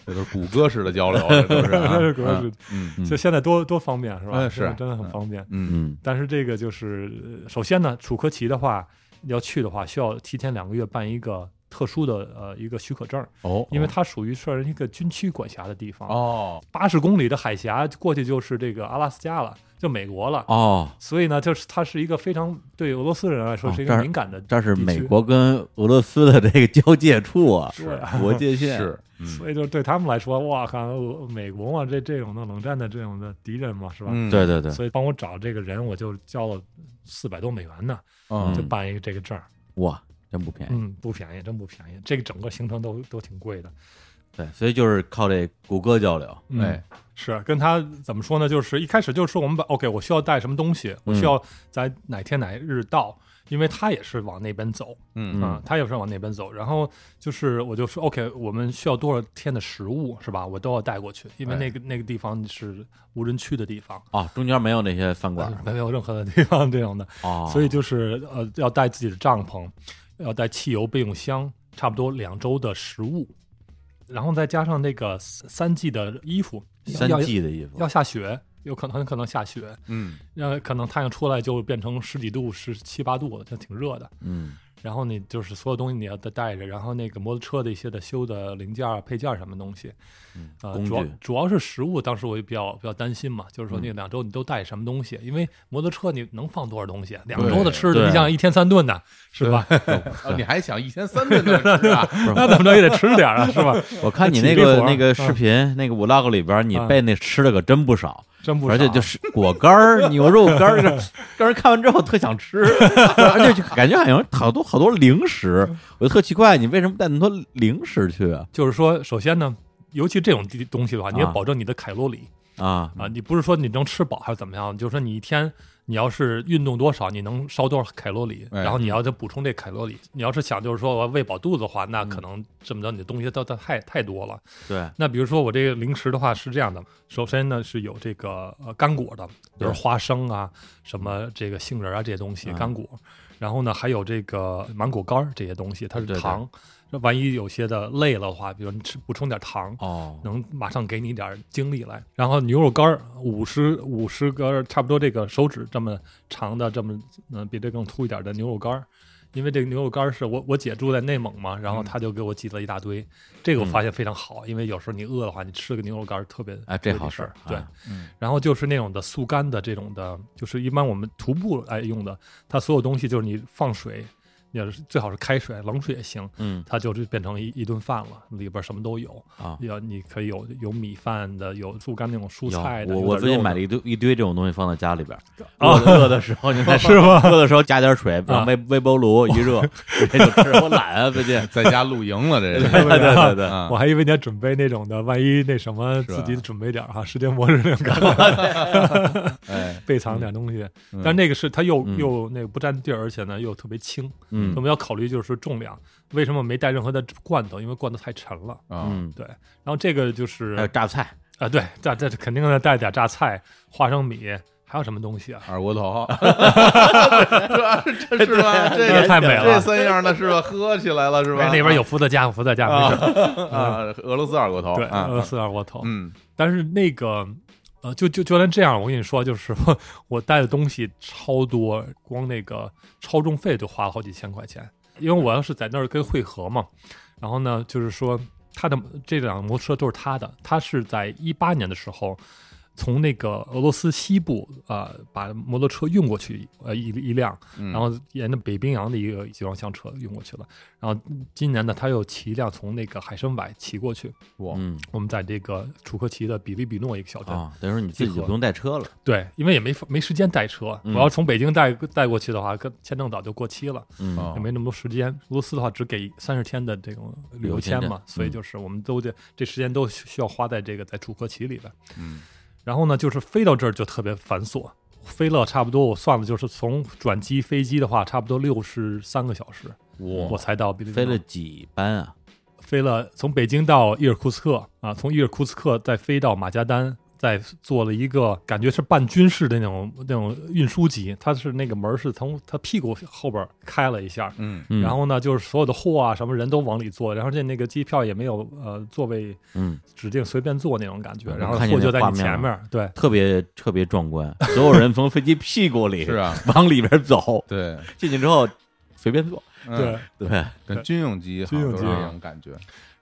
[SPEAKER 1] 这都是谷歌式的交流，这都是啊
[SPEAKER 3] 是 主要是，
[SPEAKER 2] 嗯嗯
[SPEAKER 3] 就现在多多方便是吧？
[SPEAKER 1] 哎是
[SPEAKER 3] 现在真的很方便。
[SPEAKER 1] 嗯
[SPEAKER 2] 嗯
[SPEAKER 3] 但是这个就是，呃首先呢，楚科奇的话要去的话，需要提前两个月办一个特殊的呃一个许可证，
[SPEAKER 1] 哦，
[SPEAKER 3] 因为它属于是一个军区管辖的地方，
[SPEAKER 1] 哦
[SPEAKER 3] 八十公里的海峡过去就是这个阿拉斯加了，就美国了。
[SPEAKER 2] 哦，
[SPEAKER 3] 所以呢，就是它是一个非常对俄罗斯人来说
[SPEAKER 2] 哦
[SPEAKER 3] 是一
[SPEAKER 2] 这
[SPEAKER 3] 个
[SPEAKER 2] 儿
[SPEAKER 3] 敏感的，
[SPEAKER 2] 这是
[SPEAKER 3] 地区
[SPEAKER 2] 美国跟俄罗斯的这个交界处啊，
[SPEAKER 3] 对啊
[SPEAKER 2] 国界线
[SPEAKER 1] 是，
[SPEAKER 2] 嗯
[SPEAKER 3] 所以就是对他们来说，哇，看俄美国嘛，这这种的冷战的这种的敌人嘛，是吧？
[SPEAKER 1] 嗯
[SPEAKER 2] 对对对，
[SPEAKER 3] 所以帮我找这个人，我就交了四百多美元呢，
[SPEAKER 1] 嗯哎
[SPEAKER 3] 就办一个这个证儿。
[SPEAKER 2] 哇，真不便宜。
[SPEAKER 3] 嗯，不便宜，真不便宜。这个整个行程都都挺贵的。
[SPEAKER 2] 对，所以就是靠这谷歌交流，
[SPEAKER 3] 嗯、
[SPEAKER 1] 哎，
[SPEAKER 3] 是跟他怎么说呢？就是一开始就是说我们把 OK，我需要带什么东西，
[SPEAKER 2] 嗯
[SPEAKER 3] 我需要在哪天哪日到，因为他也是往那边走
[SPEAKER 1] 嗯
[SPEAKER 3] 啊、他也是往那边走。然后就是我就说 OK，我们需要多少天的食物是吧？我都要带过去，因为
[SPEAKER 1] 哎
[SPEAKER 3] 那个、那个地方是无人区的地方，
[SPEAKER 2] 哦，中间没有那些饭馆儿
[SPEAKER 3] 没有任何的地方这种的。
[SPEAKER 2] 啊哦，
[SPEAKER 3] 哎所以就是呃，要带自己的帐篷，要带汽油备用箱，差不多两周的食物，然后再加上那个三三季的衣服，要
[SPEAKER 2] 三
[SPEAKER 3] 要
[SPEAKER 2] 季的衣服
[SPEAKER 3] 要下雪，有可能很可能下雪，
[SPEAKER 1] 嗯
[SPEAKER 3] 让可能太阳出来就变成十几度、十七八度了，就挺热的。
[SPEAKER 2] 嗯
[SPEAKER 3] 然后你就是所有东西你要带带着，然后那个摩托车的一些的修的零件、啊、配件儿什么东西，啊、
[SPEAKER 2] 嗯工
[SPEAKER 3] 主要
[SPEAKER 2] 具嗯
[SPEAKER 3] 主要是食物，当时我就比较比较担心嘛，就是说那两周你都带什么东西？因为摩托车你能放多少东西啊？两周的吃
[SPEAKER 2] 对
[SPEAKER 3] 的，你想一天三顿呢，是吧？
[SPEAKER 1] 啊你还想一天三顿呢 是吧？
[SPEAKER 3] 那怎么着也得吃点儿啊，是吧？
[SPEAKER 2] 我看你
[SPEAKER 3] 体
[SPEAKER 2] 那
[SPEAKER 3] 力
[SPEAKER 2] 个
[SPEAKER 3] 活儿
[SPEAKER 2] 那个视频，那个 vlog 里边儿，你
[SPEAKER 3] 嗯
[SPEAKER 2] 备那吃的可真不少，
[SPEAKER 3] 真不少，啊
[SPEAKER 2] 而且就是果干 儿、牛肉干儿，让人看完之后特想吃，而且就感觉好像好多好多零食，
[SPEAKER 3] 嗯
[SPEAKER 2] 我就特奇怪，你为什么带那么多零食去啊？
[SPEAKER 3] 就是说，首先呢，尤其这种地东西的话，你要
[SPEAKER 2] 啊
[SPEAKER 3] 保证你的卡路里
[SPEAKER 2] 啊，
[SPEAKER 3] 啊，你不是说你能吃饱还是怎么样，就是说你一天。你要是运动多少，你能烧多少卡路里，
[SPEAKER 1] 哎
[SPEAKER 3] 然后你要再补充这卡路里。你要是想就是说我要喂饱肚子的话，那
[SPEAKER 2] 嗯
[SPEAKER 3] 可能这么着你的东西都都太太多了。
[SPEAKER 2] 对，
[SPEAKER 3] 那比如说我这个零食的话是这样的，首先呢是有这个呃干果的，比如
[SPEAKER 2] 对
[SPEAKER 3] 花生啊、什么这个杏仁啊这些东西
[SPEAKER 2] 嗯
[SPEAKER 3] 干果，然后呢还有这个芒果干儿这些东西，它是
[SPEAKER 2] 对对
[SPEAKER 3] 糖。那万一有些的累了的话，比如你吃补充点糖，
[SPEAKER 2] 哦，
[SPEAKER 3] 能马上给你点儿精力来。然后牛肉干儿五十五十根儿，差不多这个手指这么长的，这么嗯、比这更粗一点的牛肉干儿。因为这个牛肉干儿是我我姐住在内蒙嘛，然后她就给我寄了一大堆，这个我发现非常好，因为有时候你饿的话，你吃个牛肉干儿特别
[SPEAKER 2] 哎这好事儿
[SPEAKER 3] 儿对
[SPEAKER 2] 啊，
[SPEAKER 1] 嗯
[SPEAKER 3] 然后就是那种的速干的这种的，就是一般我们徒步爱用的，它所有东西就是你放水，你要是最好是开水，冷水也行，
[SPEAKER 2] 嗯
[SPEAKER 3] 它就是变成一一顿饭了，里边什么都有。
[SPEAKER 2] 啊。
[SPEAKER 3] 要你可以有有米饭的，有速干那种蔬
[SPEAKER 2] 有
[SPEAKER 3] 菜的。
[SPEAKER 2] 我
[SPEAKER 3] 有
[SPEAKER 2] 我
[SPEAKER 3] 点
[SPEAKER 2] 最近
[SPEAKER 3] 肉
[SPEAKER 2] 买
[SPEAKER 3] 的
[SPEAKER 2] 了一堆一堆这种东西放在家里边儿，
[SPEAKER 3] 啊
[SPEAKER 2] 饿的饿的时候你再吃吧，饿的时候加点水，往微微波炉一热， 直接就吃。我懒啊，最近。
[SPEAKER 1] 在家露营了，这是
[SPEAKER 2] 对对对，
[SPEAKER 1] 啊
[SPEAKER 3] 我还以为你要准备那种的，万一那什么
[SPEAKER 1] 是
[SPEAKER 3] 自
[SPEAKER 1] 吧
[SPEAKER 3] 己准备点儿哈，世界末日那种感觉，
[SPEAKER 1] 哎
[SPEAKER 3] 备藏点东西。
[SPEAKER 1] 嗯
[SPEAKER 3] 但那个是它又
[SPEAKER 2] 嗯
[SPEAKER 3] 又那个不占地儿，而且呢又特别轻。
[SPEAKER 2] 嗯
[SPEAKER 3] 我们要考虑就是重量，为什么没带任何的罐头？因为罐头太沉了。
[SPEAKER 1] 啊
[SPEAKER 2] 嗯，
[SPEAKER 3] 对，然后这个就是
[SPEAKER 2] 还有榨菜，
[SPEAKER 3] 啊，对，这这肯定的带点榨菜、花生米，还有什么东西啊？
[SPEAKER 1] 二锅 头，这是吧？这
[SPEAKER 3] 这
[SPEAKER 1] 个
[SPEAKER 3] 个太美了
[SPEAKER 1] 这三样呢是吧？喝起来了是吧？
[SPEAKER 3] 哎那边有伏特加，有伏特加，没
[SPEAKER 1] 啊
[SPEAKER 3] 事儿。
[SPEAKER 1] 啊，俄罗斯二锅头
[SPEAKER 3] 对，
[SPEAKER 1] 啊
[SPEAKER 3] 俄，罗斯二锅头。
[SPEAKER 1] 嗯
[SPEAKER 3] 但是那个呃，就就就连这样，我跟你说，就是我带的东西超多，光那个超重费就花了好几千块钱，因为我要是在那儿跟汇合嘛，然后呢，就是说他的这辆摩托车都是他的，他是在一八年的时候。从那个俄罗斯西部啊、呃把摩托车运过去，呃，一一辆，
[SPEAKER 1] 嗯，
[SPEAKER 3] 然后沿着北冰洋的一个集装箱车运过去了。然后今年呢，他又骑一辆从那个海参崴骑过去，
[SPEAKER 1] 我
[SPEAKER 2] 嗯
[SPEAKER 3] 我们在这个楚科奇的比利比诺一个小镇，
[SPEAKER 2] 啊，等于说你自己就不用带车了，
[SPEAKER 3] 对，因为也没法没时间带车，
[SPEAKER 2] 嗯
[SPEAKER 3] 我要从北京带带过去的话，跟签证早就过期了，
[SPEAKER 2] 嗯
[SPEAKER 1] 哦
[SPEAKER 3] 也没那么多时间。俄罗斯的话只给三十天的这种旅游
[SPEAKER 2] 旅游签证嗯
[SPEAKER 3] 嘛，所以就是我们都得这时间都需要花在这个在楚科奇里边。
[SPEAKER 1] 嗯，
[SPEAKER 3] 然后呢，就是飞到这儿就特别繁琐，飞了差不多我算了，就是从转机飞机的话，差不多六十三个小时，我
[SPEAKER 1] 我
[SPEAKER 3] 才到比利比
[SPEAKER 2] 飞
[SPEAKER 3] 诺
[SPEAKER 2] 了几班啊？
[SPEAKER 3] 飞了从北京到伊尔库茨克啊，从伊尔库茨克再飞到马加丹，在做了一个感觉是半军事的那种那种运输机，它是那个门儿是从它屁股后边儿开了一下，
[SPEAKER 4] 嗯
[SPEAKER 2] 嗯
[SPEAKER 3] 然后呢，就是所有的货啊什么人都往里坐，然后这那个机票也没有呃座位
[SPEAKER 2] 嗯，
[SPEAKER 3] 指定，随便坐那种感觉，
[SPEAKER 2] 嗯
[SPEAKER 3] 然后
[SPEAKER 2] 看见
[SPEAKER 3] 货就
[SPEAKER 2] 那
[SPEAKER 3] 在
[SPEAKER 2] 画
[SPEAKER 3] 你
[SPEAKER 2] 面
[SPEAKER 3] 前面儿，对，
[SPEAKER 2] 特别特别壮观，所有人从飞机屁股
[SPEAKER 3] 嗯
[SPEAKER 2] 里
[SPEAKER 4] 是啊，
[SPEAKER 2] 往里边走，
[SPEAKER 4] 对
[SPEAKER 2] 进去之后随便坐，
[SPEAKER 4] 嗯
[SPEAKER 3] 对，
[SPEAKER 2] 对，
[SPEAKER 4] 跟军用机好像都是
[SPEAKER 3] 军用
[SPEAKER 4] 这
[SPEAKER 3] 机
[SPEAKER 4] 种感觉，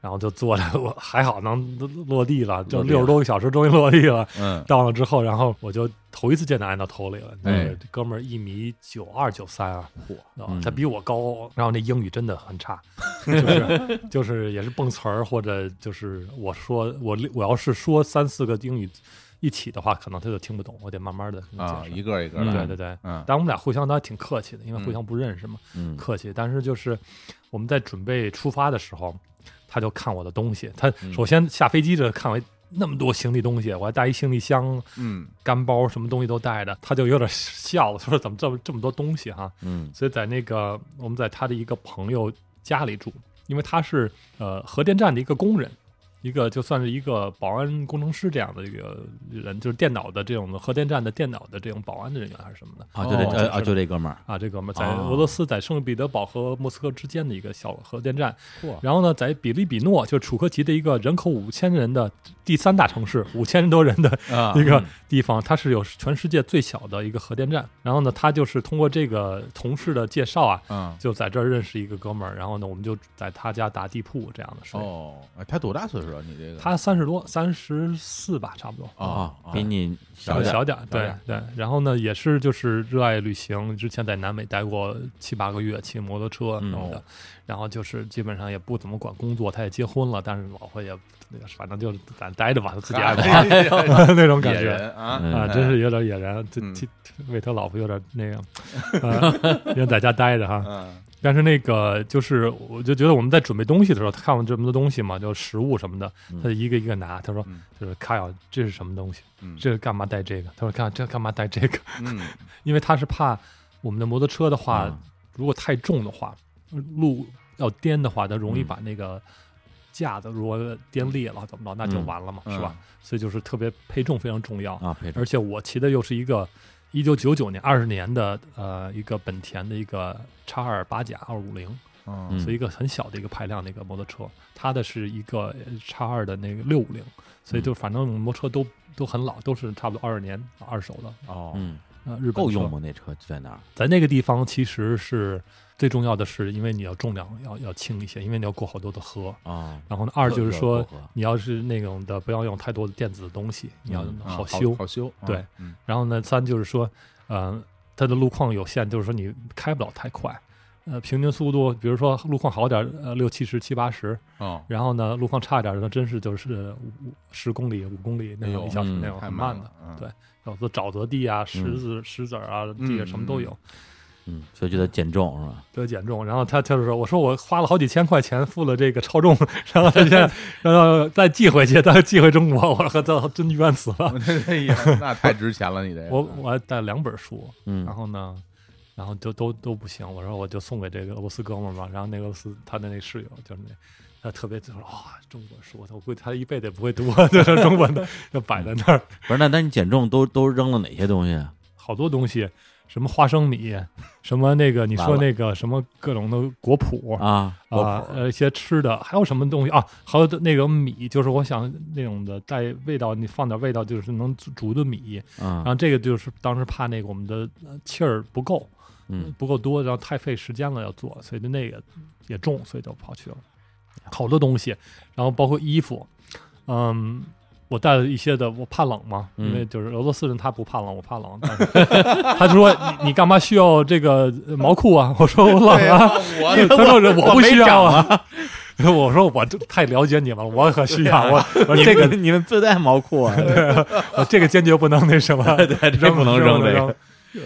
[SPEAKER 3] 然后就坐着，我还好能落落地了，就
[SPEAKER 2] 落地
[SPEAKER 3] 六十多个小时终于落地了。
[SPEAKER 4] 嗯
[SPEAKER 3] 到了之后，然后我就头一次见他按到头里了。
[SPEAKER 4] 哎
[SPEAKER 3] 那哥们儿一米九二九三啊，嚯、
[SPEAKER 2] 嗯
[SPEAKER 3] 他比我高，然后那英语真的很差， 就是就是也是蹦词儿，或者就是我说我我要是说三四个英语一起的话，可能他就听不懂，我得慢慢的
[SPEAKER 4] 啊，一个一个
[SPEAKER 2] 嗯
[SPEAKER 4] 的，
[SPEAKER 3] 对对对。
[SPEAKER 4] 嗯
[SPEAKER 3] 但我们俩互相都还挺客气的，因为
[SPEAKER 4] 嗯
[SPEAKER 3] 互相不认识嘛，
[SPEAKER 2] 嗯
[SPEAKER 3] 客气。但是就是我们在准备出发的时候，他就看我的东西。他
[SPEAKER 2] 嗯
[SPEAKER 3] 首先下飞机这看我那么多行李东西，我还带一行李箱，
[SPEAKER 4] 嗯
[SPEAKER 3] 干包什么东西都带着，他就有点笑了，他说怎么这么这么多东西哈、
[SPEAKER 2] 嗯
[SPEAKER 3] 所以在那个我们在他的一个朋友家里住，因为他是呃核电站的一个工人，一个就算是一个保安工程师这样的一个人，就是电脑的这种核电站的电脑的这种保安的人员还是什么的
[SPEAKER 2] 啊，就这
[SPEAKER 4] 哦
[SPEAKER 2] 呃啊，就这哥们儿，
[SPEAKER 3] 啊，这哥们儿在
[SPEAKER 2] 哦
[SPEAKER 3] 俄罗斯在圣彼得堡和莫斯科之间的一个小核电站
[SPEAKER 4] 嚯，
[SPEAKER 3] 然后呢，在比利比诺就是楚科奇的一个人口五千人的第三大城市，五千多人的
[SPEAKER 4] 啊
[SPEAKER 3] 一个地方，它是有全世界最小的一个核电站。然后呢，他就是通过这个同事的介绍啊，
[SPEAKER 4] 嗯
[SPEAKER 3] 就在这儿认识一个哥们儿，然后呢，我们就在他家打地铺这样的事。
[SPEAKER 4] 哦，哎他多大岁数啊？你这个
[SPEAKER 3] 他三十多，三十四吧，差不多。
[SPEAKER 1] 哦
[SPEAKER 4] 啊啊
[SPEAKER 1] 哎
[SPEAKER 2] 比你小
[SPEAKER 3] 小
[SPEAKER 2] 点儿，
[SPEAKER 3] 点儿，
[SPEAKER 4] 小
[SPEAKER 3] 对
[SPEAKER 4] 点
[SPEAKER 3] 对。然后呢，也是就是热爱旅行，之前在南美待过七八个月，骑摩托车什么的。
[SPEAKER 4] 哦
[SPEAKER 3] 然后就是基本上也不怎么管工作，他也结婚了，但是老婆也那个，反正就是咱待着吧，自己 爱吧、 那种感
[SPEAKER 4] 哎野
[SPEAKER 3] 觉。
[SPEAKER 4] 人啊，
[SPEAKER 2] 嗯
[SPEAKER 3] 啊，真是有点野人，这
[SPEAKER 4] 嗯
[SPEAKER 3] 这为他老婆有点那个，呃，因为在家待着哈。
[SPEAKER 4] 嗯
[SPEAKER 3] 但是那个就是，我就觉得我们在准备东西的时候，他看我这么多东西嘛，就食物什么的，
[SPEAKER 2] 嗯
[SPEAKER 3] 他就一个一个拿。他说
[SPEAKER 4] 嗯：“
[SPEAKER 3] 就是看啊，这是什么东西？
[SPEAKER 4] 嗯
[SPEAKER 3] 这个干嘛带这个？”他说：“看这干嘛带这个？
[SPEAKER 4] 嗯
[SPEAKER 3] 因为他是怕我们的摩托车的话，
[SPEAKER 2] 嗯
[SPEAKER 3] 如果太重的话，路要颠的话，它容易
[SPEAKER 2] 嗯
[SPEAKER 3] 把那个架子如果颠裂了怎么着，那就
[SPEAKER 2] 嗯
[SPEAKER 3] 完了嘛，
[SPEAKER 4] 嗯
[SPEAKER 3] 是吧？所以就是特别配重非常重要。
[SPEAKER 2] 啊，陪着
[SPEAKER 3] 而且我骑的又是一个一九九九年二十年的呃一个本田的一个叉二八甲二五零，
[SPEAKER 4] 嗯
[SPEAKER 3] 所以一个很小的一个排量的一个摩托车，它的是一个叉二的那个六五零，所以就反正摩托车都都很老，都是差不多二十年二手的。
[SPEAKER 4] 哦
[SPEAKER 2] 嗯，
[SPEAKER 3] 呃，日本
[SPEAKER 2] 够
[SPEAKER 3] 车
[SPEAKER 2] 用吗？那车在哪儿？
[SPEAKER 3] 在那个地方其实是最重要的是，因为你要重量要要轻一些，因为你要过好多的河。
[SPEAKER 2] 啊，
[SPEAKER 3] 然后呢，二就是说
[SPEAKER 2] 过河
[SPEAKER 3] 你要是那种的，不要用太多的电子的东西，你要
[SPEAKER 2] 嗯
[SPEAKER 4] 嗯
[SPEAKER 3] 好
[SPEAKER 4] 好
[SPEAKER 3] 修。
[SPEAKER 4] 好修，啊
[SPEAKER 3] 对，
[SPEAKER 4] 嗯
[SPEAKER 3] 然后呢，三就是说，呃，它的路况有限，就是说你开不了太快。呃，平均速度，比如说路况好点儿，呃，六七十、七八十，
[SPEAKER 4] 哦
[SPEAKER 3] 然后呢，路况差一点儿，那真是就是五五十公里、五公里那
[SPEAKER 4] 哎
[SPEAKER 3] 种
[SPEAKER 4] 呦
[SPEAKER 3] 一小时
[SPEAKER 2] 嗯
[SPEAKER 3] 那种
[SPEAKER 4] 太
[SPEAKER 3] 很慢的
[SPEAKER 4] 了，，嗯
[SPEAKER 3] 对有的沼泽地啊、石子、石子儿啊，地
[SPEAKER 4] 嗯
[SPEAKER 3] 什么都有。
[SPEAKER 2] 嗯，所以就得减重是吧？
[SPEAKER 3] 得减重，然后他他就说：“我说我花了好几千块钱付了这个超重， 然后他现在然后再寄回去，再寄回中国，我说这真冤死 了。
[SPEAKER 4] 我这这也嗯哎那太值钱了，你这个
[SPEAKER 3] 我”我还带两本书，
[SPEAKER 2] 嗯
[SPEAKER 3] 然后呢，然后就都都不行，我说我就送给这个俄罗斯哥们儿吧。然后那俄罗斯他的那室友就是那。他特别就说啊、中国书，我估计他一辈子也不会读，啊 就是中文的，就摆在那儿，
[SPEAKER 2] 不是，那那你减重都都扔了哪些东西啊？
[SPEAKER 3] 好多东西，什么花生米，什么那个你
[SPEAKER 2] 完
[SPEAKER 3] 说
[SPEAKER 2] 了
[SPEAKER 3] 那个什么各种的果脯
[SPEAKER 2] 啊，果
[SPEAKER 3] 啊，
[SPEAKER 2] 脯
[SPEAKER 3] 呃，一些吃的，还有什么东西啊？还有那个米，就是我想那种的带味道，你放点味道，就是能煮煮的米。然
[SPEAKER 2] 啊，
[SPEAKER 3] 后这个就是当时怕那个我们的呃气儿不够，
[SPEAKER 2] 嗯，
[SPEAKER 3] 不够多，然后太费时间了要做，所以就那个也重，所以就跑去了。好多东西，然后包括衣服，嗯。我带了一些的，我怕冷嘛，
[SPEAKER 2] 嗯
[SPEAKER 3] 因为就是俄罗斯人他不怕冷，我怕冷。但是 他就说你你干嘛需要这个呃毛裤啊？ 我说我冷啊。
[SPEAKER 4] 哎我
[SPEAKER 3] 他说我不需要
[SPEAKER 2] 啊。
[SPEAKER 3] 啊。 我说我这太了解你了，我可需要我我
[SPEAKER 2] 你
[SPEAKER 3] 这个
[SPEAKER 2] 们你们自带毛裤 啊？
[SPEAKER 3] 我这个坚决不能那什么，
[SPEAKER 2] 对， 这
[SPEAKER 3] 扔
[SPEAKER 2] 不能扔
[SPEAKER 3] 扔
[SPEAKER 2] 这个。
[SPEAKER 3] 个。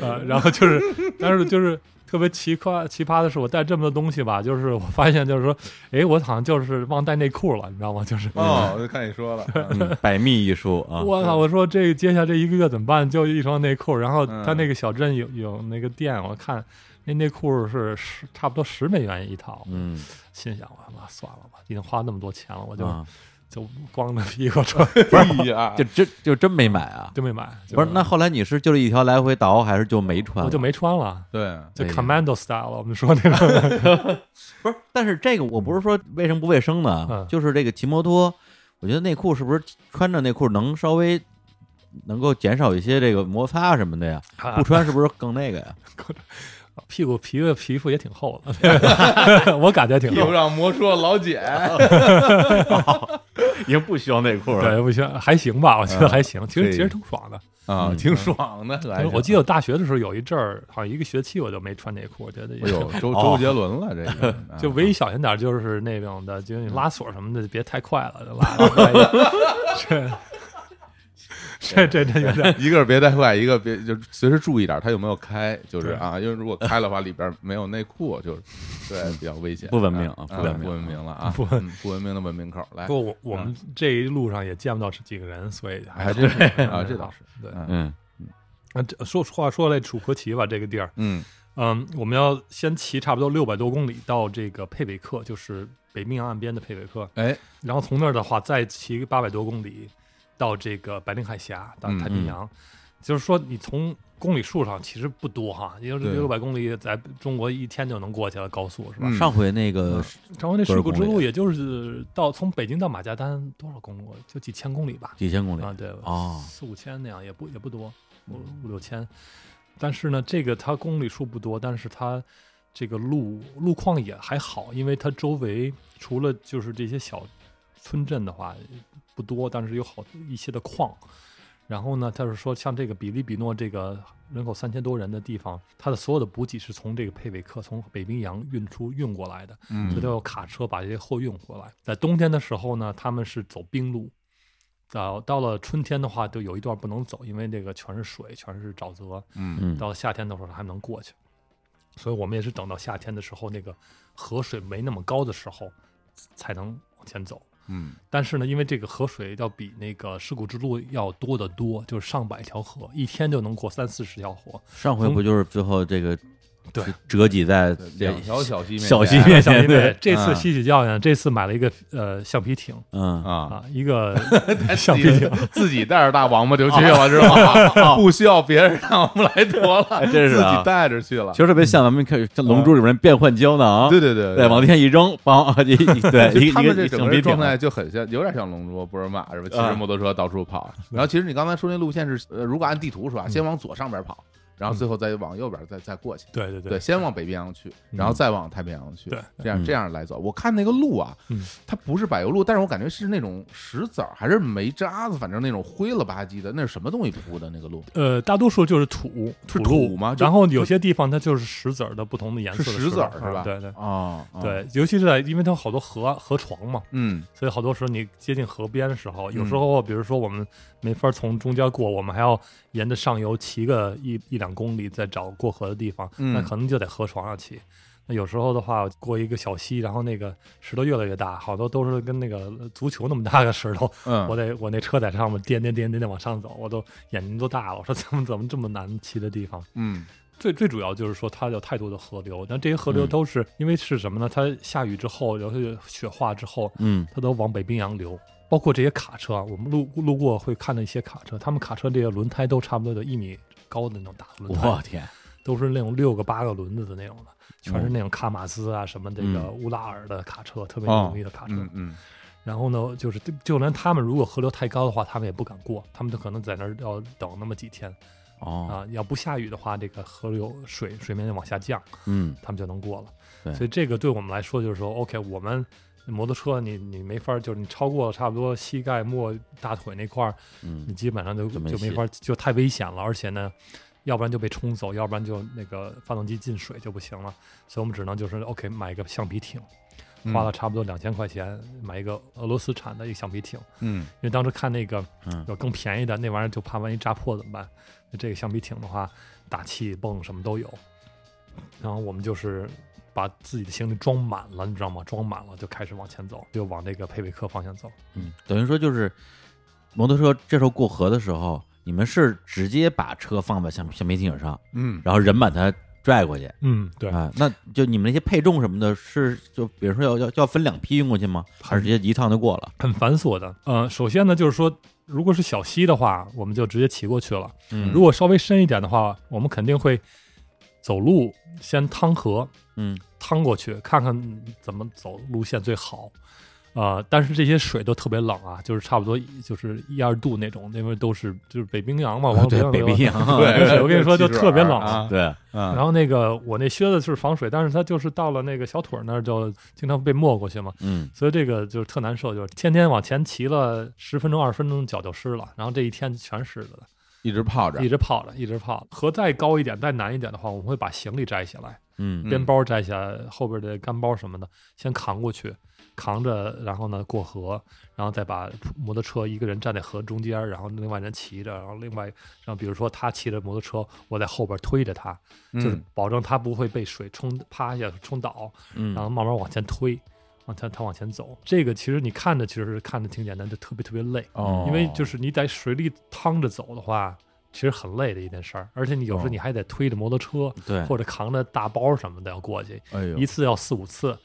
[SPEAKER 3] 呃，然后就是，但是就是特别奇怪奇葩的是，我带这么多东西吧，就是我发现就是说，哎，我好像就是忘带内裤了，你知道吗？就是。
[SPEAKER 4] 哦，我就看你说 了，嗯
[SPEAKER 2] 嗯百密一疏啊，
[SPEAKER 3] 我靠！我说这接下来这一个月怎么办？就一双内裤，然后
[SPEAKER 4] 嗯
[SPEAKER 3] 他那个小镇有有那个店，我看那内裤是十差不多十美元一套，
[SPEAKER 2] 嗯，
[SPEAKER 3] 心想我妈算了吧，已经花那么多钱了，我就、
[SPEAKER 2] 啊，
[SPEAKER 3] 就光着屁股穿，
[SPEAKER 1] 哎
[SPEAKER 4] 啊
[SPEAKER 1] 呀，
[SPEAKER 2] 就真就真没买啊？
[SPEAKER 3] 就没买。就
[SPEAKER 2] 不是，那后来你是就这一条来回倒，还是就没穿？
[SPEAKER 3] 我就没穿了，
[SPEAKER 1] 对，
[SPEAKER 3] 就
[SPEAKER 2] 哎呀
[SPEAKER 3] commando style 了。我们说那个，
[SPEAKER 2] 不是，但是这个我不是说卫生不卫生呢，
[SPEAKER 3] 嗯
[SPEAKER 2] 就是这个骑摩托，我觉得内裤是不是穿着内裤能稍微能够减少一些这个摩擦什么的呀？不穿是不是更那个呀？
[SPEAKER 3] 屁股皮的皮肤也挺厚的，我感觉挺
[SPEAKER 1] 又
[SPEAKER 3] 厚。
[SPEAKER 1] 让魔术老 姐，
[SPEAKER 2] 已经不需要内裤
[SPEAKER 3] 对，不行，还行吧，我觉得还行。其
[SPEAKER 1] 可
[SPEAKER 3] 实
[SPEAKER 1] 以
[SPEAKER 3] 其实挺爽的。
[SPEAKER 1] 啊，挺爽的，还是
[SPEAKER 3] 我记得我大学的时候有一阵儿，好像一个学期我就没穿内裤，我觉得也
[SPEAKER 1] 哎呦，周
[SPEAKER 2] 哦
[SPEAKER 1] 周杰伦了，这个啊
[SPEAKER 3] 就唯一小心点儿就是那种的，就是你拉锁什么的，就别太快了，就拉得快一点。这这这这有点
[SPEAKER 1] 一个是别太快，一个别就随时注意点，他有没有开，就是啊，因为如果开的话，里边没有内裤，就是对比较危险，
[SPEAKER 2] 不文明
[SPEAKER 1] 啊，
[SPEAKER 2] 不文明
[SPEAKER 1] 不文明了啊，
[SPEAKER 3] 不
[SPEAKER 1] 不不文明的文明口来
[SPEAKER 3] 不，过我我们这一路上也见不到这几个人，所以
[SPEAKER 1] 还
[SPEAKER 3] 还
[SPEAKER 1] 真是啊，这 倒是，
[SPEAKER 3] 是对。
[SPEAKER 1] 嗯
[SPEAKER 2] 嗯
[SPEAKER 3] 那这说话说来楚科奇吧，这个地儿，
[SPEAKER 1] 嗯
[SPEAKER 3] 嗯，我们要先骑差不多六百多公里到这个佩韦克，就是北冰洋岸边的佩韦克，
[SPEAKER 1] 哎，
[SPEAKER 3] 然后从那儿的话再骑八百多公里到这个白令海峡，到太平洋。就是说，你从公里数上其实不多哈，因为这
[SPEAKER 1] 对
[SPEAKER 3] 六百公里在中国一天就能过去了，高速是吧？
[SPEAKER 1] 嗯
[SPEAKER 2] 上回那个
[SPEAKER 3] 然后那事故之
[SPEAKER 2] 多少公
[SPEAKER 3] 路也就是到从北京到马家丹多少公里，就几千公里吧。
[SPEAKER 2] 几千公里
[SPEAKER 3] 啊，对，
[SPEAKER 2] 哦
[SPEAKER 3] 四五千那样也不也不多，五五六千。但是呢，这个它公里数不多，但是它这个路路况也还好，因为它周围除了就是这些小村镇的话不多，但是有好一些的矿。然后呢，他是说像这个比利比诺这个人口三千多人的地方，它的所有的补给是从这个佩韦克从北冰洋运出运过来的，
[SPEAKER 1] 嗯
[SPEAKER 3] 所以都有卡车把这些货运回来。在冬天的时候呢，他们是走冰路，到到了春天的话，就有一段不能走，因为这个全是水，全是沼泽。
[SPEAKER 1] 嗯
[SPEAKER 2] 嗯
[SPEAKER 3] 到了夏天的时候还能过去，所以我们也是等到夏天的时候，那个河水没那么高的时候，才能往前走。
[SPEAKER 1] 嗯
[SPEAKER 3] 但是呢，因为这个河水要比那个尸骨之路要多得多，就是上百条河，一天就能过三四十条河。
[SPEAKER 2] 上回不就是最后这个
[SPEAKER 3] 对
[SPEAKER 2] 折戟在
[SPEAKER 1] 嗯两条小溪面前，
[SPEAKER 2] 小溪
[SPEAKER 3] 哎
[SPEAKER 2] 面
[SPEAKER 3] 小
[SPEAKER 2] 前
[SPEAKER 3] 林
[SPEAKER 2] 对
[SPEAKER 3] 妹，，这次
[SPEAKER 1] 嗯
[SPEAKER 3] 吸取教训，这次买了一个呃橡皮艇
[SPEAKER 2] 嗯
[SPEAKER 1] 啊，
[SPEAKER 3] 啊，一个 橡皮艇，
[SPEAKER 1] 哎自己带着大王八就去
[SPEAKER 2] 啊
[SPEAKER 1] 了，知道吗？不需要别人让我们来驮了，
[SPEAKER 2] 真是啊
[SPEAKER 1] 自己带着去了
[SPEAKER 2] 其。实特别像咱们看《像龙珠》里面变换胶囊，
[SPEAKER 1] 对对对
[SPEAKER 2] 对，往地上一扔，帮 一一对
[SPEAKER 1] 就
[SPEAKER 2] 一
[SPEAKER 1] 他
[SPEAKER 2] 个一
[SPEAKER 1] 们这
[SPEAKER 2] 个
[SPEAKER 1] 整
[SPEAKER 2] 橡
[SPEAKER 1] 个
[SPEAKER 2] 皮艇
[SPEAKER 1] 状，态就很像，有点像龙珠、波尔玛是吧？
[SPEAKER 2] 啊
[SPEAKER 1] 骑着摩托车到处跑。然后其实你刚才说那路线是，呃，如果按地图说
[SPEAKER 2] 嗯
[SPEAKER 1] 啊，先往左上边跑，然后最后再往右边再再过去。
[SPEAKER 3] 对对
[SPEAKER 1] 对，
[SPEAKER 3] 对，
[SPEAKER 1] 先往北冰洋去，然后再往太平洋去，
[SPEAKER 3] 对
[SPEAKER 1] 这样
[SPEAKER 2] 嗯
[SPEAKER 1] 这样来走。我看那个路啊
[SPEAKER 3] 嗯，
[SPEAKER 1] 它不是柏油路，但是我感觉是那种石子儿还是煤渣子，反正那种灰了吧唧的，那是什么东西铺的那个路？
[SPEAKER 3] 呃，大多数就是土
[SPEAKER 1] 是
[SPEAKER 3] 路
[SPEAKER 1] 土吗就
[SPEAKER 3] 然后有些地方它就是石子儿的不同的颜色的
[SPEAKER 1] 是石子儿
[SPEAKER 3] 儿
[SPEAKER 1] 是吧
[SPEAKER 3] 嗯对对
[SPEAKER 1] 啊，啊，
[SPEAKER 3] 对，尤其是在因为它有好多河河床嘛，
[SPEAKER 1] 嗯，
[SPEAKER 3] 所以好多时候你接近河边的时候，有
[SPEAKER 1] 嗯
[SPEAKER 3] 时候比如说我们没法从中间过，我们还要沿着上游骑个一一两公里，再找过河的地方，
[SPEAKER 1] 嗯
[SPEAKER 3] 那可能就在河床上骑。那有时候的话，过一个小溪，然后那个石头越来越大，好多都是跟那个足球那么大个石头，
[SPEAKER 1] 嗯
[SPEAKER 3] 我得我那车在上面颠颠颠颠颠往上走，我都眼睛都大了。我说怎么怎么这么难骑的地方？
[SPEAKER 1] 嗯
[SPEAKER 3] 最最主要就是说它有太多的河流，但这些河流
[SPEAKER 2] 嗯
[SPEAKER 3] 都是、因为是什么呢？它下雨之后，然后雪化之后，
[SPEAKER 2] 嗯
[SPEAKER 3] 它都往北冰洋流。包括这些卡车，啊我们路路过会看到一些卡车，他们卡车这些轮胎都差不多有一米高的那种大轮
[SPEAKER 2] 我
[SPEAKER 3] 胎，
[SPEAKER 2] 天，
[SPEAKER 3] 都是那种六个八个轮子的那种的，全是
[SPEAKER 2] 嗯
[SPEAKER 3] 那种卡马兹啊什么这个
[SPEAKER 2] 嗯
[SPEAKER 3] 乌拉尔的卡车，特别
[SPEAKER 1] 哦
[SPEAKER 3] 牛逼的卡车。
[SPEAKER 1] 嗯嗯，
[SPEAKER 3] 然后呢，就是就就连他们如果河流太高的话，他们也不敢过，他们就可能在那儿要等那么几天
[SPEAKER 2] 哦，
[SPEAKER 3] 啊。要不下雨的话，这个河流水水面就往下降，
[SPEAKER 2] 嗯
[SPEAKER 3] 他们就能过了。
[SPEAKER 2] 对
[SPEAKER 3] 所以这个对我们来说就是说，OK，我们摩托车你你没法儿，就是你超过差不多膝盖末大腿那块儿，你
[SPEAKER 2] 嗯，
[SPEAKER 3] 基本上就
[SPEAKER 2] 就
[SPEAKER 3] 就
[SPEAKER 2] 没戏
[SPEAKER 3] 没法儿，就太危险了，而且呢。要不然就被冲走，要不然就那个发动机进水就不行了，所以我们只能就是 OK 买一个橡皮艇，
[SPEAKER 1] 嗯
[SPEAKER 3] 花了，差不多两千块钱买一个俄罗斯产的一个橡皮艇，
[SPEAKER 1] 嗯
[SPEAKER 3] 因为当时看那个
[SPEAKER 2] 嗯
[SPEAKER 3] 有更便宜的那玩意儿，就怕万一扎破怎么办？那这个橡皮艇的话，打气泵什么都有。然后我们就是把自己的行李装满了，你知道吗？装满了就开始往前走，就往那个佩韦克方向走。
[SPEAKER 2] 嗯，等于说就是摩托车这时候过河的时候，你们是直接把车放在橡橡皮艇上，
[SPEAKER 1] 嗯，
[SPEAKER 2] 然后人把它拽过去
[SPEAKER 3] 嗯，对，
[SPEAKER 2] 啊。那就你们那些配重什么的，是就比如说要要要分两批运过去吗？还是直接一趟就过了？
[SPEAKER 3] 很繁琐的。呃，首先呢，就是说，如果是小溪的话，我们就直接骑过去了；
[SPEAKER 2] 嗯
[SPEAKER 3] 如果稍微深一点的话，我们肯定会走路先趟河，
[SPEAKER 2] 嗯
[SPEAKER 3] 趟过去，看看怎么走路线最好。呃，但是这些水都特别冷啊，就是差不多就是一二度那种，因为都是就是北冰洋嘛，往
[SPEAKER 2] 嗯对北冰洋啊
[SPEAKER 3] 对我跟你说就特别冷
[SPEAKER 1] 啊，
[SPEAKER 2] 对，
[SPEAKER 5] 啊
[SPEAKER 3] 然后那个我那靴子是防水，但是它就是到了那个小腿儿那儿就经常被没过去嘛，
[SPEAKER 2] 嗯
[SPEAKER 3] 所以这个就是特难受，就是天天往前骑了十分钟、二十分钟，脚就湿了，然后这一天全湿了的，
[SPEAKER 1] 一直泡着
[SPEAKER 3] 一，直泡着，一直泡着。河再高一点、再难一点的话，我们会把行李摘下来，
[SPEAKER 2] 嗯
[SPEAKER 3] 边包摘下来，后边的干包什么的先扛过去，扛着，然后呢过河，然后再把摩托车一个人站在河中间，然后另外人骑着，然后另外，然后比如说他骑着摩托车，我在后边推着他，就是
[SPEAKER 1] 嗯
[SPEAKER 3] 保证他不会被水冲趴一下冲倒，
[SPEAKER 2] 嗯
[SPEAKER 3] 然后慢慢往前推，往他他往前走。这个其实你看着其实是看着挺简单，就特别特别累，
[SPEAKER 1] 哦，
[SPEAKER 3] 嗯因为就是你在水里趟着走的话，其实很累的一件事儿，而且你有时候你还得推着摩托车、
[SPEAKER 2] 对，
[SPEAKER 3] 或者扛着大包什么的要过去，
[SPEAKER 1] 哎呦
[SPEAKER 3] 一次要四五次。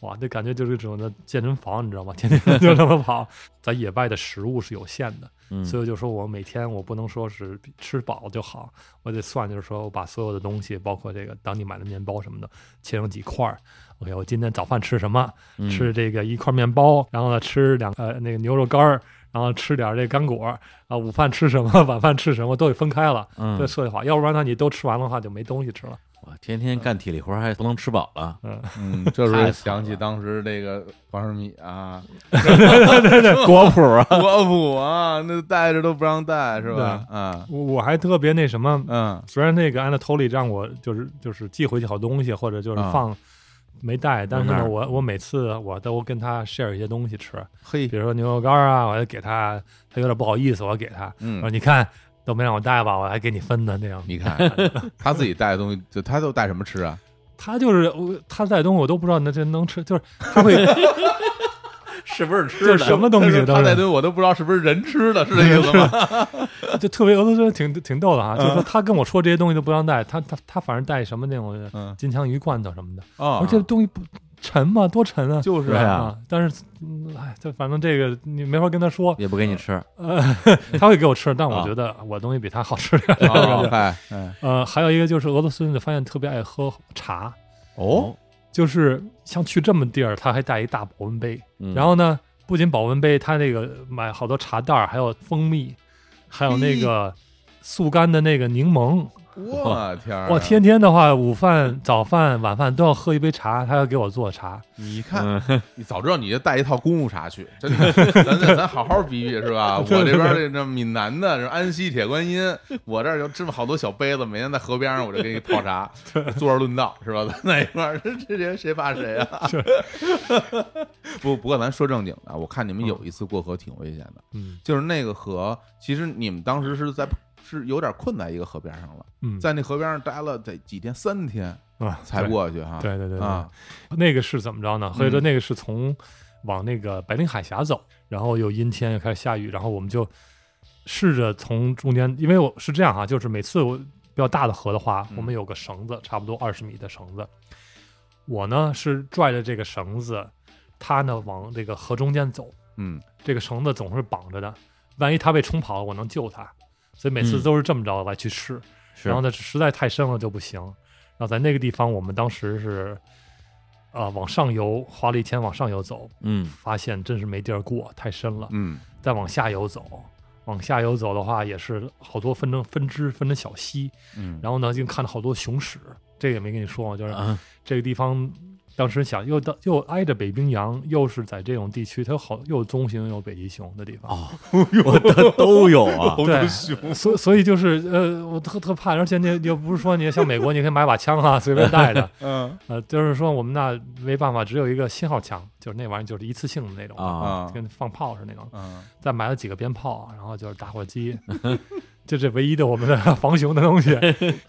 [SPEAKER 3] 哇，这感觉就是这种的健身房，你知道吗？ 天天就这么跑。咱野外的食物是有限的，
[SPEAKER 2] 嗯
[SPEAKER 3] 所以就说我每天我不能说是吃饱就好，我得算，就是说我把所有的东西，包括这个当地买的面包什么的，切成几块儿。OK，我今天早饭吃什么？
[SPEAKER 2] 嗯
[SPEAKER 3] 吃这个一块面包，然后呢吃两呃那个牛肉干儿，然后吃点儿这干果儿啊。午饭吃什么， 晚饭吃什么都得分开了，
[SPEAKER 2] 嗯
[SPEAKER 3] 这设计好，要不然呢你都吃完的话就没东西吃了。
[SPEAKER 2] 哇天天干体力活儿还不能吃饱了，
[SPEAKER 3] 嗯，
[SPEAKER 1] 嗯，这时候
[SPEAKER 2] 太惨
[SPEAKER 1] 想起
[SPEAKER 2] 了
[SPEAKER 1] 当时那个黄世米啊，
[SPEAKER 2] 果谱 啊，
[SPEAKER 1] 国普啊，那带着都不让带是吧？啊，
[SPEAKER 3] 我我还特别那什么，
[SPEAKER 1] 嗯
[SPEAKER 3] 虽然那个 Anatoly 让我就是就是寄回去好东西，或者就是
[SPEAKER 1] 啊
[SPEAKER 3] 放。没带，但是
[SPEAKER 1] 那
[SPEAKER 3] 呢，
[SPEAKER 1] 儿
[SPEAKER 3] 我我每次我都跟他 share 一些东西吃，
[SPEAKER 1] 嘿
[SPEAKER 3] 比，如说牛肉干儿啊，我就给他，他有点不好意思，我给他，我说
[SPEAKER 1] 嗯，
[SPEAKER 3] 你看都没让我带吧，我还给你分呢，那样。
[SPEAKER 1] 你看他自己带的东西，就他都带什么吃啊？
[SPEAKER 3] 他就是我他带东西我都不知道那这能吃，就是他会
[SPEAKER 2] 是不是
[SPEAKER 3] 就是什么东西
[SPEAKER 1] 他说他
[SPEAKER 3] 都
[SPEAKER 1] 带
[SPEAKER 3] 是
[SPEAKER 1] 东西我都不知道是不是人吃的，是这意思 吗？
[SPEAKER 3] 就特别俄罗斯人挺挺逗的
[SPEAKER 1] 嗯
[SPEAKER 3] 哈，就是说他跟我说这些东西都不让带，他他他反正带什么那种
[SPEAKER 1] 嗯
[SPEAKER 3] 金枪鱼罐头什么的，
[SPEAKER 1] 啊
[SPEAKER 3] 而，且东西不沉吗？多沉啊！
[SPEAKER 1] 就是
[SPEAKER 2] 对啊
[SPEAKER 3] 啊，但是，嗯哎，这反正这个你没法跟他说，
[SPEAKER 2] 也不给你吃，
[SPEAKER 3] 呃，他会给我吃，但我
[SPEAKER 2] 啊
[SPEAKER 3] 觉得我东西比他好吃。
[SPEAKER 1] 啊，嗨，嗯
[SPEAKER 3] 呃，还有一个就是俄罗斯人，发现特别爱喝茶，
[SPEAKER 1] 哦，
[SPEAKER 3] 就是像去这么地儿，他还带一大保温杯，
[SPEAKER 2] 嗯
[SPEAKER 3] 然后呢，不仅保温杯，他那个买好多茶袋儿，还有蜂蜜，还有那个速干的那个柠檬。
[SPEAKER 1] 我天儿，
[SPEAKER 3] 我，天天的话，午饭、早饭、晚饭都要喝一杯茶，他要给我做茶。
[SPEAKER 1] 你看，
[SPEAKER 2] 嗯
[SPEAKER 1] 你早知道你就带一套公务茶去，真的，咱咱咱好好比比是 吧？我这边儿这这闽南的，这安溪铁观音，我这儿有这么好多小杯子，每天在河边上我就给你泡茶，坐着论道是吧？咱在一块儿，这这人谁怕谁啊？ 不不过咱说正经的，我看你们有一次过河挺危险的，
[SPEAKER 3] 嗯
[SPEAKER 1] 就是那个河，其实你们当时是在是有点困在一个河边上了，
[SPEAKER 3] 嗯，
[SPEAKER 1] 在那河边上待了得几天，三天
[SPEAKER 3] 啊
[SPEAKER 1] 才
[SPEAKER 3] 对
[SPEAKER 1] 过去哈。
[SPEAKER 3] 对对对对
[SPEAKER 1] 啊，
[SPEAKER 3] 那个是怎么着呢？所以说那个是从往那个白令海峡走，然后又阴天又开始下雨，然后我们就试着从中间，因为我是这样哈、就是每次我比较大的河的话，
[SPEAKER 1] 嗯
[SPEAKER 3] 我们有个绳子，差不多二十米的绳子，我呢是拽着这个绳子，他呢往这个河中间走，
[SPEAKER 1] 嗯，
[SPEAKER 3] 这个绳子总是绑着的，万一他被冲跑了，我能救他，所以每次都是这么着来去试。
[SPEAKER 2] 是
[SPEAKER 3] 然后呢，实在太深了就不行。然后在那个地方，我们当时是，啊，往上游花了一天往上游走，
[SPEAKER 2] 嗯
[SPEAKER 3] 发现真是没地儿过，太深了。
[SPEAKER 1] 嗯
[SPEAKER 3] 再往下游走，往下游走的话也是好多分成分支分成小溪，
[SPEAKER 1] 嗯，
[SPEAKER 3] 然后呢就看到好多熊屎，这个也没跟你说嘛，就是
[SPEAKER 2] 啊
[SPEAKER 3] 这个地方。当时想，又到又挨着北冰洋，又是在这种地区，它有好又有棕熊又有北极熊的地方，
[SPEAKER 2] 哦，我都都有啊，
[SPEAKER 3] 对，
[SPEAKER 1] 哦
[SPEAKER 3] 所以所以就是呃，我特特怕，而且你又不是说你像美国，你可以买把枪啊，随便带着，
[SPEAKER 1] 嗯
[SPEAKER 3] 呃，就是说我们那没办法，只有一个信号枪，就是那玩意儿就是一次性的那种，
[SPEAKER 2] 啊，
[SPEAKER 1] 啊
[SPEAKER 3] 跟放炮似的那种，
[SPEAKER 1] 嗯，
[SPEAKER 3] 再买了几个鞭炮，啊然后就是打火机，就这唯一的我们的防熊的东西。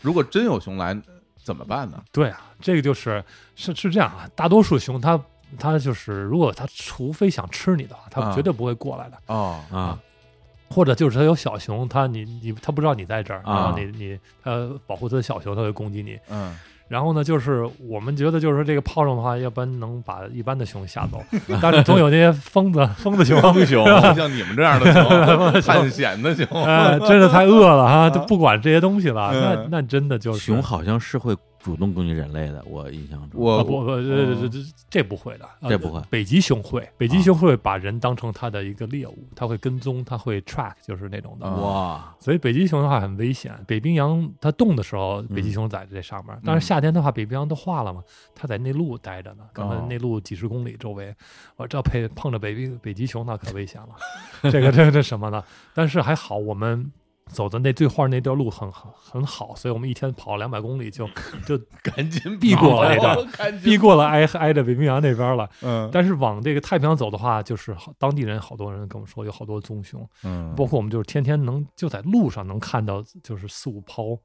[SPEAKER 1] 如果真有熊来怎么办呢？
[SPEAKER 3] 对啊，这个就是是是这样啊，大多数熊它它就是如果它除非想吃你的话，它
[SPEAKER 1] 啊
[SPEAKER 3] 绝对不会过来的。
[SPEAKER 1] 哦，
[SPEAKER 2] 啊，
[SPEAKER 3] 或者就是它有小熊，它你你它不知道你在这儿，
[SPEAKER 2] 啊
[SPEAKER 3] 然后你你它保护它的小熊，它会攻击你。
[SPEAKER 1] 嗯
[SPEAKER 3] 然后呢，就是我们觉得，就是说这个炮仗的话，要不然能把一般的熊吓 走，但是总有那些疯子、疯子熊，
[SPEAKER 2] 方熊，
[SPEAKER 4] 像你们这样的 熊，探险的熊，
[SPEAKER 3] 哎，真的太饿了哈，就不管这些东西了。
[SPEAKER 4] 嗯
[SPEAKER 3] 那那真的就是
[SPEAKER 2] 啊熊好像是会主动攻击人类的，我印象中。
[SPEAKER 4] 我
[SPEAKER 3] 啊不不这这这这不会的，啊
[SPEAKER 2] 哦这不会
[SPEAKER 3] 北极熊会，北
[SPEAKER 2] 啊
[SPEAKER 3] 极熊会把人当成它的一个猎物，它会跟踪，它会 track，就是那种的。
[SPEAKER 4] 啊
[SPEAKER 2] 哇，
[SPEAKER 3] 所以北极熊的话很危险。北冰洋它冻的时候，
[SPEAKER 4] 嗯
[SPEAKER 3] 北极熊在这上面；但是夏天的话，北冰洋都化了嘛，它在内陆待着呢。咱
[SPEAKER 4] 哦
[SPEAKER 3] 们内陆几十公里周围，我这配碰着北冰北极熊那可危险了。 这个这个这什么呢？但是还好我们。走的那最后那段路很很很好，所以我们一天跑两百公里就就
[SPEAKER 4] 赶紧
[SPEAKER 3] 避过了这段
[SPEAKER 4] 段
[SPEAKER 3] 避过了挨挨着北冰洋那边了。
[SPEAKER 4] 嗯
[SPEAKER 3] 但是往这个太平洋走的话，就是好当地人好多人跟我们说有好多棕熊，
[SPEAKER 4] 嗯
[SPEAKER 3] 包括我们就是天天能就在路上能看到，就是四五泡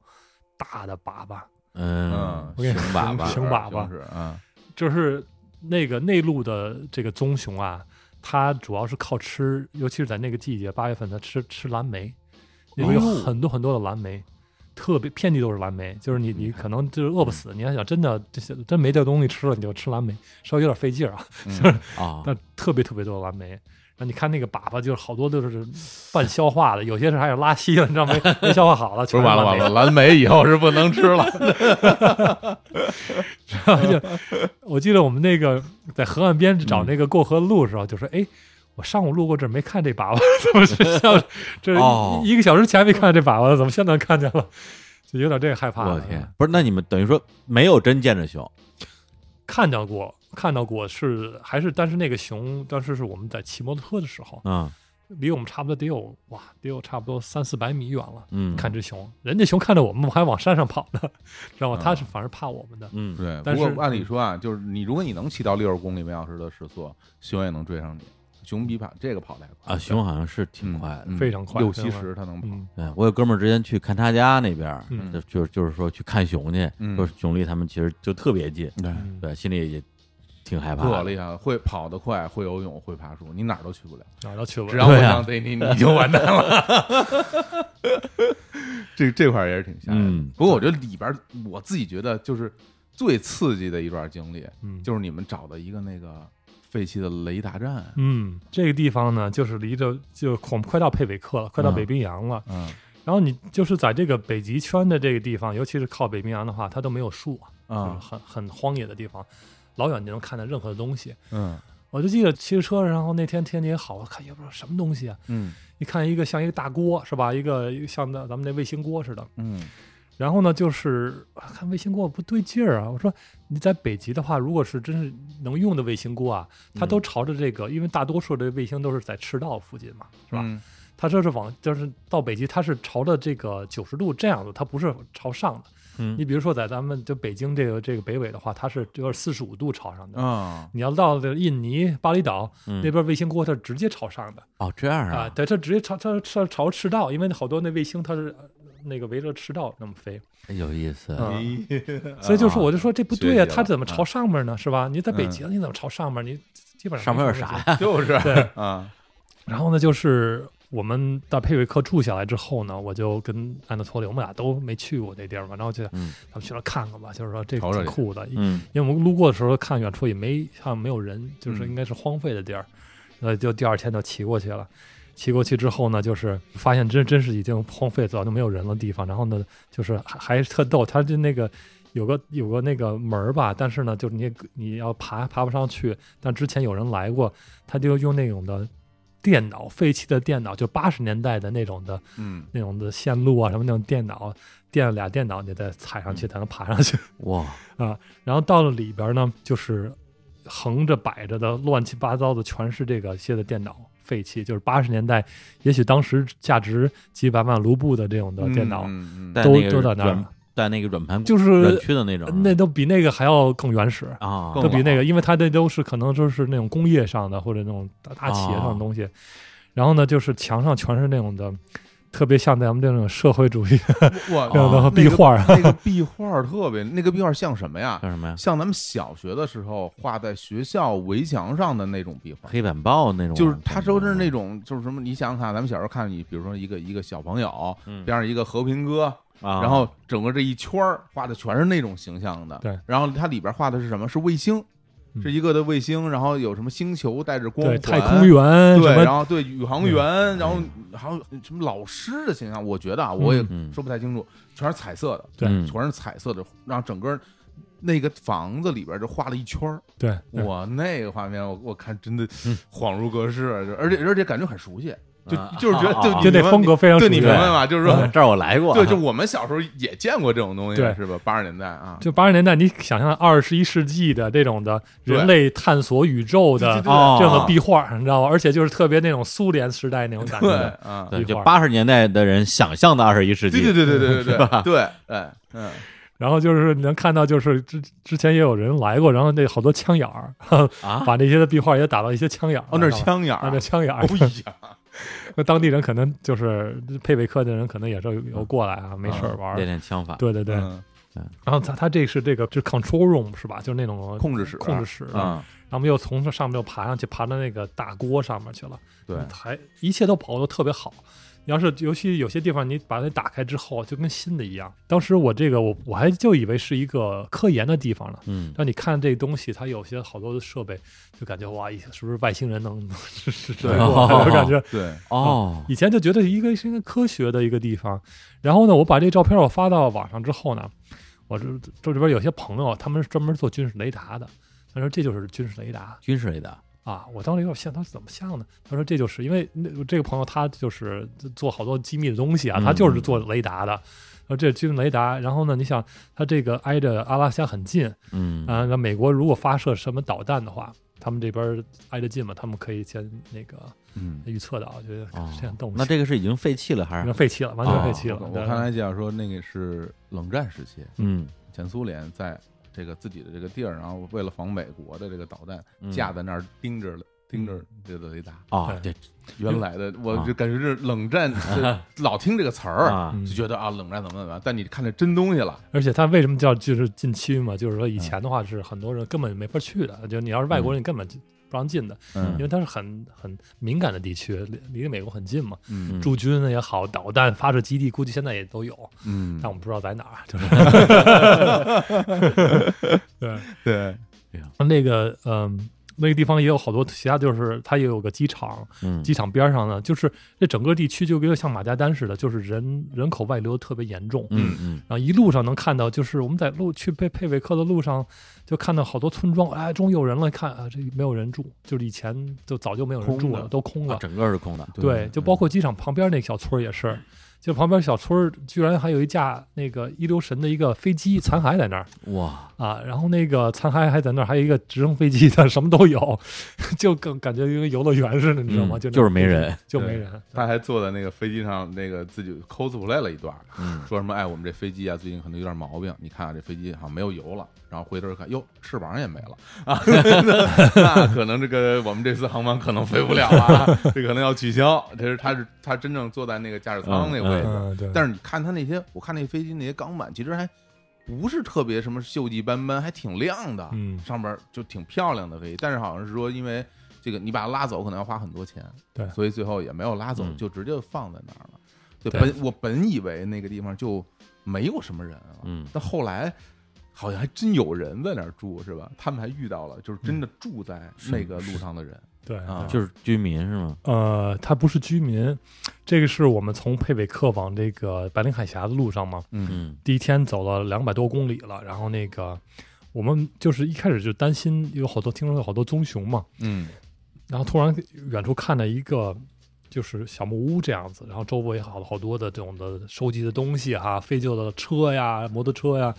[SPEAKER 3] 大的粑粑，
[SPEAKER 2] 嗯
[SPEAKER 4] 嗯，，
[SPEAKER 3] 我跟你
[SPEAKER 4] 熊粑粑，
[SPEAKER 3] 熊粑粑
[SPEAKER 4] 熊是 嗯
[SPEAKER 3] 就是那个内陆的这个棕熊啊，它主要是靠吃，尤其是在那个季节八月份，它吃吃蓝莓，那边有
[SPEAKER 2] 哦
[SPEAKER 3] 很多很多的蓝莓。特别遍地都是蓝莓，就是你你可能就是饿不死，你还想真的这些真没这东西吃了，你就吃蓝莓，稍微有点费劲儿啊。
[SPEAKER 4] 嗯
[SPEAKER 2] 啊，
[SPEAKER 3] 但特别特别多的蓝莓。然后你看那个粑粑，就是好多都是半消化的，有些是还有拉稀了，你知道没？没消化好了，
[SPEAKER 4] 不
[SPEAKER 3] 全
[SPEAKER 4] 是
[SPEAKER 3] 是
[SPEAKER 4] 完了完了，蓝莓以后是不能吃 了。
[SPEAKER 3] 完了。就我记得我们那个在河岸边找那个过河路的时候，就说：“哎，我上午路过这儿没看这粑粑， 怎么是像这
[SPEAKER 2] 哦
[SPEAKER 3] 一个小时前没看见这粑粑，怎么现在看见了？”就有点这个害怕。
[SPEAKER 2] 我天，，不是，那你们等于说没有真见着熊
[SPEAKER 3] 看到过，看到过是还是，但是那个熊当时是我们在骑摩托车的时候，
[SPEAKER 2] 啊？
[SPEAKER 3] 离我们差不多得有哇，得有差不多三四百米远了。
[SPEAKER 2] 嗯，
[SPEAKER 3] 看只熊，人家熊看着我们，我还往山上跑呢， 知
[SPEAKER 2] 啊
[SPEAKER 3] 道吗？它是反而怕我们的。
[SPEAKER 2] 嗯，
[SPEAKER 4] 对，
[SPEAKER 3] 但
[SPEAKER 4] 不过
[SPEAKER 3] 是
[SPEAKER 4] 按理说啊，就是你如果你能骑到六十公里每小时的时速，熊也能追上你。熊比跑这个跑得还快
[SPEAKER 2] 啊，熊好像是挺快的。
[SPEAKER 4] 嗯
[SPEAKER 3] 非常快
[SPEAKER 4] 六
[SPEAKER 3] 非常
[SPEAKER 4] 七
[SPEAKER 3] 快
[SPEAKER 4] 十它能跑。
[SPEAKER 3] 嗯，
[SPEAKER 2] 对，我有哥们儿之前去看他家那边儿，
[SPEAKER 3] 嗯
[SPEAKER 2] 就就是就是说去看熊去，
[SPEAKER 4] 嗯
[SPEAKER 2] 说熊离他们其实就特别近，
[SPEAKER 4] 对
[SPEAKER 3] 嗯
[SPEAKER 2] 对，心里也挺害怕
[SPEAKER 4] 特
[SPEAKER 2] 的。
[SPEAKER 4] 厉害，会跑得快，会游泳，会爬树，你哪儿都去不了。
[SPEAKER 3] 哪儿都去不
[SPEAKER 4] 只
[SPEAKER 3] 了。
[SPEAKER 4] 要我
[SPEAKER 2] 对啊
[SPEAKER 4] 想逮你，你就完蛋了。 这这块儿也是挺吓人
[SPEAKER 2] 嗯
[SPEAKER 4] 的。不过我觉得里边儿，我自己觉得就是最刺激的一段经历，
[SPEAKER 3] 嗯，
[SPEAKER 4] 就是你们找的一个那个废弃的雷达站。
[SPEAKER 3] 嗯，这个地方呢，就是离着就我们快到佩北克了，快到
[SPEAKER 2] 嗯
[SPEAKER 3] 北冰洋了。
[SPEAKER 4] 嗯
[SPEAKER 3] 然后你就是在这个北极圈的这个地方，尤其是靠北冰洋的话，它都没有树啊，就是
[SPEAKER 4] 啊
[SPEAKER 3] 很很荒野的地方，老远就能看到任何的东西。
[SPEAKER 4] 嗯
[SPEAKER 3] 我就记得骑着车，然后那天天气也好，我看也不知道什么东西啊，
[SPEAKER 4] 嗯
[SPEAKER 3] 一看一个像一个大锅是吧？一个一个像那咱们那卫星锅似的，
[SPEAKER 4] 嗯
[SPEAKER 3] 然后呢，就是啊看卫星锅不对劲儿啊！我说你在北极的话，如果是真是能用的卫星锅啊，它
[SPEAKER 2] 嗯
[SPEAKER 3] 都朝着这个，因为大多数的卫星都是在赤道附近嘛，是吧？
[SPEAKER 4] 嗯
[SPEAKER 3] 它这是往就是到北极，它是朝着这个九十度这样的，它不是朝上的。
[SPEAKER 2] 嗯
[SPEAKER 3] 你比如说在咱们就北京这个这个北纬的话，它是就是四十五度朝上的。
[SPEAKER 4] 啊
[SPEAKER 3] 你要到这印尼巴厘岛、
[SPEAKER 2] 嗯
[SPEAKER 3] 那边，卫星锅它是直接朝上的。
[SPEAKER 2] 哦，这样
[SPEAKER 3] 啊，，对，它直接朝它它朝赤道，因为好多那卫星它是呃那个围着赤道那么飞，
[SPEAKER 2] 哎有意思。
[SPEAKER 3] 嗯 所以就是我就说这不对
[SPEAKER 4] 学
[SPEAKER 3] 啊，
[SPEAKER 4] 习了
[SPEAKER 3] 它怎么朝上面呢？是吧？你在北
[SPEAKER 4] 嗯
[SPEAKER 3] 极，你怎么朝上面？你基本上
[SPEAKER 2] 上
[SPEAKER 3] 没
[SPEAKER 2] 面有
[SPEAKER 3] 什么
[SPEAKER 2] 啥
[SPEAKER 3] 问题？
[SPEAKER 2] 呀？
[SPEAKER 4] 就是
[SPEAKER 3] 对，
[SPEAKER 4] 啊
[SPEAKER 3] 然后呢，就是我们到佩瑞克住下来之后呢，我就跟安德托里，我们俩都没去过那地儿嘛，然后就
[SPEAKER 2] 嗯
[SPEAKER 3] 咱们去那儿看看吧，就是说这
[SPEAKER 4] 瞅瞅
[SPEAKER 3] 挺
[SPEAKER 4] 去
[SPEAKER 3] 酷的，
[SPEAKER 2] 嗯，
[SPEAKER 3] 因为我们路过的时候看远处也没像没有人，就是
[SPEAKER 4] 嗯
[SPEAKER 3] 应该是荒废的地儿，呃，就第二天就骑过去了。骑过去之后呢，就是发现真真是已经荒废，早就没有人了地方。然后呢，就是还还是特逗，它就那个有个有个那个门儿吧，但是呢，就是你你要爬爬不上去，但之前有人来过，他就用那种的电脑废弃的电脑，就八十年代的那种的
[SPEAKER 4] 嗯
[SPEAKER 3] 那种的线路啊，什么那种电脑，垫了俩电脑，你再踩上去才能爬上去。
[SPEAKER 2] 哇，
[SPEAKER 3] 然后到了里边呢，就是横着摆着的乱七八糟的，全是这个些的电脑废弃，就是八十年代，也许当时价值几百万卢布的这种的电脑，
[SPEAKER 4] 嗯嗯
[SPEAKER 2] 带
[SPEAKER 4] 嗯
[SPEAKER 3] 都
[SPEAKER 2] 那个
[SPEAKER 3] 都在那儿
[SPEAKER 2] 软带那个软盘，
[SPEAKER 3] 就
[SPEAKER 2] 软
[SPEAKER 3] 是
[SPEAKER 2] 驱的那
[SPEAKER 1] 啊
[SPEAKER 2] 种，
[SPEAKER 3] 那都比那个还要更原始，
[SPEAKER 2] 啊，
[SPEAKER 4] 更
[SPEAKER 3] 都比那
[SPEAKER 4] 老
[SPEAKER 3] 个，因为它那都是可能就是那种工
[SPEAKER 1] 啊
[SPEAKER 3] 业上的或者那种大大企业上的东西。然后呢，就是墙上全是那种的特别像咱们这种社会主义
[SPEAKER 1] 哇，
[SPEAKER 3] 这样的壁画儿，
[SPEAKER 1] 啊那个壁画儿特别，那个壁画儿像什么呀？
[SPEAKER 2] 叫什么呀？
[SPEAKER 1] 像咱们小学的时候画在学校围墙上的那种壁画儿。
[SPEAKER 2] 黑板报那种，
[SPEAKER 1] 就是它都是那种，就是什么？你想想看，咱们小时候看你，比如说一个一个小朋友，
[SPEAKER 2] 嗯，
[SPEAKER 1] 边上一个和平鸽，
[SPEAKER 2] 啊
[SPEAKER 1] 然后整个这一圈儿画的全是那种形象的。
[SPEAKER 3] 对，
[SPEAKER 1] 然后它里边画的是什么？是卫星，
[SPEAKER 3] 嗯
[SPEAKER 1] 是一个的卫星，然后有什么星球带着光
[SPEAKER 3] 对
[SPEAKER 1] 环，
[SPEAKER 3] 太空员什
[SPEAKER 1] 对，
[SPEAKER 3] 么嗯
[SPEAKER 1] 然后对宇航员，然后还有什么老师的形象，我觉得啊，我也
[SPEAKER 2] 嗯
[SPEAKER 1] 说不太清楚，全是彩色的，
[SPEAKER 3] 对
[SPEAKER 2] 嗯
[SPEAKER 1] 全是彩色的，然后整个那个房子里边就画了一圈儿，
[SPEAKER 3] 对，对
[SPEAKER 1] 哇，那个画面我我看真的
[SPEAKER 2] 嗯
[SPEAKER 1] 恍如隔世，啊就而且而且感觉很熟悉，就
[SPEAKER 2] 啊
[SPEAKER 1] 就是觉得对
[SPEAKER 2] 啊
[SPEAKER 1] 你
[SPEAKER 3] 就那
[SPEAKER 1] 明白
[SPEAKER 3] 风格非常
[SPEAKER 1] 对
[SPEAKER 3] 熟
[SPEAKER 1] 你
[SPEAKER 3] 悉嗯
[SPEAKER 1] 明。白吗？就是
[SPEAKER 2] 啊
[SPEAKER 1] 说，
[SPEAKER 2] 这儿我来过，
[SPEAKER 1] 嗯对，就我们小时候也见过这种东西，
[SPEAKER 3] 对
[SPEAKER 1] 是吧？八十年代啊，
[SPEAKER 3] 就八十年代，你想象二十一世纪的这种的
[SPEAKER 1] 对
[SPEAKER 3] 人类探索宇宙的
[SPEAKER 1] 对啊
[SPEAKER 2] 哦
[SPEAKER 3] 这样的壁画，你知道吗？而且就是特别那种苏联时代那种感
[SPEAKER 1] 对
[SPEAKER 3] 觉。
[SPEAKER 1] 啊，
[SPEAKER 2] 对，
[SPEAKER 3] 壁
[SPEAKER 2] 就
[SPEAKER 3] 画
[SPEAKER 2] 八十年代的人想象的二十一世纪，
[SPEAKER 1] 对对对对对对对
[SPEAKER 2] 是吧
[SPEAKER 1] 对，哎嗯，
[SPEAKER 3] 然后就是你能看到，就是之之前也有人来过，然后那好多枪眼儿，
[SPEAKER 2] 啊，
[SPEAKER 3] 把那些的壁画也打到一些枪眼儿。
[SPEAKER 1] 哦，那是
[SPEAKER 3] 知道吗，
[SPEAKER 1] 枪眼
[SPEAKER 3] 啊，
[SPEAKER 1] 儿
[SPEAKER 3] 那，枪眼儿
[SPEAKER 1] 哎。呀，
[SPEAKER 3] 那当地人可能就是佩韦克的人，可能也是有有过来啊，没事儿玩
[SPEAKER 2] 练
[SPEAKER 3] 儿。
[SPEAKER 2] 练枪法，
[SPEAKER 3] 对对对，
[SPEAKER 1] 嗯
[SPEAKER 3] 然后他他这是这个就是 control room 是吧？就是那种
[SPEAKER 1] 控制室，
[SPEAKER 3] 控制室。
[SPEAKER 1] 啊，
[SPEAKER 3] 然后我们又从这上面又爬上去，爬到那个大锅上面去了。
[SPEAKER 1] 对，
[SPEAKER 3] 还一切都保护的特别好。你要是尤其有些地方，你把它打开之后，就跟新的一样。当时我这个我我还就以为是一个科研的地方呢。
[SPEAKER 2] 嗯，
[SPEAKER 3] 让你看这东西，它有些好多的设备，就感觉哇，一是不是外星人能是是是
[SPEAKER 1] 对
[SPEAKER 3] 过来的感觉？
[SPEAKER 1] 对，
[SPEAKER 2] 哦，
[SPEAKER 3] 以前就觉得一个是一个科学的一个地方。然后呢，我把这照片我发到网上之后呢，我这这里边有些朋友，他们是专门做军事雷达的，他说这就是军事雷达。
[SPEAKER 2] 军事类的，
[SPEAKER 3] 啊，我当时有点像，他说怎么像呢？他说这就是因为那我这个朋友他就是做好多机密的东西啊，
[SPEAKER 2] 嗯
[SPEAKER 3] 他就是做雷达的。然后这是军用雷达，然后呢，你想他这个挨着阿拉斯加很近
[SPEAKER 2] 嗯
[SPEAKER 3] 啊，那美国如果发射什么导弹的话，他们这边挨着近嘛，他们可以先那个
[SPEAKER 1] 嗯。
[SPEAKER 3] 预测到，觉得
[SPEAKER 2] 哦
[SPEAKER 3] 这样动不起
[SPEAKER 2] 那这个是已经废弃了还
[SPEAKER 3] 已
[SPEAKER 2] 是
[SPEAKER 3] 经？废弃了，完全
[SPEAKER 2] 哦
[SPEAKER 3] 废弃了。
[SPEAKER 1] 我
[SPEAKER 3] 对
[SPEAKER 1] 看来介绍说，那个是冷战时期，
[SPEAKER 2] 嗯，
[SPEAKER 1] 前苏联在这个自己的这个地儿，然后为了防美国的这个导弹，
[SPEAKER 2] 嗯
[SPEAKER 1] 架在那儿盯着了。盯着这个雷达，
[SPEAKER 2] 啊，对，
[SPEAKER 1] 原来的我
[SPEAKER 2] 啊
[SPEAKER 1] 就感觉是冷战，这老听这个词儿，
[SPEAKER 2] 啊，
[SPEAKER 3] 嗯
[SPEAKER 1] 就觉得啊冷战怎么怎么样，但你看这真东西了，
[SPEAKER 3] 而且它为什么叫就是禁区嘛？就是
[SPEAKER 2] 嗯
[SPEAKER 3] 说以前的话是很多人根本没法去的，就你要是外国人，你根本就不让进的。因
[SPEAKER 1] 嗯
[SPEAKER 3] 为它是很很敏感的地区，离离美国很近嘛，
[SPEAKER 1] 嗯
[SPEAKER 3] 驻军也好，导弹发射基地估计现在也都有，
[SPEAKER 1] 嗯
[SPEAKER 3] 但，我们不知道在哪儿。 就是，对，
[SPEAKER 1] 对，
[SPEAKER 3] 那个嗯，那个地方也有好多其他，就是它也有个机场，
[SPEAKER 2] 嗯
[SPEAKER 3] 机场边上呢，就是这整个地区就跟像马加丹似的，就是人人口外流特别严重。
[SPEAKER 2] 嗯嗯，
[SPEAKER 3] 然后一路上能看到，就是我们在路去佩佩韦克的路上，就看到好多村庄，哎，终于有人了，看啊，这没有人住，就是以前就早就没有人
[SPEAKER 1] 空
[SPEAKER 3] 住
[SPEAKER 1] 的
[SPEAKER 3] 了，都空了
[SPEAKER 2] 啊，整个是空的，
[SPEAKER 3] 对，就包括机场旁边那小村儿也是，就旁边小村儿居然还有一架那个一流神的一个飞机残骸在那儿
[SPEAKER 2] 哇，
[SPEAKER 3] 啊，然后那个残骸还在那儿，还有一个直升飞机的，什么都有， 就更感觉跟游乐园似的，你知道吗？
[SPEAKER 2] 嗯
[SPEAKER 3] 就那
[SPEAKER 2] 就是没人，
[SPEAKER 3] 就没人。
[SPEAKER 1] 他还坐在那个飞机上，那个自己 cosplay 了一段，
[SPEAKER 2] 嗯
[SPEAKER 1] 说什么哎，我们这飞机啊，最近可能有点毛病，你看、啊、这飞机好像没有油了，然后回头一看，哟，翅膀也没了啊， 那可能这个我们这次航班可能飞不了啊，这可能要取消。这是他是他真正坐在那个驾驶舱那个位置，
[SPEAKER 3] 嗯，对，
[SPEAKER 1] 但是你看他那些，我看那飞机那些钢板其实还不是特别什么锈迹斑斑，还挺亮的，
[SPEAKER 3] 嗯
[SPEAKER 1] 上边就挺漂亮的飞机，但是好像是说因为。这个你把它拉走可能要花很多钱，
[SPEAKER 3] 对
[SPEAKER 1] 所以最后也没有拉走，
[SPEAKER 2] 嗯
[SPEAKER 1] 就直接放在那儿了。对，
[SPEAKER 3] 对
[SPEAKER 1] 本我本以为那个地方就没有什么人啊，
[SPEAKER 2] 嗯
[SPEAKER 1] 但后来好像还真有人在那儿住，是吧？他们还遇到了，就是真
[SPEAKER 3] 嗯
[SPEAKER 1] 的住在那个路上的人。
[SPEAKER 3] 对
[SPEAKER 1] 啊
[SPEAKER 3] 对
[SPEAKER 2] 就是居民是吗？
[SPEAKER 3] 呃，它不是居民，这个是我们从佩韦克往这个白令海峡的路上嘛，
[SPEAKER 1] 嗯
[SPEAKER 2] 嗯
[SPEAKER 3] 第一天走了两百多公里了，然后那个我们就是一开始就担心有好多听说有好多棕熊嘛，
[SPEAKER 1] 嗯
[SPEAKER 3] 然后突然远处看到一个就是小木屋这样子，然后周啊围好好多的这种的收集的东西哈、废旧的车呀、摩托车呀，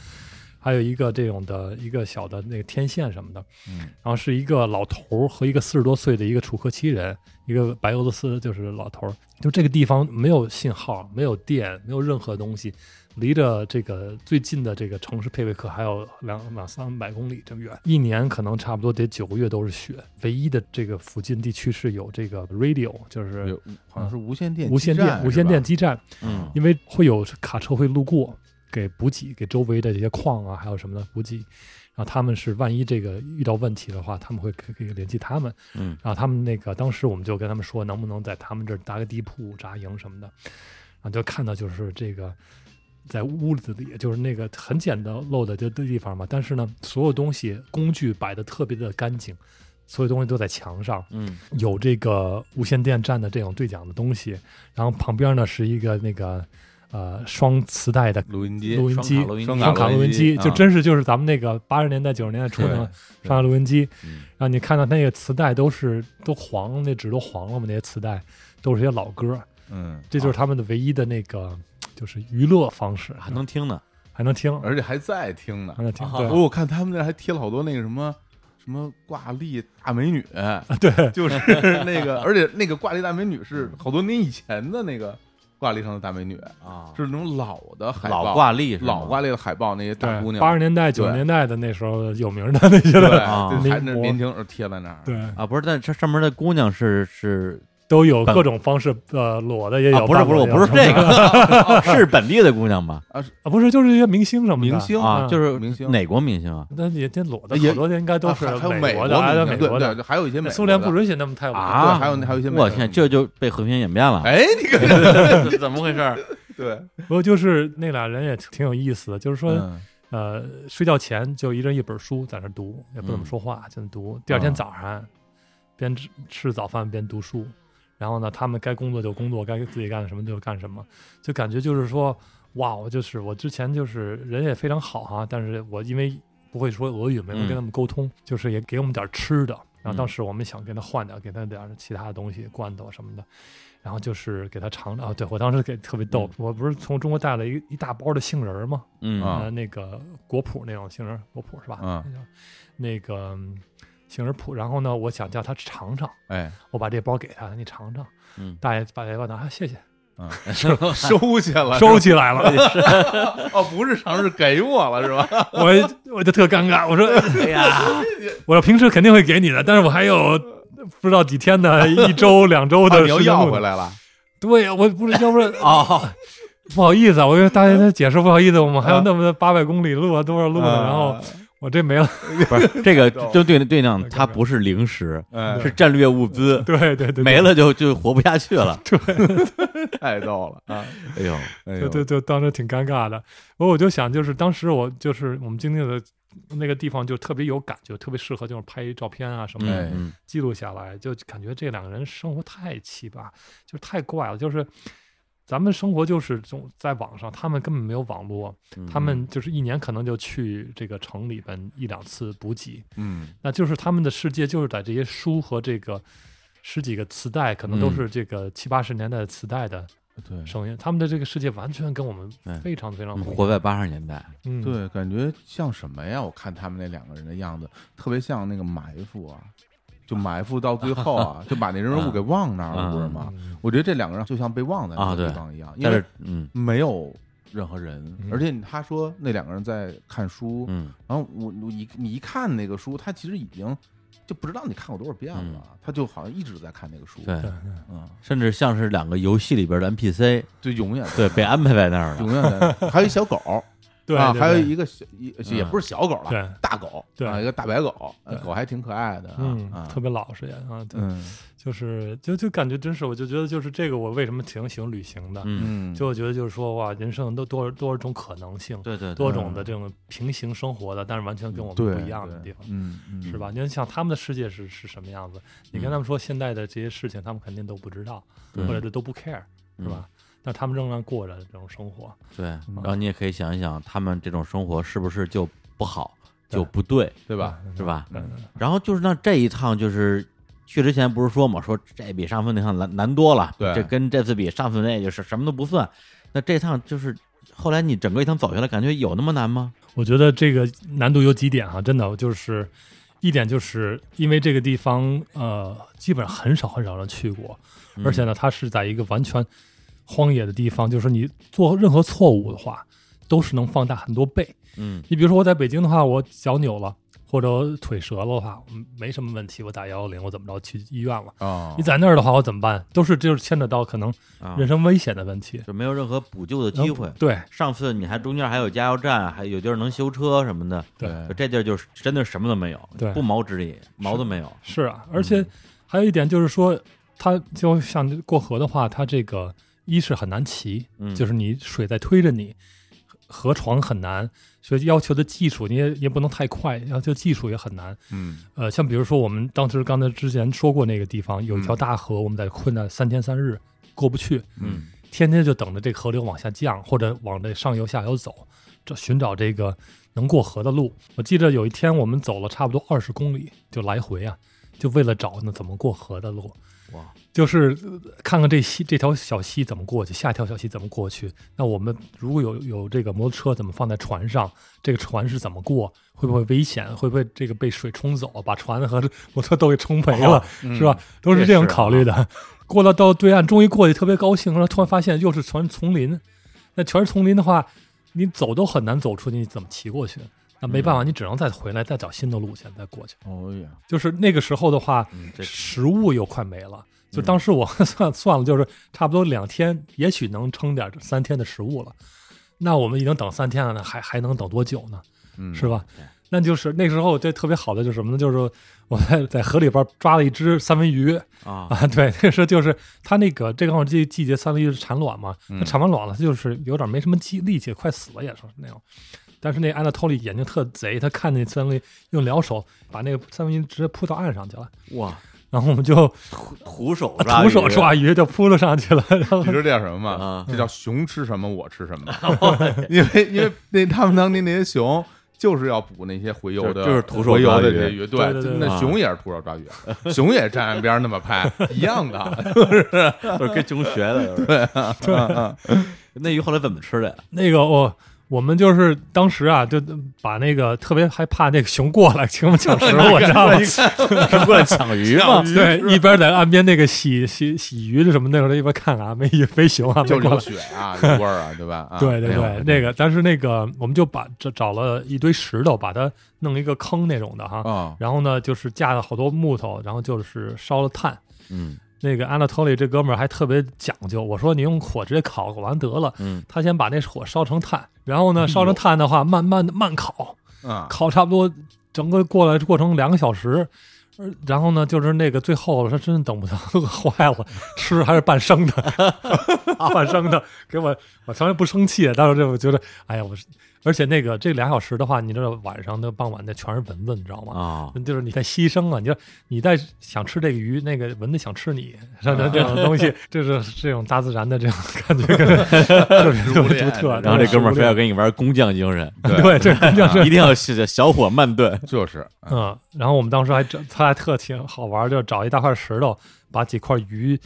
[SPEAKER 3] 还有一个这种的一个小的那个天线什么的，
[SPEAKER 2] 嗯
[SPEAKER 3] 然后是一个老头儿和一个四十多岁的一个楚科奇人，一个白俄罗斯就是老头儿，就这个地方没有信号，没有电，没有任何东西，离着这个最近的这个城市佩韦克还有两两三百公里这么远，一年可能差不多得九个月都是雪，唯一的这个附近地区是有这个 radio，就是
[SPEAKER 6] 有好像是无线电基站，
[SPEAKER 3] 无线电无线电基站，
[SPEAKER 2] 嗯
[SPEAKER 3] 因为会有卡车会路过，给补给给周围的这些矿啊，还有什么的补给。然后他们是万一这个遇到问题的话，他们会可以可以联系他们。
[SPEAKER 2] 嗯
[SPEAKER 3] 然后他们那个当时我们就跟他们说，能不能在他们这儿搭个地铺、扎营什么的。然后就看到就是这个在屋子里，就是那个很简单漏的这地方嘛，但是呢，所有东西工具摆的特别的干净，所有东西都在墙上。
[SPEAKER 2] 嗯
[SPEAKER 3] 有这个无线电站的这种对讲的东西，然后旁边呢是一个那个呃双磁带
[SPEAKER 1] 嗯
[SPEAKER 3] 的
[SPEAKER 6] 录音机，
[SPEAKER 3] 录音机
[SPEAKER 2] 双卡录音机
[SPEAKER 6] 双
[SPEAKER 3] 双卡录音机，
[SPEAKER 6] 啊
[SPEAKER 3] 就真是就是咱们那个八十年代九十年代初
[SPEAKER 6] 对
[SPEAKER 3] 的双卡录音机，
[SPEAKER 2] 嗯
[SPEAKER 3] 然后你看到那个磁带都是都黄，那纸都黄了嘛，那些磁带都是些老歌，
[SPEAKER 6] 嗯，
[SPEAKER 3] 这就是他们的唯一的那个就是娱乐方式，
[SPEAKER 2] 还能听呢，
[SPEAKER 3] 还能听，
[SPEAKER 1] 啊而且还在听呢
[SPEAKER 3] 还。能听，
[SPEAKER 2] 啊
[SPEAKER 3] 对
[SPEAKER 1] 哎我我看他们那儿还贴了好多那个什么什么挂历大美女，
[SPEAKER 3] 啊对，
[SPEAKER 1] 就是那个，而且那个挂历大美女是好多年以前的那个挂历上的大美女，
[SPEAKER 2] 啊，
[SPEAKER 1] 是那种老的海报，
[SPEAKER 2] 老挂历，
[SPEAKER 1] 老挂，历的海报，那些大姑
[SPEAKER 3] 对，
[SPEAKER 1] 娘，
[SPEAKER 3] 八十年代九十年代的那时候有名的那些
[SPEAKER 1] 对，
[SPEAKER 3] 的，
[SPEAKER 2] 啊
[SPEAKER 1] 对还那
[SPEAKER 3] 民国
[SPEAKER 1] 年轻人贴在那儿，
[SPEAKER 3] 对。
[SPEAKER 2] 啊，不是，但这上面的姑娘是是
[SPEAKER 3] 都有
[SPEAKER 2] 本
[SPEAKER 3] 各种方式，呃，裸的也有，
[SPEAKER 2] 啊，不是
[SPEAKER 3] 半
[SPEAKER 2] 不是，我
[SPEAKER 3] 裸的也有
[SPEAKER 2] 不是这个，是本地的姑娘吧？
[SPEAKER 3] 啊，不是，就是一些明星什么的
[SPEAKER 1] 明星
[SPEAKER 2] 啊，就是是
[SPEAKER 1] 明星
[SPEAKER 2] 哪国明星啊？
[SPEAKER 3] 那也这裸的，
[SPEAKER 1] 也
[SPEAKER 3] 好多应该都是
[SPEAKER 1] 啊还还有
[SPEAKER 3] 美
[SPEAKER 1] 国
[SPEAKER 3] 的，还有
[SPEAKER 1] 明星
[SPEAKER 3] 美
[SPEAKER 1] 对
[SPEAKER 3] 国的
[SPEAKER 1] 对，。还有一些美
[SPEAKER 3] 苏联
[SPEAKER 1] 国
[SPEAKER 3] 不
[SPEAKER 1] 的
[SPEAKER 3] 允许那么太武
[SPEAKER 2] 啊
[SPEAKER 1] 对还有还有一些美国
[SPEAKER 2] 我
[SPEAKER 1] 的
[SPEAKER 2] 天，这就被和平演变了，
[SPEAKER 1] 哎，你看
[SPEAKER 3] 嗯
[SPEAKER 2] 这怎么回事儿？
[SPEAKER 1] 对，
[SPEAKER 3] 不过就是那俩人也挺有意思的，就是说，
[SPEAKER 1] 嗯
[SPEAKER 3] 呃，睡觉前就一人一本书在那读，也不怎么
[SPEAKER 2] 嗯啊
[SPEAKER 3] 说话，就读。第二天早上边吃吃早饭边读书，然后呢，他们该工作就工作，该自己干什么就干什么，就感觉就是说，哇，我就是我之前就是人也非常好啊，但是我因为不会说俄语，没
[SPEAKER 2] 嗯
[SPEAKER 3] 能跟他们沟通，就是也给我们点儿吃的。
[SPEAKER 2] 嗯
[SPEAKER 3] 然后当时我们想跟他换点儿，给他点儿其他的东西，罐头什么的。然后就是给他尝尝啊，对我当时给特别逗，
[SPEAKER 2] 嗯
[SPEAKER 3] 我不是从中国带了一一大包的杏仁儿吗？
[SPEAKER 2] 嗯
[SPEAKER 1] 啊
[SPEAKER 3] 呃，那个果脯那种杏仁儿果脯是吧？
[SPEAKER 1] 嗯
[SPEAKER 3] 那叫，那个嗯杏仁脯。然后呢，我想叫他尝尝，
[SPEAKER 1] 哎，
[SPEAKER 3] 我把这包给他，你尝尝。
[SPEAKER 2] 嗯
[SPEAKER 3] 大爷，大爷把拿，啊谢谢，
[SPEAKER 1] 收起来了，
[SPEAKER 3] 收起来了。
[SPEAKER 1] 哦，不是尝试给我了是吧？
[SPEAKER 3] 我我就特尴尬，我说，哎呀， 我说平时肯定会给你的，但是我还有不知道几天的，一周、两周
[SPEAKER 1] 啊
[SPEAKER 3] 的
[SPEAKER 1] 你要
[SPEAKER 3] 时间
[SPEAKER 1] 要
[SPEAKER 3] 录
[SPEAKER 1] 回
[SPEAKER 3] 的。
[SPEAKER 1] 来了，
[SPEAKER 3] 对呀，我不是，要不然
[SPEAKER 2] 哦，
[SPEAKER 3] 不好意思啊，我跟大家解释不好意思，我们还有那么八百公里路啊，多少路
[SPEAKER 1] 嗯
[SPEAKER 3] 呢？然后我这没了，
[SPEAKER 2] 不是这个，
[SPEAKER 1] 知道
[SPEAKER 2] 就对对讲，它不是零食，
[SPEAKER 1] 哎
[SPEAKER 2] 是战略物资，
[SPEAKER 3] 对对对，对
[SPEAKER 2] 没，了就就活不下去了。
[SPEAKER 1] 太逗了啊！
[SPEAKER 2] 哎呦，
[SPEAKER 1] 哎
[SPEAKER 3] 对
[SPEAKER 1] 呦，
[SPEAKER 3] 对对，当时挺尴尬的。我我就想，就是当时我就是我们经历的那个地方，就特别有感觉，特别适合就是拍照片啊什么的，
[SPEAKER 1] 哎
[SPEAKER 2] 嗯
[SPEAKER 3] 记录下来，就感觉这两个人生活太奇葩，就是太怪了，就是。咱们生活就是总在网上，他们根本没有网络，
[SPEAKER 2] 嗯，
[SPEAKER 3] 他们就是一年可能就去这个城里边一两次补给，
[SPEAKER 1] 嗯，
[SPEAKER 3] 那就是他们的世界就是在这些书和这个十几个磁带，可能都
[SPEAKER 2] 嗯
[SPEAKER 3] 是这个七八十年代的磁带的
[SPEAKER 1] 对
[SPEAKER 3] 声音，他们的这个世界完全跟我们
[SPEAKER 2] 嗯
[SPEAKER 3] 非常非常
[SPEAKER 2] 嗯
[SPEAKER 3] 不一
[SPEAKER 2] 活
[SPEAKER 3] 样。
[SPEAKER 2] 在八十年代，
[SPEAKER 3] 嗯，
[SPEAKER 1] 哎对，感觉像什么呀？我看他们那两个人的样子，特别像那个埋伏啊，就埋伏到最后啊，就把那人物给忘那儿了，
[SPEAKER 2] 嗯
[SPEAKER 1] 不是吗？我觉得这两个人就像被忘在那
[SPEAKER 2] 啊
[SPEAKER 1] 个
[SPEAKER 2] 对
[SPEAKER 1] 地方一样，因
[SPEAKER 2] 但
[SPEAKER 1] 为
[SPEAKER 2] 是嗯
[SPEAKER 1] 没有任何人，
[SPEAKER 3] 嗯
[SPEAKER 1] 而且他说那两个人在看书，
[SPEAKER 2] 嗯
[SPEAKER 1] 然后我我一你一看那个书，他其实已经就不知道你看过多少遍
[SPEAKER 2] 嗯
[SPEAKER 1] 了，他就好像一直在看那个书，
[SPEAKER 2] 对，
[SPEAKER 1] 嗯，
[SPEAKER 2] 甚至像是两个游戏里边的 NPC，
[SPEAKER 1] 就永远
[SPEAKER 2] 对，被安排在那儿了。
[SPEAKER 1] 永远在，还有一小狗儿，
[SPEAKER 3] 对
[SPEAKER 1] 啊，
[SPEAKER 3] 对
[SPEAKER 1] 还有
[SPEAKER 3] 对嗯
[SPEAKER 1] 一个小一也不是小狗了，
[SPEAKER 3] 对
[SPEAKER 1] 大狗，
[SPEAKER 3] 对
[SPEAKER 1] 啊，一个大白狗，呃
[SPEAKER 3] 对
[SPEAKER 1] 狗还挺可爱的啊，
[SPEAKER 3] 嗯，
[SPEAKER 1] 啊
[SPEAKER 3] 特别老实也啊，对，
[SPEAKER 1] 嗯
[SPEAKER 3] 就是就就感觉真是，我就觉得就是这个，我为什么挺喜欢旅行的，
[SPEAKER 1] 嗯，
[SPEAKER 2] 嗯，
[SPEAKER 3] 就我觉得就是说哇，人生都多少多少种可能性，
[SPEAKER 2] 对对，对
[SPEAKER 3] 多种的这种平行生活的，但是完全跟我
[SPEAKER 1] 嗯对
[SPEAKER 3] 们不一样的地方。
[SPEAKER 1] 嗯嗯
[SPEAKER 3] 是吧？你想他们的世界是是什么样子？你跟他们说现在的这些事情，他们肯定都不知道，
[SPEAKER 2] 对
[SPEAKER 3] 或者都不 care，是
[SPEAKER 1] 嗯
[SPEAKER 3] 吧？嗯但他们仍然过着这种生活。
[SPEAKER 2] 嗯对，然后你也可以想一想，他们这种生活是不是就不好，
[SPEAKER 3] 对
[SPEAKER 2] 就不对，
[SPEAKER 1] 对吧？
[SPEAKER 2] 是吧？
[SPEAKER 3] 嗯？
[SPEAKER 2] 然后就是那这一趟就是去之前不是说嘛，说这比上次那趟难难多了，
[SPEAKER 1] 对
[SPEAKER 2] 这跟这次比上次那就是什么都不算。那这趟就是后来你整个一趟走下来，感觉有那么难吗？
[SPEAKER 3] 我觉得这个难度有几点哈、真的就是一点就是因为这个地方呃，基本上很少很少人去过，
[SPEAKER 2] 嗯
[SPEAKER 3] 而且呢，它是在一个完全荒野的地方，就是你做任何错误的话，都是能放大很多倍。
[SPEAKER 2] 嗯
[SPEAKER 3] 你比如说我在北京的话，我脚扭了或者腿折了的话，嗯没什么问题，我打幺幺零，我怎么着去医院了？
[SPEAKER 4] 啊
[SPEAKER 1] 哦
[SPEAKER 3] 你，在那儿的话，我怎么办？都是就是牵扯到可能
[SPEAKER 2] 啊，
[SPEAKER 3] 人身危险的问题。
[SPEAKER 2] 就没有任何补救的机会。
[SPEAKER 3] 对
[SPEAKER 2] 上次你还中间还有加油站，还有地儿能修车什么的，
[SPEAKER 3] 对
[SPEAKER 2] 就这地儿就是真的什么都没有，
[SPEAKER 3] 对
[SPEAKER 2] 不毛之地，毛都没有。
[SPEAKER 3] 是啊，
[SPEAKER 4] 嗯
[SPEAKER 3] 而且还有一点就是说，它就像过河的话，它这个一是很难骑，
[SPEAKER 2] 嗯，
[SPEAKER 3] 就是是你水在推着你，河床很难，所以要求的技术你也也不能太快，要求技术也很难。
[SPEAKER 4] 嗯
[SPEAKER 3] 呃，像比如说我们当时刚才之前说过那个地方有一条
[SPEAKER 4] 嗯
[SPEAKER 3] 大河，我们在困在三天三日过不去，
[SPEAKER 2] 嗯
[SPEAKER 3] 天天就等着这个河流往下降，或者往这上游、下游走，这寻找这个能过河的路。我记得有一天我们走了差不多二十公里，就来回啊，就为了找那怎么过河的路。
[SPEAKER 2] 哇，
[SPEAKER 3] 就是呃看看这溪这条小溪怎么过去，下一条小溪怎么过去。那我们如果有有这个摩托车，怎么放在船上？这个船是怎么过？会不会危险？会不会这个被水冲走，把船和 摩托车都给冲没了？
[SPEAKER 4] 嗯
[SPEAKER 3] 是吧？都是这样考虑的。 过了到对岸，终于过去，特别高兴，然后突然发现又是全是丛林。那全是丛林的话，你走都很难走出去，你怎么骑过去？那没办法，你只能再回来，再找新的路线再过去。
[SPEAKER 1] 嗯
[SPEAKER 4] 哦呀，
[SPEAKER 3] 就是那个时候的话，
[SPEAKER 2] 嗯，这嗯
[SPEAKER 3] 食物又快没了。就当时我 算算了，就是差不多两天，也许能撑点三天的食物了。那我们已经等三天了，还还能等多久呢？
[SPEAKER 4] 嗯
[SPEAKER 3] 是吧
[SPEAKER 2] 对？
[SPEAKER 3] 那就是那时候这特别好的就是什么呢？就是我在在河里边抓了一只三文鱼，
[SPEAKER 2] 啊，
[SPEAKER 3] 啊， 对，那时候就是它那个这个号季季节三文鱼是产卵嘛，
[SPEAKER 4] 嗯
[SPEAKER 3] 它产完卵了，它就是有点没什么力力气，快死了也是那种。但是那安娜托利眼睛特贼，他看见三文鱼用两手把那个三文鱼直接扑到岸上去了，
[SPEAKER 2] 哇，
[SPEAKER 3] 然后我们就
[SPEAKER 2] 徒手抓
[SPEAKER 3] 徒啊手
[SPEAKER 2] 鱼
[SPEAKER 3] 抓鱼就扑了上去了，然 后
[SPEAKER 4] 你知道这叫什么 吗
[SPEAKER 2] 啊？
[SPEAKER 4] 这叫熊吃什么我吃什么，
[SPEAKER 1] 哦
[SPEAKER 4] 因为因为那他们当地那些熊。就是要捕那些洄游的，
[SPEAKER 2] 就就是徒手
[SPEAKER 4] 洄游
[SPEAKER 2] 抓
[SPEAKER 4] 的
[SPEAKER 2] 鱼
[SPEAKER 4] 这些鱼，
[SPEAKER 3] 对对对
[SPEAKER 4] 那
[SPEAKER 2] 啊
[SPEAKER 4] 熊也是徒手抓鱼，熊也站岸边那么 拍，一样的。
[SPEAKER 2] 都是跟熊学的。都是 那鱼后来怎么吃的呀？
[SPEAKER 3] 那个我。我们就是当时啊，就把那个特别害怕那个熊过来请我们抢食 物，你知道吗？
[SPEAKER 2] 是过来抢鱼吗？
[SPEAKER 3] 对，一边在岸边那个洗洗洗鱼的什么那时候一边看啊，没鱼没熊啊，没
[SPEAKER 4] 就是
[SPEAKER 3] 过来
[SPEAKER 4] 有血啊，有味儿啊，对吧？啊，
[SPEAKER 3] 对对
[SPEAKER 2] 没有
[SPEAKER 3] 对，那个，但是那个，我们就把这找了一堆石头，把它弄一个坑那种的
[SPEAKER 2] 哦
[SPEAKER 3] 哈，
[SPEAKER 4] 啊，
[SPEAKER 3] 然后呢，就是架了好多木头，然后就是烧了炭。
[SPEAKER 2] 嗯
[SPEAKER 3] 那个安纳托利这哥们儿还特别讲究，我说你用火直接烤完得了，
[SPEAKER 2] 嗯，
[SPEAKER 3] 他先把那火烧成炭，然
[SPEAKER 2] 哎
[SPEAKER 3] 后呢，烧成炭的话，慢慢的慢烤，
[SPEAKER 4] 啊，
[SPEAKER 3] 烤差不多整个过来过程两个小时。呃然后呢，就是那个最后他真等不到， 饿坏了，吃还是半生的， 半生的，给我我从来不生气，啊但是这我觉得，哎呀，我是，而且那个这俩小时的话，你知道晚上的傍晚那全是蚊子，你知道吗？
[SPEAKER 2] 啊，
[SPEAKER 3] 那就是你在牺牲啊，你就你在想吃这个鱼，那个蚊子想吃你，这这这种东西，这是这种大自然的这种感觉，跟特别特
[SPEAKER 4] 食物
[SPEAKER 3] 别
[SPEAKER 4] 链
[SPEAKER 3] 独特。
[SPEAKER 2] 然后这哥们儿非要
[SPEAKER 3] 非
[SPEAKER 2] 跟你玩工匠精 神，
[SPEAKER 4] 对
[SPEAKER 3] 对，这肯定
[SPEAKER 2] 一
[SPEAKER 3] 是。
[SPEAKER 2] 定要是小火慢炖。
[SPEAKER 4] 就是，嗯
[SPEAKER 3] 嗯，然后我们当时还真他还特挺好玩，就找一大块石头，把几块鱼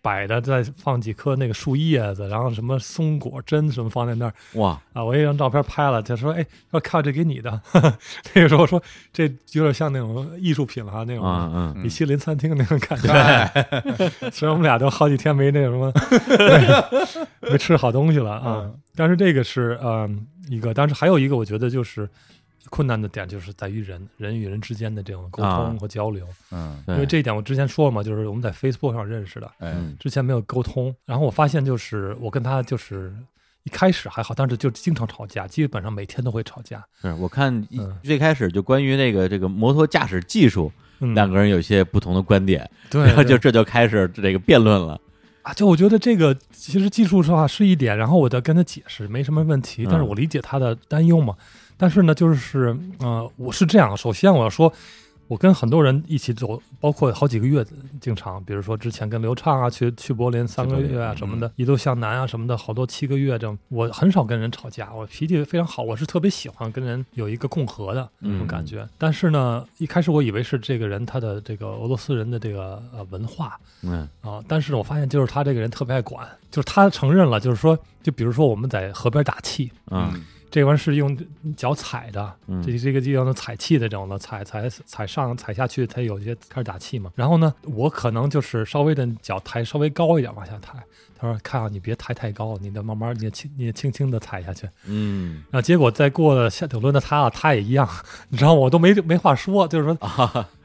[SPEAKER 3] 摆着，再放几颗那个树叶子，然后什么松果针什么放在那儿，
[SPEAKER 2] 哇，
[SPEAKER 3] 啊，我一张照片拍了，他说：“哎，说看这给你的。 呵呵”那个时候说这有点像那种艺术品了哈、那种、
[SPEAKER 2] 嗯
[SPEAKER 3] 米其林餐厅那种感觉。
[SPEAKER 4] 哎
[SPEAKER 3] 所以我们俩都好几天没那什么，没没吃好东西了啊。
[SPEAKER 2] 嗯
[SPEAKER 3] 但是这个是嗯一个，但是还有一个，我觉得就是困难的点就是在于人人与人之间的这种沟
[SPEAKER 2] 啊
[SPEAKER 3] 通和交流，
[SPEAKER 4] 嗯，
[SPEAKER 2] 嗯，
[SPEAKER 3] 因为这一点我之前说了嘛，就是我们在 Facebook 上认识的，
[SPEAKER 4] 哎，
[SPEAKER 2] 嗯
[SPEAKER 3] 之前没有沟通，然后我发现就是我跟他就是一开始还好，但是就经常吵架，基本上每天都会吵架。
[SPEAKER 2] 是我看一
[SPEAKER 3] 嗯
[SPEAKER 2] 最开始就关于那个这个摩托驾驶技术，
[SPEAKER 3] 嗯，
[SPEAKER 2] 两个人有些不同的观点，
[SPEAKER 3] 对，
[SPEAKER 2] 然后就
[SPEAKER 3] 对
[SPEAKER 2] 这就开始这个辩论了。
[SPEAKER 3] 啊，就我觉得这个其实技术的话是一点，然后我再跟他解释没什么问题，
[SPEAKER 2] 嗯
[SPEAKER 3] 但是我理解他的担忧嘛。但是呢，就是呃，我是这样，首先我要说，我跟很多人一起走，包括好几个月，经常，比如说之前跟刘畅啊，去去柏林三个月啊什么的，一路向南啊什么的，好多七个月这样。我很少跟人吵架，我脾气非常好，我是特别喜欢跟人有一个共和的那
[SPEAKER 2] 嗯
[SPEAKER 3] 种嗯感觉。但是呢，一开始我以为是这个人他的这个俄罗斯人的这个呃文化
[SPEAKER 2] 嗯
[SPEAKER 3] 啊，但是呢我发现就是他这个人特别爱管，就是他承认了，就是说，就比如说我们在河边打气，
[SPEAKER 2] 嗯
[SPEAKER 3] 这玩意儿是用脚踩的，
[SPEAKER 2] 嗯
[SPEAKER 3] 这这个地方的踩气的这种的，踩踩踩上踩下去，它有一些开始打气嘛。然后呢，我可能就是稍微的脚抬稍微高一点往下抬，他说：“看啊，你别抬太高，你得慢慢，你轻你轻轻的踩下去。”
[SPEAKER 2] 嗯
[SPEAKER 3] 然后结果再过了下等轮到他了，他也一样，你知道吗我都没没话说，就是说，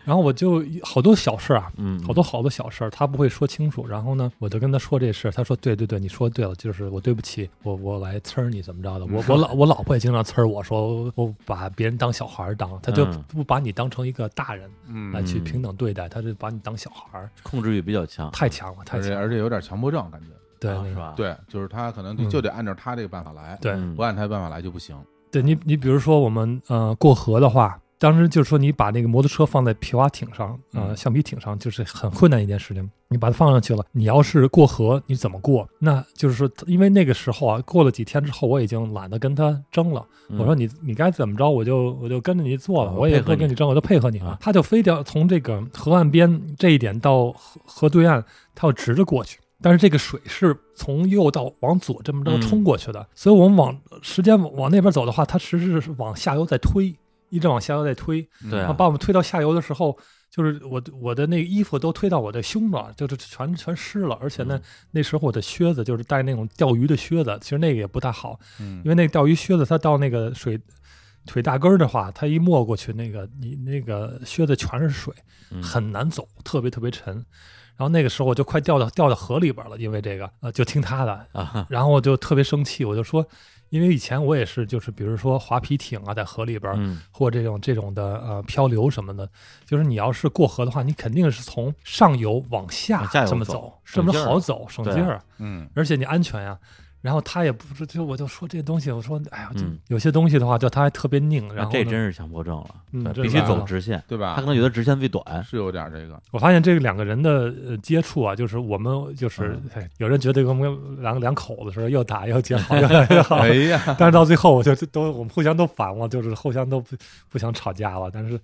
[SPEAKER 3] 然后我就好多小事啊，
[SPEAKER 2] 嗯，
[SPEAKER 3] 好多好多小事儿，他不会说清楚。然后呢，我就跟他说这事儿，他说：“对对对，你说对了，就是我对不起，我我来呲儿你怎么着的？我 我老我老婆也经常呲儿我说我把别人当小孩儿当，他就
[SPEAKER 2] 嗯
[SPEAKER 3] 不把你当成一个大人来
[SPEAKER 4] 嗯，
[SPEAKER 3] 去平等对待，他就把你当小孩儿，
[SPEAKER 2] 嗯控制欲比较强，
[SPEAKER 3] 太强了，太
[SPEAKER 4] 而
[SPEAKER 3] 强
[SPEAKER 4] 且
[SPEAKER 3] 了，
[SPEAKER 4] 而且有点强迫症感觉，
[SPEAKER 3] 对
[SPEAKER 2] 啊
[SPEAKER 3] 那
[SPEAKER 2] 是
[SPEAKER 3] 个
[SPEAKER 2] 吧？
[SPEAKER 4] 对，就是他可能
[SPEAKER 3] 嗯
[SPEAKER 4] 就得按照他这个办法来，
[SPEAKER 3] 对
[SPEAKER 2] 嗯
[SPEAKER 4] 不按他办法来就不行。
[SPEAKER 3] 对，你你比如说我们呃过河的话。”当时就是说，你把那个摩托车放在皮划艇上，呃，
[SPEAKER 2] 嗯
[SPEAKER 3] 橡皮艇上，就是很困难一件事情。你把它放上去了，你要是过河，你怎么过？那就是说，因为那个时候啊，过了几天之后，我已经懒得跟他争了。我说
[SPEAKER 2] 你
[SPEAKER 3] 你你该怎么着，我就我就跟着你做了，
[SPEAKER 2] 嗯啊
[SPEAKER 3] 我也
[SPEAKER 2] 配合
[SPEAKER 3] 不跟
[SPEAKER 2] 你
[SPEAKER 3] 你争，我就配合你
[SPEAKER 2] 啊
[SPEAKER 3] 了。他就非得要从这个河岸边这一点到河河对岸，他要直着过去。但是这个水是从右到往左这么着
[SPEAKER 2] 嗯
[SPEAKER 3] 冲过去的，所以我们往时间往往那边走的话，它其实是往下游在推，一直往下游在推。
[SPEAKER 2] 对
[SPEAKER 3] 然
[SPEAKER 2] 啊
[SPEAKER 3] 后把我们推到下游的时候，就是我的我的那个衣服都推到我的胸了，就是全全湿了。而且
[SPEAKER 2] 嗯
[SPEAKER 3] 呢，那时候我的靴子就是带那种钓鱼的靴子，其实那个也不太好，
[SPEAKER 4] 嗯
[SPEAKER 3] 因为那个钓鱼靴子它到那个水腿大根儿的话，它一没过去，那个你那个靴子全是水，
[SPEAKER 2] 嗯
[SPEAKER 3] 很难走，特别特别沉。然后那个时候我就快掉到掉到河里边了，因为这个呃就听他的，
[SPEAKER 2] 啊，
[SPEAKER 3] 然后我就特别生气，我就说，因为以前我也是就是比如说划皮艇啊，在河里边儿，
[SPEAKER 2] 嗯
[SPEAKER 3] 或这种这种的呃漂流什么的，就是你要是过河的话，你肯定是从上游往下
[SPEAKER 2] 往下游
[SPEAKER 3] 这么
[SPEAKER 2] 走
[SPEAKER 3] 走，
[SPEAKER 2] 省
[SPEAKER 3] 这么
[SPEAKER 2] 劲儿
[SPEAKER 3] 好走，省
[SPEAKER 2] 对
[SPEAKER 3] 劲
[SPEAKER 2] 啊
[SPEAKER 3] 儿，
[SPEAKER 4] 嗯
[SPEAKER 3] 而且你安全呀、然后他也不是，就我就说这东西，我说哎呀，就
[SPEAKER 2] 嗯
[SPEAKER 3] 有些东西的话，就他还特别拧。然
[SPEAKER 2] 那
[SPEAKER 3] 后
[SPEAKER 2] 啊这
[SPEAKER 3] 呢
[SPEAKER 2] 真是强迫症了，
[SPEAKER 3] 嗯
[SPEAKER 2] 对
[SPEAKER 3] 这
[SPEAKER 2] 必须
[SPEAKER 3] 完
[SPEAKER 2] 走
[SPEAKER 3] 了
[SPEAKER 2] 直线，
[SPEAKER 4] 对
[SPEAKER 2] 他
[SPEAKER 4] 吧
[SPEAKER 2] 可？能觉得直线最短，
[SPEAKER 4] 是有点这个，
[SPEAKER 3] 我发现这两个人的呃接触啊，就是我们就是、
[SPEAKER 2] 嗯
[SPEAKER 3] 哎有人觉得我们两两口子似的，又打 又结好，越来 越好。
[SPEAKER 4] 哎呀，
[SPEAKER 3] 但是到最后，我就都我们互相都烦了，就是互相都不不想吵架了。但是，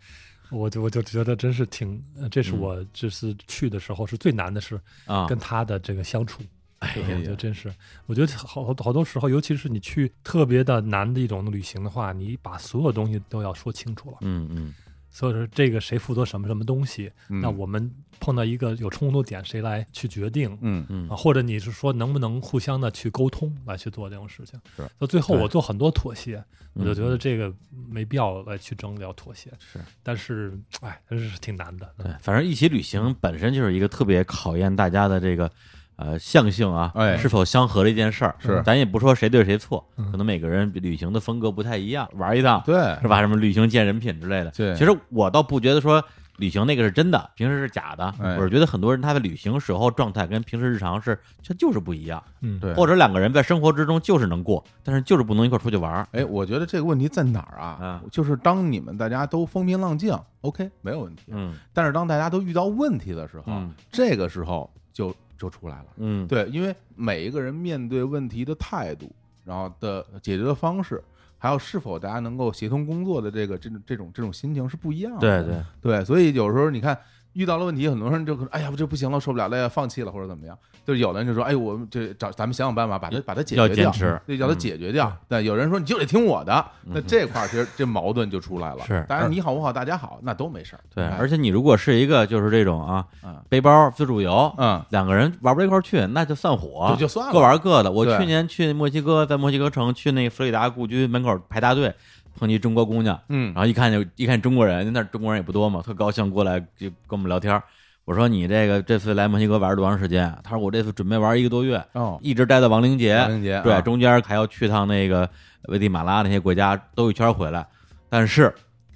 [SPEAKER 3] 我就我就觉得真是挺，呃这是
[SPEAKER 2] 嗯
[SPEAKER 3] 我这次去的时候是最难的事，
[SPEAKER 2] 啊，
[SPEAKER 3] 跟他的这个相处。哎
[SPEAKER 4] 呀
[SPEAKER 3] 我觉得真是，嗯我觉得好好好多时候，尤其是你去特别的难的一种旅行的话，你把所有东西都要说清楚了。
[SPEAKER 2] 嗯嗯
[SPEAKER 3] 所以说，这个谁负责什么什么东西，
[SPEAKER 4] 嗯
[SPEAKER 3] 那我们碰到一个有冲突点，谁来去决定？
[SPEAKER 4] 嗯
[SPEAKER 2] 嗯
[SPEAKER 3] 啊，，或者你是说能不能互相的去沟通来去做这种事情？
[SPEAKER 4] 是，
[SPEAKER 3] 到最后
[SPEAKER 2] 对
[SPEAKER 3] 我做很多妥协，我
[SPEAKER 2] 嗯
[SPEAKER 3] 就觉得这个没必要来去争聊妥协。
[SPEAKER 2] 是，
[SPEAKER 3] 但是哎，真是挺难的。
[SPEAKER 2] 对，反正一起旅行本身就是一个特别考验大家的这个呃象性啊，
[SPEAKER 4] 哎
[SPEAKER 2] 是否相合的一件事儿。
[SPEAKER 4] 是
[SPEAKER 2] 咱也不说谁对谁错，
[SPEAKER 3] 嗯
[SPEAKER 2] 可能每个人旅行的风格不太一样，玩一趟
[SPEAKER 4] 对
[SPEAKER 2] 是吧？什么旅行见人品之类的。
[SPEAKER 4] 对
[SPEAKER 2] 其实我倒不觉得说。旅行那个是真的，平时是假的。
[SPEAKER 4] 哎
[SPEAKER 2] 我是觉得很多人他的旅行时候状态跟平时日常是，这就是不一样。
[SPEAKER 3] 嗯，
[SPEAKER 4] 对，
[SPEAKER 2] 或者两个人在生活之中就是能过，但是就是不能一块儿出去玩儿。
[SPEAKER 4] 哎，我觉得这个问题在哪儿啊
[SPEAKER 2] 啊？
[SPEAKER 4] 就是当你们大家都风平浪静，OK，没有问题。
[SPEAKER 2] 嗯
[SPEAKER 4] 但是当大家都遇到问题的时候
[SPEAKER 2] 嗯，
[SPEAKER 4] 这个时候就就出来了。
[SPEAKER 2] 嗯，
[SPEAKER 4] 对，因为每一个人面对问题的态度，然后的解决的方式，还有是否大家能够协同工作的这个这种这种这种心情是不一样的。
[SPEAKER 2] 嗯对对，
[SPEAKER 4] 对，所以有时候你看遇到了问题，很多人就可能哎呀，这不行了，受不了了，要放弃了或者怎么样。就是有的人就说，哎，我们这找咱们想想办法，把它把它解
[SPEAKER 2] 要
[SPEAKER 4] 决
[SPEAKER 2] 坚
[SPEAKER 4] 掉，
[SPEAKER 2] 持。
[SPEAKER 4] 对，叫它
[SPEAKER 2] 嗯
[SPEAKER 4] 解决掉。对，有人说你就得听我的，那
[SPEAKER 2] 嗯
[SPEAKER 4] 这块儿其实这矛盾就出来了。
[SPEAKER 2] 是
[SPEAKER 4] 当然你好我好大家好，那都没事儿。
[SPEAKER 2] 对，
[SPEAKER 4] 哎
[SPEAKER 2] 而且你如果是一个就是这种啊
[SPEAKER 4] 嗯，
[SPEAKER 2] 背包自助游，
[SPEAKER 4] 嗯，
[SPEAKER 2] 两个人玩不到一块儿去，那就散伙
[SPEAKER 4] 就，就算了，
[SPEAKER 2] 啊各玩各的。我
[SPEAKER 4] 对
[SPEAKER 2] 去年去墨西哥，在墨西哥城去那弗里达故居门口排大队，碰见中国姑娘，
[SPEAKER 4] 嗯
[SPEAKER 2] 然后一看就一看中国人，那儿中国人也不多嘛，特高兴过来就跟我们聊天儿。我说你这个这次来墨西哥玩了多长时间啊？他说我这次准备玩一个多月，
[SPEAKER 4] 哦，
[SPEAKER 2] 一直待到亡灵节。
[SPEAKER 4] 王杰
[SPEAKER 2] 对，中间还要去趟那个危地马拉那些国家兜一圈回来。但是，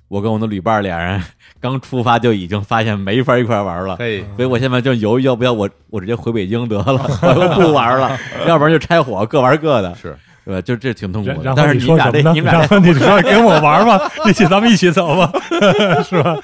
[SPEAKER 2] 我跟我的旅伴俩人刚出发就已经发现没法一块玩了，
[SPEAKER 4] 可以
[SPEAKER 3] 嗯
[SPEAKER 2] 所以我现在就犹豫 要不要我我直接回北京得了，我又不玩了，要不然就拆伙各玩各的。
[SPEAKER 4] 是
[SPEAKER 2] 对吧？就这挺痛苦
[SPEAKER 3] 然
[SPEAKER 2] 的。
[SPEAKER 3] 然
[SPEAKER 2] 但
[SPEAKER 3] 后
[SPEAKER 2] 是
[SPEAKER 3] 你
[SPEAKER 2] 你
[SPEAKER 3] 说
[SPEAKER 2] 俩
[SPEAKER 3] 什
[SPEAKER 2] 这
[SPEAKER 3] 么呢？
[SPEAKER 2] 你们俩
[SPEAKER 3] 然
[SPEAKER 2] 这
[SPEAKER 3] 后 你说跟我玩吧，一起咱们一起走吧，是吧？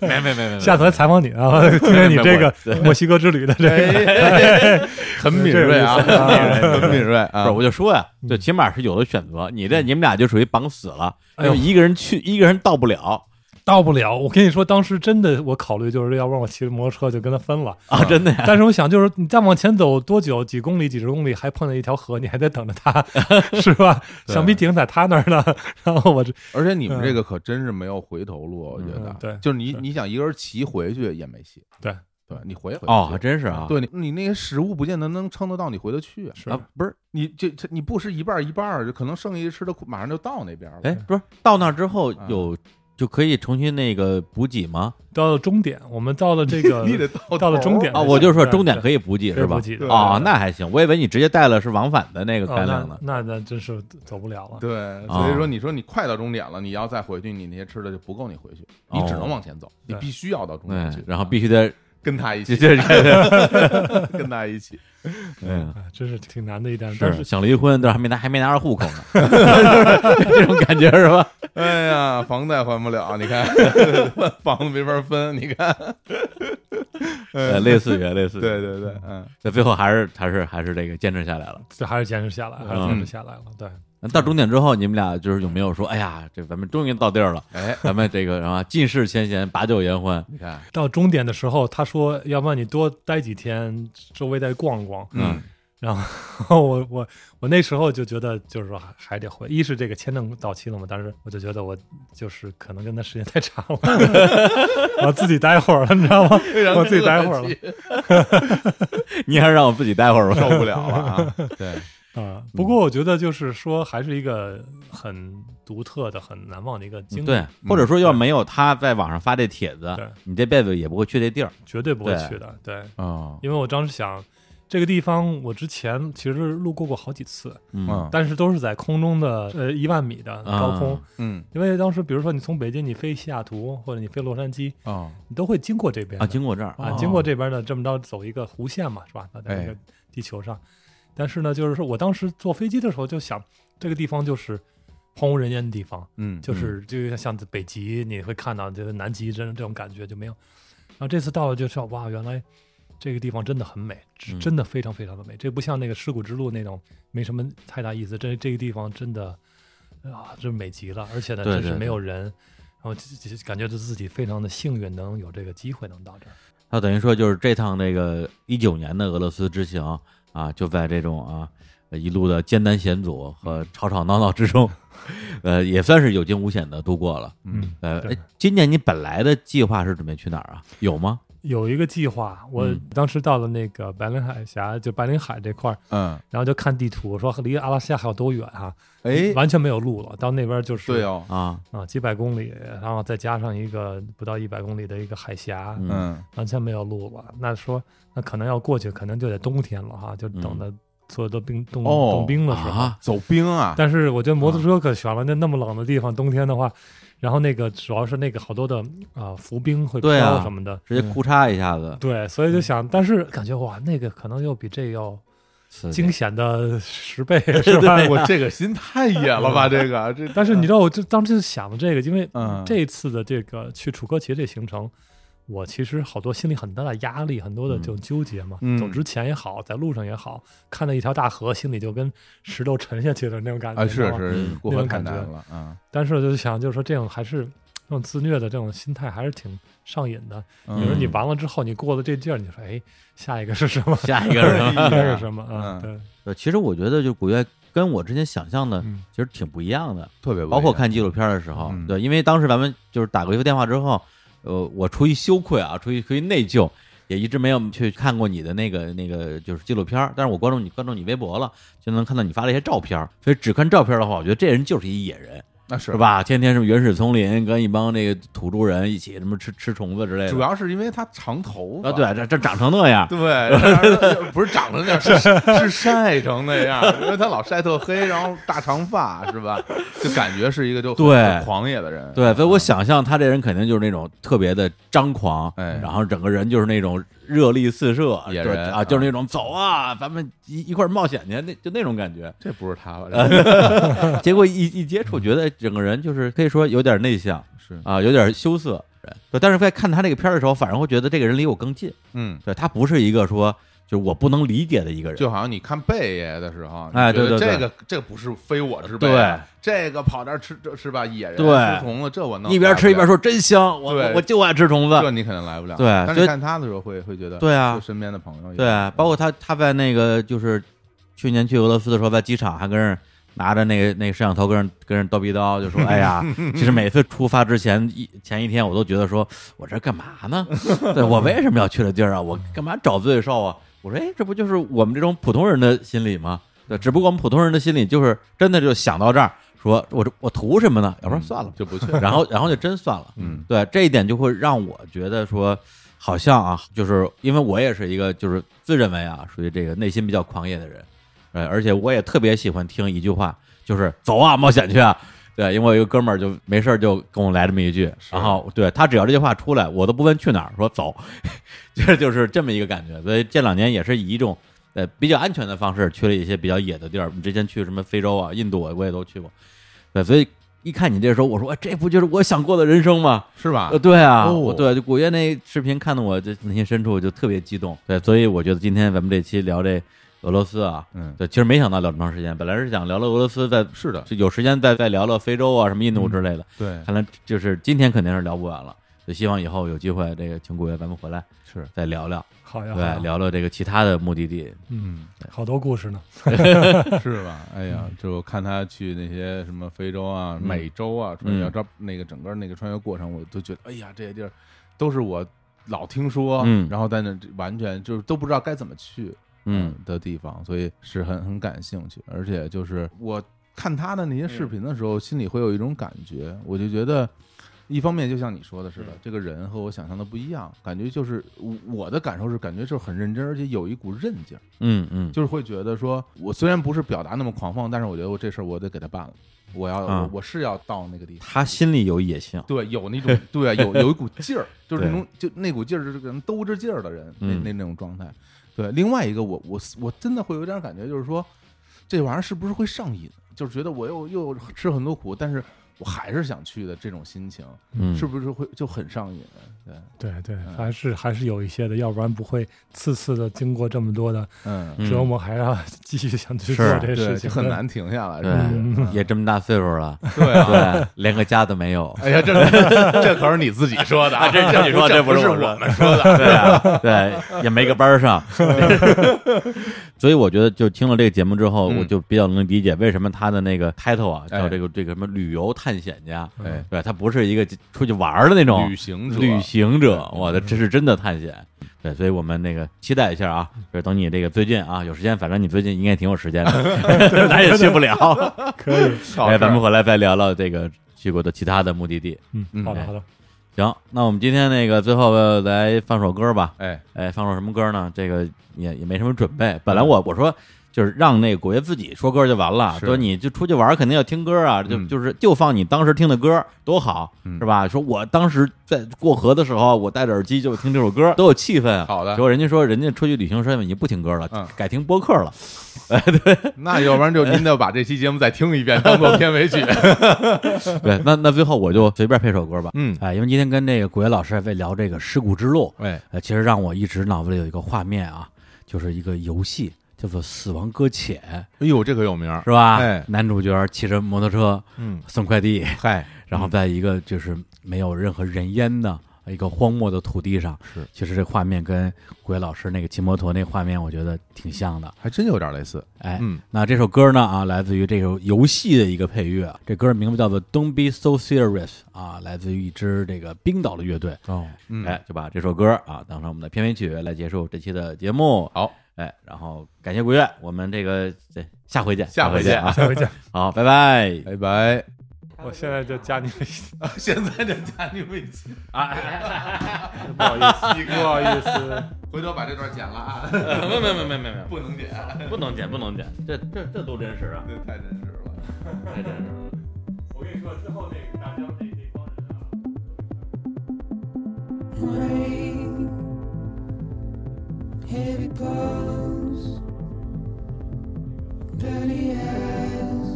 [SPEAKER 2] 没没没没，
[SPEAKER 3] 下次来采访你啊，听听你这个墨西哥之旅的这个，
[SPEAKER 1] 哎，很敏锐啊，
[SPEAKER 3] 这个意思啊
[SPEAKER 1] 很敏锐
[SPEAKER 2] 不
[SPEAKER 1] 啊
[SPEAKER 2] 是，！我就说呀，
[SPEAKER 3] 嗯
[SPEAKER 2] 就起码是有的选择。你这你们俩就属于绑死了，
[SPEAKER 3] 哎呦
[SPEAKER 2] 就一个人去，一个人到不了
[SPEAKER 3] 到不了。我跟你说，当时真的我考虑就是，要不然我骑着摩托车就跟他分了。
[SPEAKER 2] 啊！真的 呀，
[SPEAKER 3] 但是我想，就是你再往前走多久，几公里、几十公里，还碰见一条河，你还得等着他， 是吧？
[SPEAKER 1] 对
[SPEAKER 3] 想必停在他那儿呢。然后我这，
[SPEAKER 1] 而且你们这个可真是没有回头路，我觉得
[SPEAKER 3] 嗯，对
[SPEAKER 1] 就是你
[SPEAKER 3] 是
[SPEAKER 1] 你想一个人骑回去也没戏，
[SPEAKER 3] 对
[SPEAKER 1] 对，你回也回不
[SPEAKER 2] 哦，
[SPEAKER 1] 去
[SPEAKER 2] 还真是啊。
[SPEAKER 1] 对你你那些食物不见得能撑得到你回得去啊，
[SPEAKER 3] 是
[SPEAKER 2] 啊，不 是，
[SPEAKER 1] 你这这你不是一半儿一半儿，就可能剩一吃的马上就到那边了。
[SPEAKER 2] 哎，不是，到那儿之后
[SPEAKER 3] 嗯
[SPEAKER 1] 啊，
[SPEAKER 2] 有就可以重新那个补给吗？
[SPEAKER 3] 到了终点，我们到了这个
[SPEAKER 1] 你得到
[SPEAKER 3] 到了终点
[SPEAKER 2] 啊，我就说
[SPEAKER 3] 对
[SPEAKER 2] 终点
[SPEAKER 3] 对
[SPEAKER 2] 可以补给是吧？
[SPEAKER 3] 对补给
[SPEAKER 2] 啊，
[SPEAKER 1] 对
[SPEAKER 2] 那还行，我以为你直接带了是往返的那个
[SPEAKER 3] 哦
[SPEAKER 2] 干粮呢。
[SPEAKER 3] 那那那真是走不了了。
[SPEAKER 1] 对，
[SPEAKER 2] 啊
[SPEAKER 1] 所以说你说你快到终点了，你要再回去，你那些吃的就不够你回去，你只能往前走，你
[SPEAKER 3] 对
[SPEAKER 1] 必须要到终点去
[SPEAKER 2] 对，，嗯然后必须得
[SPEAKER 1] 跟他一
[SPEAKER 2] 这
[SPEAKER 1] 起，
[SPEAKER 2] 这 这，
[SPEAKER 1] 跟他一起，
[SPEAKER 2] 嗯，
[SPEAKER 3] 啊，真是挺难的一点，但
[SPEAKER 2] 是
[SPEAKER 3] 是
[SPEAKER 2] 想离婚，但是还没拿还没拿着户口 呢，这种感觉 是吧？
[SPEAKER 1] 哎呀，房贷还不了，你 看房子没法分，你 看，哎
[SPEAKER 2] 呃，类似于类似于，
[SPEAKER 1] 对对对，嗯，
[SPEAKER 2] 那最后还是还是还是这个坚持下来了。
[SPEAKER 3] 这还是坚持下来，
[SPEAKER 2] 嗯
[SPEAKER 3] 还是坚持下来了。对，
[SPEAKER 2] 那到终点之后，你们俩就是有没有说，哎呀，这咱们终于到地 儿了，
[SPEAKER 1] 哎，
[SPEAKER 2] 咱们这个什么尽释前嫌，把酒言欢，
[SPEAKER 1] 你看，
[SPEAKER 3] 到终点的时候，他说：“要不然你多待几天，周围再逛逛。
[SPEAKER 1] 嗯，
[SPEAKER 3] 我我我那时候就觉得，就是说还还得回，一是这个签证到期了嘛，但是我就觉得我就是可能跟他时间太长了， 我自己待会儿了，你知道吗？
[SPEAKER 1] 嗯
[SPEAKER 3] 我自己待会儿了
[SPEAKER 2] 你还是让我自己待会儿吧。嗯
[SPEAKER 1] 受不了了 啊！对，
[SPEAKER 3] 啊、不过我觉得就是说，还是一个很独特的、很难忘的一个经历，
[SPEAKER 2] 对，
[SPEAKER 1] 嗯
[SPEAKER 2] 或者说要没有他在网上发这帖子
[SPEAKER 3] 对，
[SPEAKER 2] 你这辈子也不会去这地儿。
[SPEAKER 3] 绝对不会
[SPEAKER 2] 对嗯
[SPEAKER 3] 去的。对，
[SPEAKER 1] 啊，
[SPEAKER 3] 因为我当时想，这个地方我之前其实路过过好几次，
[SPEAKER 2] 嗯
[SPEAKER 1] 嗯
[SPEAKER 3] 但是都是在空中的呃一万米的高空。
[SPEAKER 2] 啊
[SPEAKER 1] 嗯
[SPEAKER 3] 因为当时，比如说你从北京你飞西雅图或者你飞洛杉矶，
[SPEAKER 1] 啊，
[SPEAKER 3] 你都会经过这边
[SPEAKER 2] 啊，
[SPEAKER 3] 的
[SPEAKER 2] 经过这儿
[SPEAKER 3] 啊
[SPEAKER 1] 哦
[SPEAKER 3] 经过这边的这么着走一个弧线嘛，是吧？那在
[SPEAKER 1] 哎
[SPEAKER 3] 这个地球上，但是呢，就是说我当时坐飞机的时候就想，这个地方就是荒无人烟的地方，
[SPEAKER 1] 嗯，
[SPEAKER 3] 就是就像北极，你会看到就是南极这这种感觉就没有。然后这次到了就知道，哇，原来这个地方真的很美，
[SPEAKER 2] 嗯
[SPEAKER 3] 真真的非常非常的美。这不像那个尸骨之路那种没什么太大意思，这这个地方真的啊，真美极了，而且呢，
[SPEAKER 2] 对
[SPEAKER 3] 真是
[SPEAKER 2] 对
[SPEAKER 3] 没有人。然后就就就感觉就自己非常的幸运，能有这个机会能到这儿。
[SPEAKER 2] 那等于说就是这趟这个一九年的俄罗斯之行啊，就在这种啊呃一路的艰难险阻和吵吵闹闹之中， 呃，也算是有惊无险的度过了。
[SPEAKER 1] 嗯，
[SPEAKER 2] 呃，
[SPEAKER 3] 对
[SPEAKER 2] 哎今年你本来的计划是准备去哪儿啊？有吗？
[SPEAKER 3] 有一个计划，我
[SPEAKER 2] 嗯
[SPEAKER 3] 当时到了那个白令海峡，就白令海这块儿，
[SPEAKER 1] 嗯，
[SPEAKER 3] 然后就看地图，说离阿拉斯加还有多远啊？
[SPEAKER 1] 哎，
[SPEAKER 3] 完全没有路了，到那边就是
[SPEAKER 1] 对哦，
[SPEAKER 2] 啊，
[SPEAKER 3] 啊，几百公里，然后再加上一个不到一百公里的一个海峡，
[SPEAKER 2] 嗯
[SPEAKER 1] 嗯，
[SPEAKER 3] 完全没有路了。那说那可能要过去，可能就得冬天了哈，就等到所有的冰冻、
[SPEAKER 1] 哦
[SPEAKER 3] 冻冰的时候。
[SPEAKER 2] 嗯啊，
[SPEAKER 1] 走冰啊，
[SPEAKER 3] 但是我觉得摩托车可悬了，那那么冷的地方，冬天的话，然后那个主要是那个好多的啊、浮冰会
[SPEAKER 2] 对啊
[SPEAKER 3] 飘什么的，
[SPEAKER 2] 直接裤嚓一下子，
[SPEAKER 3] 对，所以
[SPEAKER 1] 嗯
[SPEAKER 3] 就想，但是感觉哇，那个可能又比这要
[SPEAKER 2] 刺激
[SPEAKER 3] 惊险的十 倍，是吧？
[SPEAKER 1] 我这个心太野了 吧，这个这，
[SPEAKER 3] 但是你知道，我就当时就想了这个，因为
[SPEAKER 1] 嗯
[SPEAKER 3] 这次的这个去楚科奇这行程，我其实好多心里很大的压力，很多的这种纠结嘛。
[SPEAKER 1] 嗯
[SPEAKER 3] 走之前也好，在路上也好，看到一条大河，心里就跟石头沉下去的那种感觉。
[SPEAKER 1] 啊，
[SPEAKER 3] 你知
[SPEAKER 1] 是
[SPEAKER 3] 道吗。
[SPEAKER 1] 是
[SPEAKER 2] 嗯，
[SPEAKER 1] 过
[SPEAKER 3] 那
[SPEAKER 1] 河
[SPEAKER 3] 种
[SPEAKER 1] 太
[SPEAKER 3] 感
[SPEAKER 1] 难
[SPEAKER 3] 觉
[SPEAKER 1] 了啊，
[SPEAKER 3] 但是我就想，就是说这种还是这种自虐的这种心态，还是挺上瘾的。
[SPEAKER 1] 嗯
[SPEAKER 3] 有时候你完了之后，你过了这劲儿，你说哎，下一个是什 么？
[SPEAKER 2] 下一个人
[SPEAKER 3] 下
[SPEAKER 2] 了。
[SPEAKER 3] 一个是什么啊？
[SPEAKER 1] 嗯
[SPEAKER 3] 对，
[SPEAKER 2] 呃其实我觉得就古月跟我之前想象的
[SPEAKER 3] 嗯
[SPEAKER 2] 其实挺不一样的，
[SPEAKER 1] 特别不
[SPEAKER 2] 包括
[SPEAKER 1] 一样
[SPEAKER 2] 看纪录片的时候，
[SPEAKER 1] 嗯
[SPEAKER 2] 对，因为当时咱们就是打过一个电话之后，呃，我出于羞愧啊，出于出于内疚，也一直没有去看过你的那个那个就是纪录片儿，但是我关注你关注你微博了，就能看到你发了一些照片儿，所以只看照片儿的话，我觉得这人就是一野人，
[SPEAKER 1] 那是
[SPEAKER 2] 是？吧？天天什么原始丛林，跟一帮那个土著人一起什么吃吃虫子之类的，
[SPEAKER 1] 主要是因为他长头发，
[SPEAKER 2] 啊，对，这这长成那样，
[SPEAKER 1] 对， 然后不是长成那样，是是晒成那样，因为他老晒特黑，然后大长发是吧？就感觉是一个就很
[SPEAKER 2] 对
[SPEAKER 1] 很狂野的人，
[SPEAKER 2] 对，所以我想象他这人肯定就是那种特别的张狂，
[SPEAKER 1] 哎
[SPEAKER 2] 然后整个人就是那种热力四射，
[SPEAKER 1] 野
[SPEAKER 2] 对
[SPEAKER 1] 人嗯
[SPEAKER 2] 啊，就是那种走啊，咱们一一块儿冒险去，那就那种感觉。
[SPEAKER 1] 这不是他吧？嗯
[SPEAKER 2] 结果一一接触，觉得整个人就是可以说有点内向
[SPEAKER 1] 是，
[SPEAKER 2] 啊，有点羞涩。对，但是在看他这个片儿的时候，反而会觉得这个人离我更近。
[SPEAKER 1] 嗯，
[SPEAKER 2] 对他不是一个说就是我不能理解的一个人。
[SPEAKER 1] 就好像你看贝爷的时候，
[SPEAKER 2] 哎
[SPEAKER 1] 你觉得
[SPEAKER 2] 对对对
[SPEAKER 1] 这个这个不是非我之辈，
[SPEAKER 2] 对，
[SPEAKER 1] 这个跑这儿吃这是吧？野人
[SPEAKER 2] 对
[SPEAKER 1] 吃虫子，这我能
[SPEAKER 2] 一边吃一边
[SPEAKER 1] 说，
[SPEAKER 2] 说真香，我
[SPEAKER 1] 对
[SPEAKER 2] 我我就爱吃虫
[SPEAKER 1] 这
[SPEAKER 2] 子。
[SPEAKER 1] 你肯定来不了。
[SPEAKER 2] 对
[SPEAKER 1] 但
[SPEAKER 2] 所
[SPEAKER 1] 是
[SPEAKER 2] 以
[SPEAKER 1] 看他的时候会会觉得，
[SPEAKER 2] 对啊
[SPEAKER 1] 就身边的朋友也，
[SPEAKER 2] 对，啊包括他他在那个就是去年去俄罗斯的时候，在机场还跟人拿着那个那个摄像头跟人跟人叨逼 叨，就说：“哎呀，其实每次出发之前一前一天，我都觉得说我这干嘛呢？对我为什么要去这地儿啊？我干嘛找罪受啊？”我说：“哎，这不就是我们这种普通人的心理吗？对，只不过我们普通人的心理就是真的就想到这儿，说我这我图什么呢？要不然算了吧。”
[SPEAKER 1] 嗯就不去。
[SPEAKER 2] 然后然后就真算了。
[SPEAKER 1] 嗯，
[SPEAKER 2] 对，这一点就会让我觉得说，好像啊，就是因为我也是一个就是自认为啊，属于这个内心比较狂野的人，呃，而且我也特别喜欢听一句话，就是走啊，冒险去啊。对，因为我有一个哥们儿就没事儿就跟我来这么一句，然后对他只要这句话出来，我都不问去哪儿，说走， 这就是这么一个感觉。所以这两年也是以一种呃比较安全的方式去了一些比较野的地儿。我们之前去什么非洲啊、印度啊，我也都去过。对，所以一看你这时候，我说哎这不就是我想过的人生吗？
[SPEAKER 1] 是吧
[SPEAKER 2] 呃，？对啊，
[SPEAKER 1] 哦
[SPEAKER 2] 我对就古月那视频看得我这内心深处就特别激动，对，所以我觉得今天咱们这期聊这俄罗斯啊，
[SPEAKER 1] 嗯，
[SPEAKER 2] 对，其实没想到聊这么长时间，本来是想聊聊俄罗斯，再
[SPEAKER 1] 是的，
[SPEAKER 2] 就有时间再再聊聊非洲啊，什么印度之类的，
[SPEAKER 1] 对，
[SPEAKER 2] 看来就是今天肯定是聊不完了，就希望以后有机会这个请古月咱们回来
[SPEAKER 1] 是
[SPEAKER 2] 再聊聊，
[SPEAKER 3] 好呀，
[SPEAKER 2] 对
[SPEAKER 3] 好呀，
[SPEAKER 2] 聊聊这个其他的目的地，
[SPEAKER 3] 嗯，好多故事呢，
[SPEAKER 1] 是吧？哎呀，就我看他去那些什么非洲啊、
[SPEAKER 2] 嗯
[SPEAKER 1] 美洲啊穿越，
[SPEAKER 2] 嗯
[SPEAKER 1] 这那个整个那个穿越过程，我都觉得，哎呀，这些地儿都是我老听说，
[SPEAKER 2] 嗯
[SPEAKER 1] 然后但是完全就是都不知道该怎么去，
[SPEAKER 2] 嗯，
[SPEAKER 1] 的地方，所以是很很感兴趣，而且就是我看他的那些视频的时候，心里会有一种感觉，我就觉得。一方面，就像你说的似
[SPEAKER 2] 嗯
[SPEAKER 1] 的，这个人和我想象的不一样，感觉就是我我的感受是，感觉就是很认真，而且有一股韧劲儿。
[SPEAKER 2] 嗯嗯，
[SPEAKER 1] 就是会觉得说，我虽然不是表达那么狂放，但是我觉得我这事儿我得给他办了，我要、
[SPEAKER 2] 啊
[SPEAKER 1] 我我是要到那个地方。
[SPEAKER 2] 他心里有野性，
[SPEAKER 1] 对，有那 种对，啊有有一股劲 儿，就是那
[SPEAKER 2] 对
[SPEAKER 1] 种就那股劲儿，就是给人兜着劲儿的人，那
[SPEAKER 2] 嗯
[SPEAKER 1] 那那种状态。对，另外一个我我我真的会有点感觉，就是说这玩意儿是不是会上瘾？就是觉得我又又吃很多苦，但是我还是想去的这种心情，
[SPEAKER 2] 嗯，
[SPEAKER 1] 是不是会就很上瘾？对，
[SPEAKER 3] 对对，还是还是有一些的，要不然不会次次的经过这么多的
[SPEAKER 1] 嗯，
[SPEAKER 2] 嗯
[SPEAKER 3] 折磨，还要继续想去
[SPEAKER 2] 是
[SPEAKER 3] 做这
[SPEAKER 1] 对，
[SPEAKER 3] 事
[SPEAKER 1] 就
[SPEAKER 3] 情，
[SPEAKER 1] 很难停下来，
[SPEAKER 2] 对
[SPEAKER 1] 是不是？
[SPEAKER 2] 也这么大岁数了，
[SPEAKER 1] 对啊，
[SPEAKER 2] 对，连个家都没有。
[SPEAKER 1] 哎呀，这这可是你自己说的啊，
[SPEAKER 2] 这是你说
[SPEAKER 1] 这
[SPEAKER 2] 这不是
[SPEAKER 1] 是
[SPEAKER 2] 我说
[SPEAKER 1] 我们说的。
[SPEAKER 2] 对啊，对，也没个班 儿上，所以我觉得就听了这个节目之后，
[SPEAKER 1] 嗯
[SPEAKER 2] 我就比较能理解为什么他的那个 title 啊，
[SPEAKER 1] 哎
[SPEAKER 2] 叫这个这个什么旅游探险家，
[SPEAKER 1] 哎，
[SPEAKER 2] 对，他不是一个出去玩儿的那种
[SPEAKER 1] 旅行者，
[SPEAKER 2] 旅行者，我的这是真的探险。对，所以我们那个期待一下啊，就是等你这个最近啊有时间，反正你最近应该挺有时间 的，咱也去不了。
[SPEAKER 3] 可以，
[SPEAKER 1] 好
[SPEAKER 2] 哎，咱们回来再聊聊这个去过的其他的目的地。
[SPEAKER 3] 嗯，好的好的，
[SPEAKER 2] 行，那我们今天那个最后呃来放首歌吧。
[SPEAKER 1] 哎，
[SPEAKER 2] 哎，放首什么歌呢？这个也也没什么准备。本来我我说就是让那个古月自己说歌就完了，
[SPEAKER 1] 是
[SPEAKER 2] 说你就出去玩儿肯定要听歌啊，就
[SPEAKER 1] 嗯
[SPEAKER 2] 就是就放你当时听的歌多好，
[SPEAKER 1] 嗯
[SPEAKER 2] 是吧？说我当时在过河的时候，我戴着耳机就听这 首歌，多有气氛啊。
[SPEAKER 1] 好的
[SPEAKER 2] 结果人家说人家出去旅行时已经不听歌了，
[SPEAKER 1] 嗯
[SPEAKER 2] 改听播客了。
[SPEAKER 1] 那要不然就您得把这期节目再听一遍，当 做片尾曲。
[SPEAKER 2] 对，那那最后我就随便配首歌吧。
[SPEAKER 1] 嗯，
[SPEAKER 2] 哎，因为今天跟那个古月老师在聊这个尸骨之路，
[SPEAKER 1] 哎，
[SPEAKER 2] 呃，其实让我一直脑子里有一个画面啊，就是一个游戏叫做《死亡搁浅》。
[SPEAKER 1] 哎呦，这可有名儿
[SPEAKER 2] 是吧？
[SPEAKER 1] 哎
[SPEAKER 2] 男主角骑着摩托车
[SPEAKER 1] 嗯，
[SPEAKER 2] 送快递，
[SPEAKER 1] 嗨，
[SPEAKER 2] 然后在一个就是没有任何人烟的一个荒漠的土地上，
[SPEAKER 1] 是，
[SPEAKER 2] 其实这画面跟鬼老师那个骑摩托那画面，我觉得挺像的。
[SPEAKER 1] 还真有点类似。
[SPEAKER 2] 哎，
[SPEAKER 1] 嗯
[SPEAKER 2] 那这首歌呢啊，来自于这个游戏的一个配乐，这歌名字叫做《Don't Be So Serious》啊，来自于一支这个冰岛的乐队。
[SPEAKER 1] 哦，嗯，
[SPEAKER 2] 哎，就把这首歌啊当成我们的片尾曲来结束这期的节目。
[SPEAKER 1] 好，
[SPEAKER 2] 哎，然后感谢古月，我们这个这下回见，
[SPEAKER 1] 下
[SPEAKER 2] 回
[SPEAKER 1] 回见
[SPEAKER 2] 啊，
[SPEAKER 3] 下回见，
[SPEAKER 2] 好，拜拜。
[SPEAKER 1] 拜拜。
[SPEAKER 3] 我现在就加你微信，
[SPEAKER 1] 现在就加你微信，
[SPEAKER 3] 不好意思，不好意思。
[SPEAKER 1] 回头把这段剪了啊，
[SPEAKER 2] 没没没没没没，
[SPEAKER 1] 不能剪，啊
[SPEAKER 2] 不能剪，不能剪，这这这多真实啊！
[SPEAKER 1] 这太真实了。
[SPEAKER 2] 太真实了。
[SPEAKER 3] 我跟你说，之后那个大江那那帮人啊。
[SPEAKER 7] rain Here it goes. Dirty as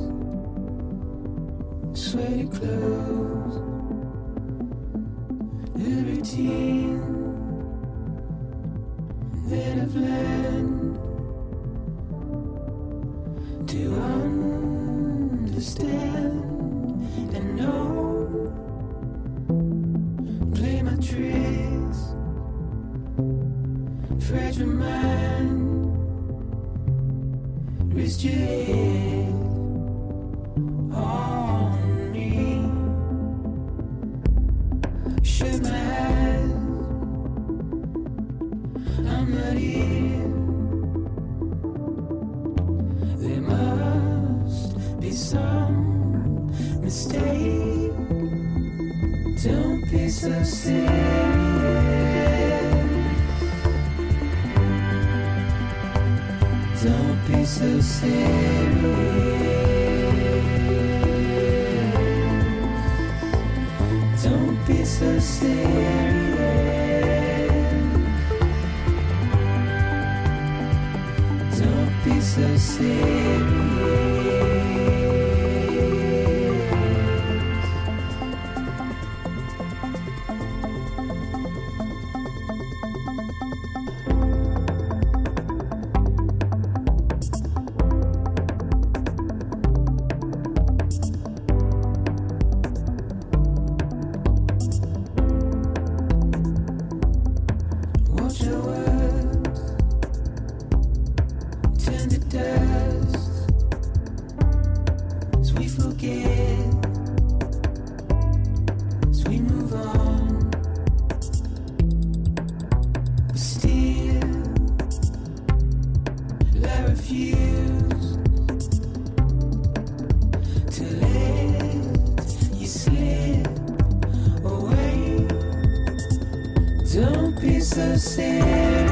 [SPEAKER 7] sweaty clothes. The routine that I've learned to understand and know. Play my tricks. Fragile mind, risk your head on me. Shut my eyes, I'm not here. There must be some mistake. Don't be so serious. Don't be so serious. Don't be so serious. Don't be so serious. Watch your words turn to dust as we forget, as we move on. But still, I refuse to let you slip away. Don't be so serious.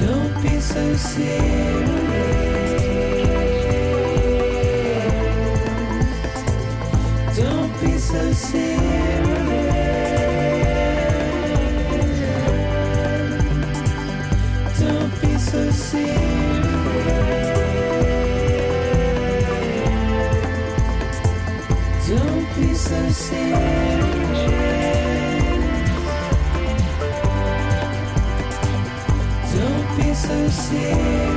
[SPEAKER 7] Don't be so serious. Don't be so serious. Don't be so serious. Don't be so serious. Don't be so serious.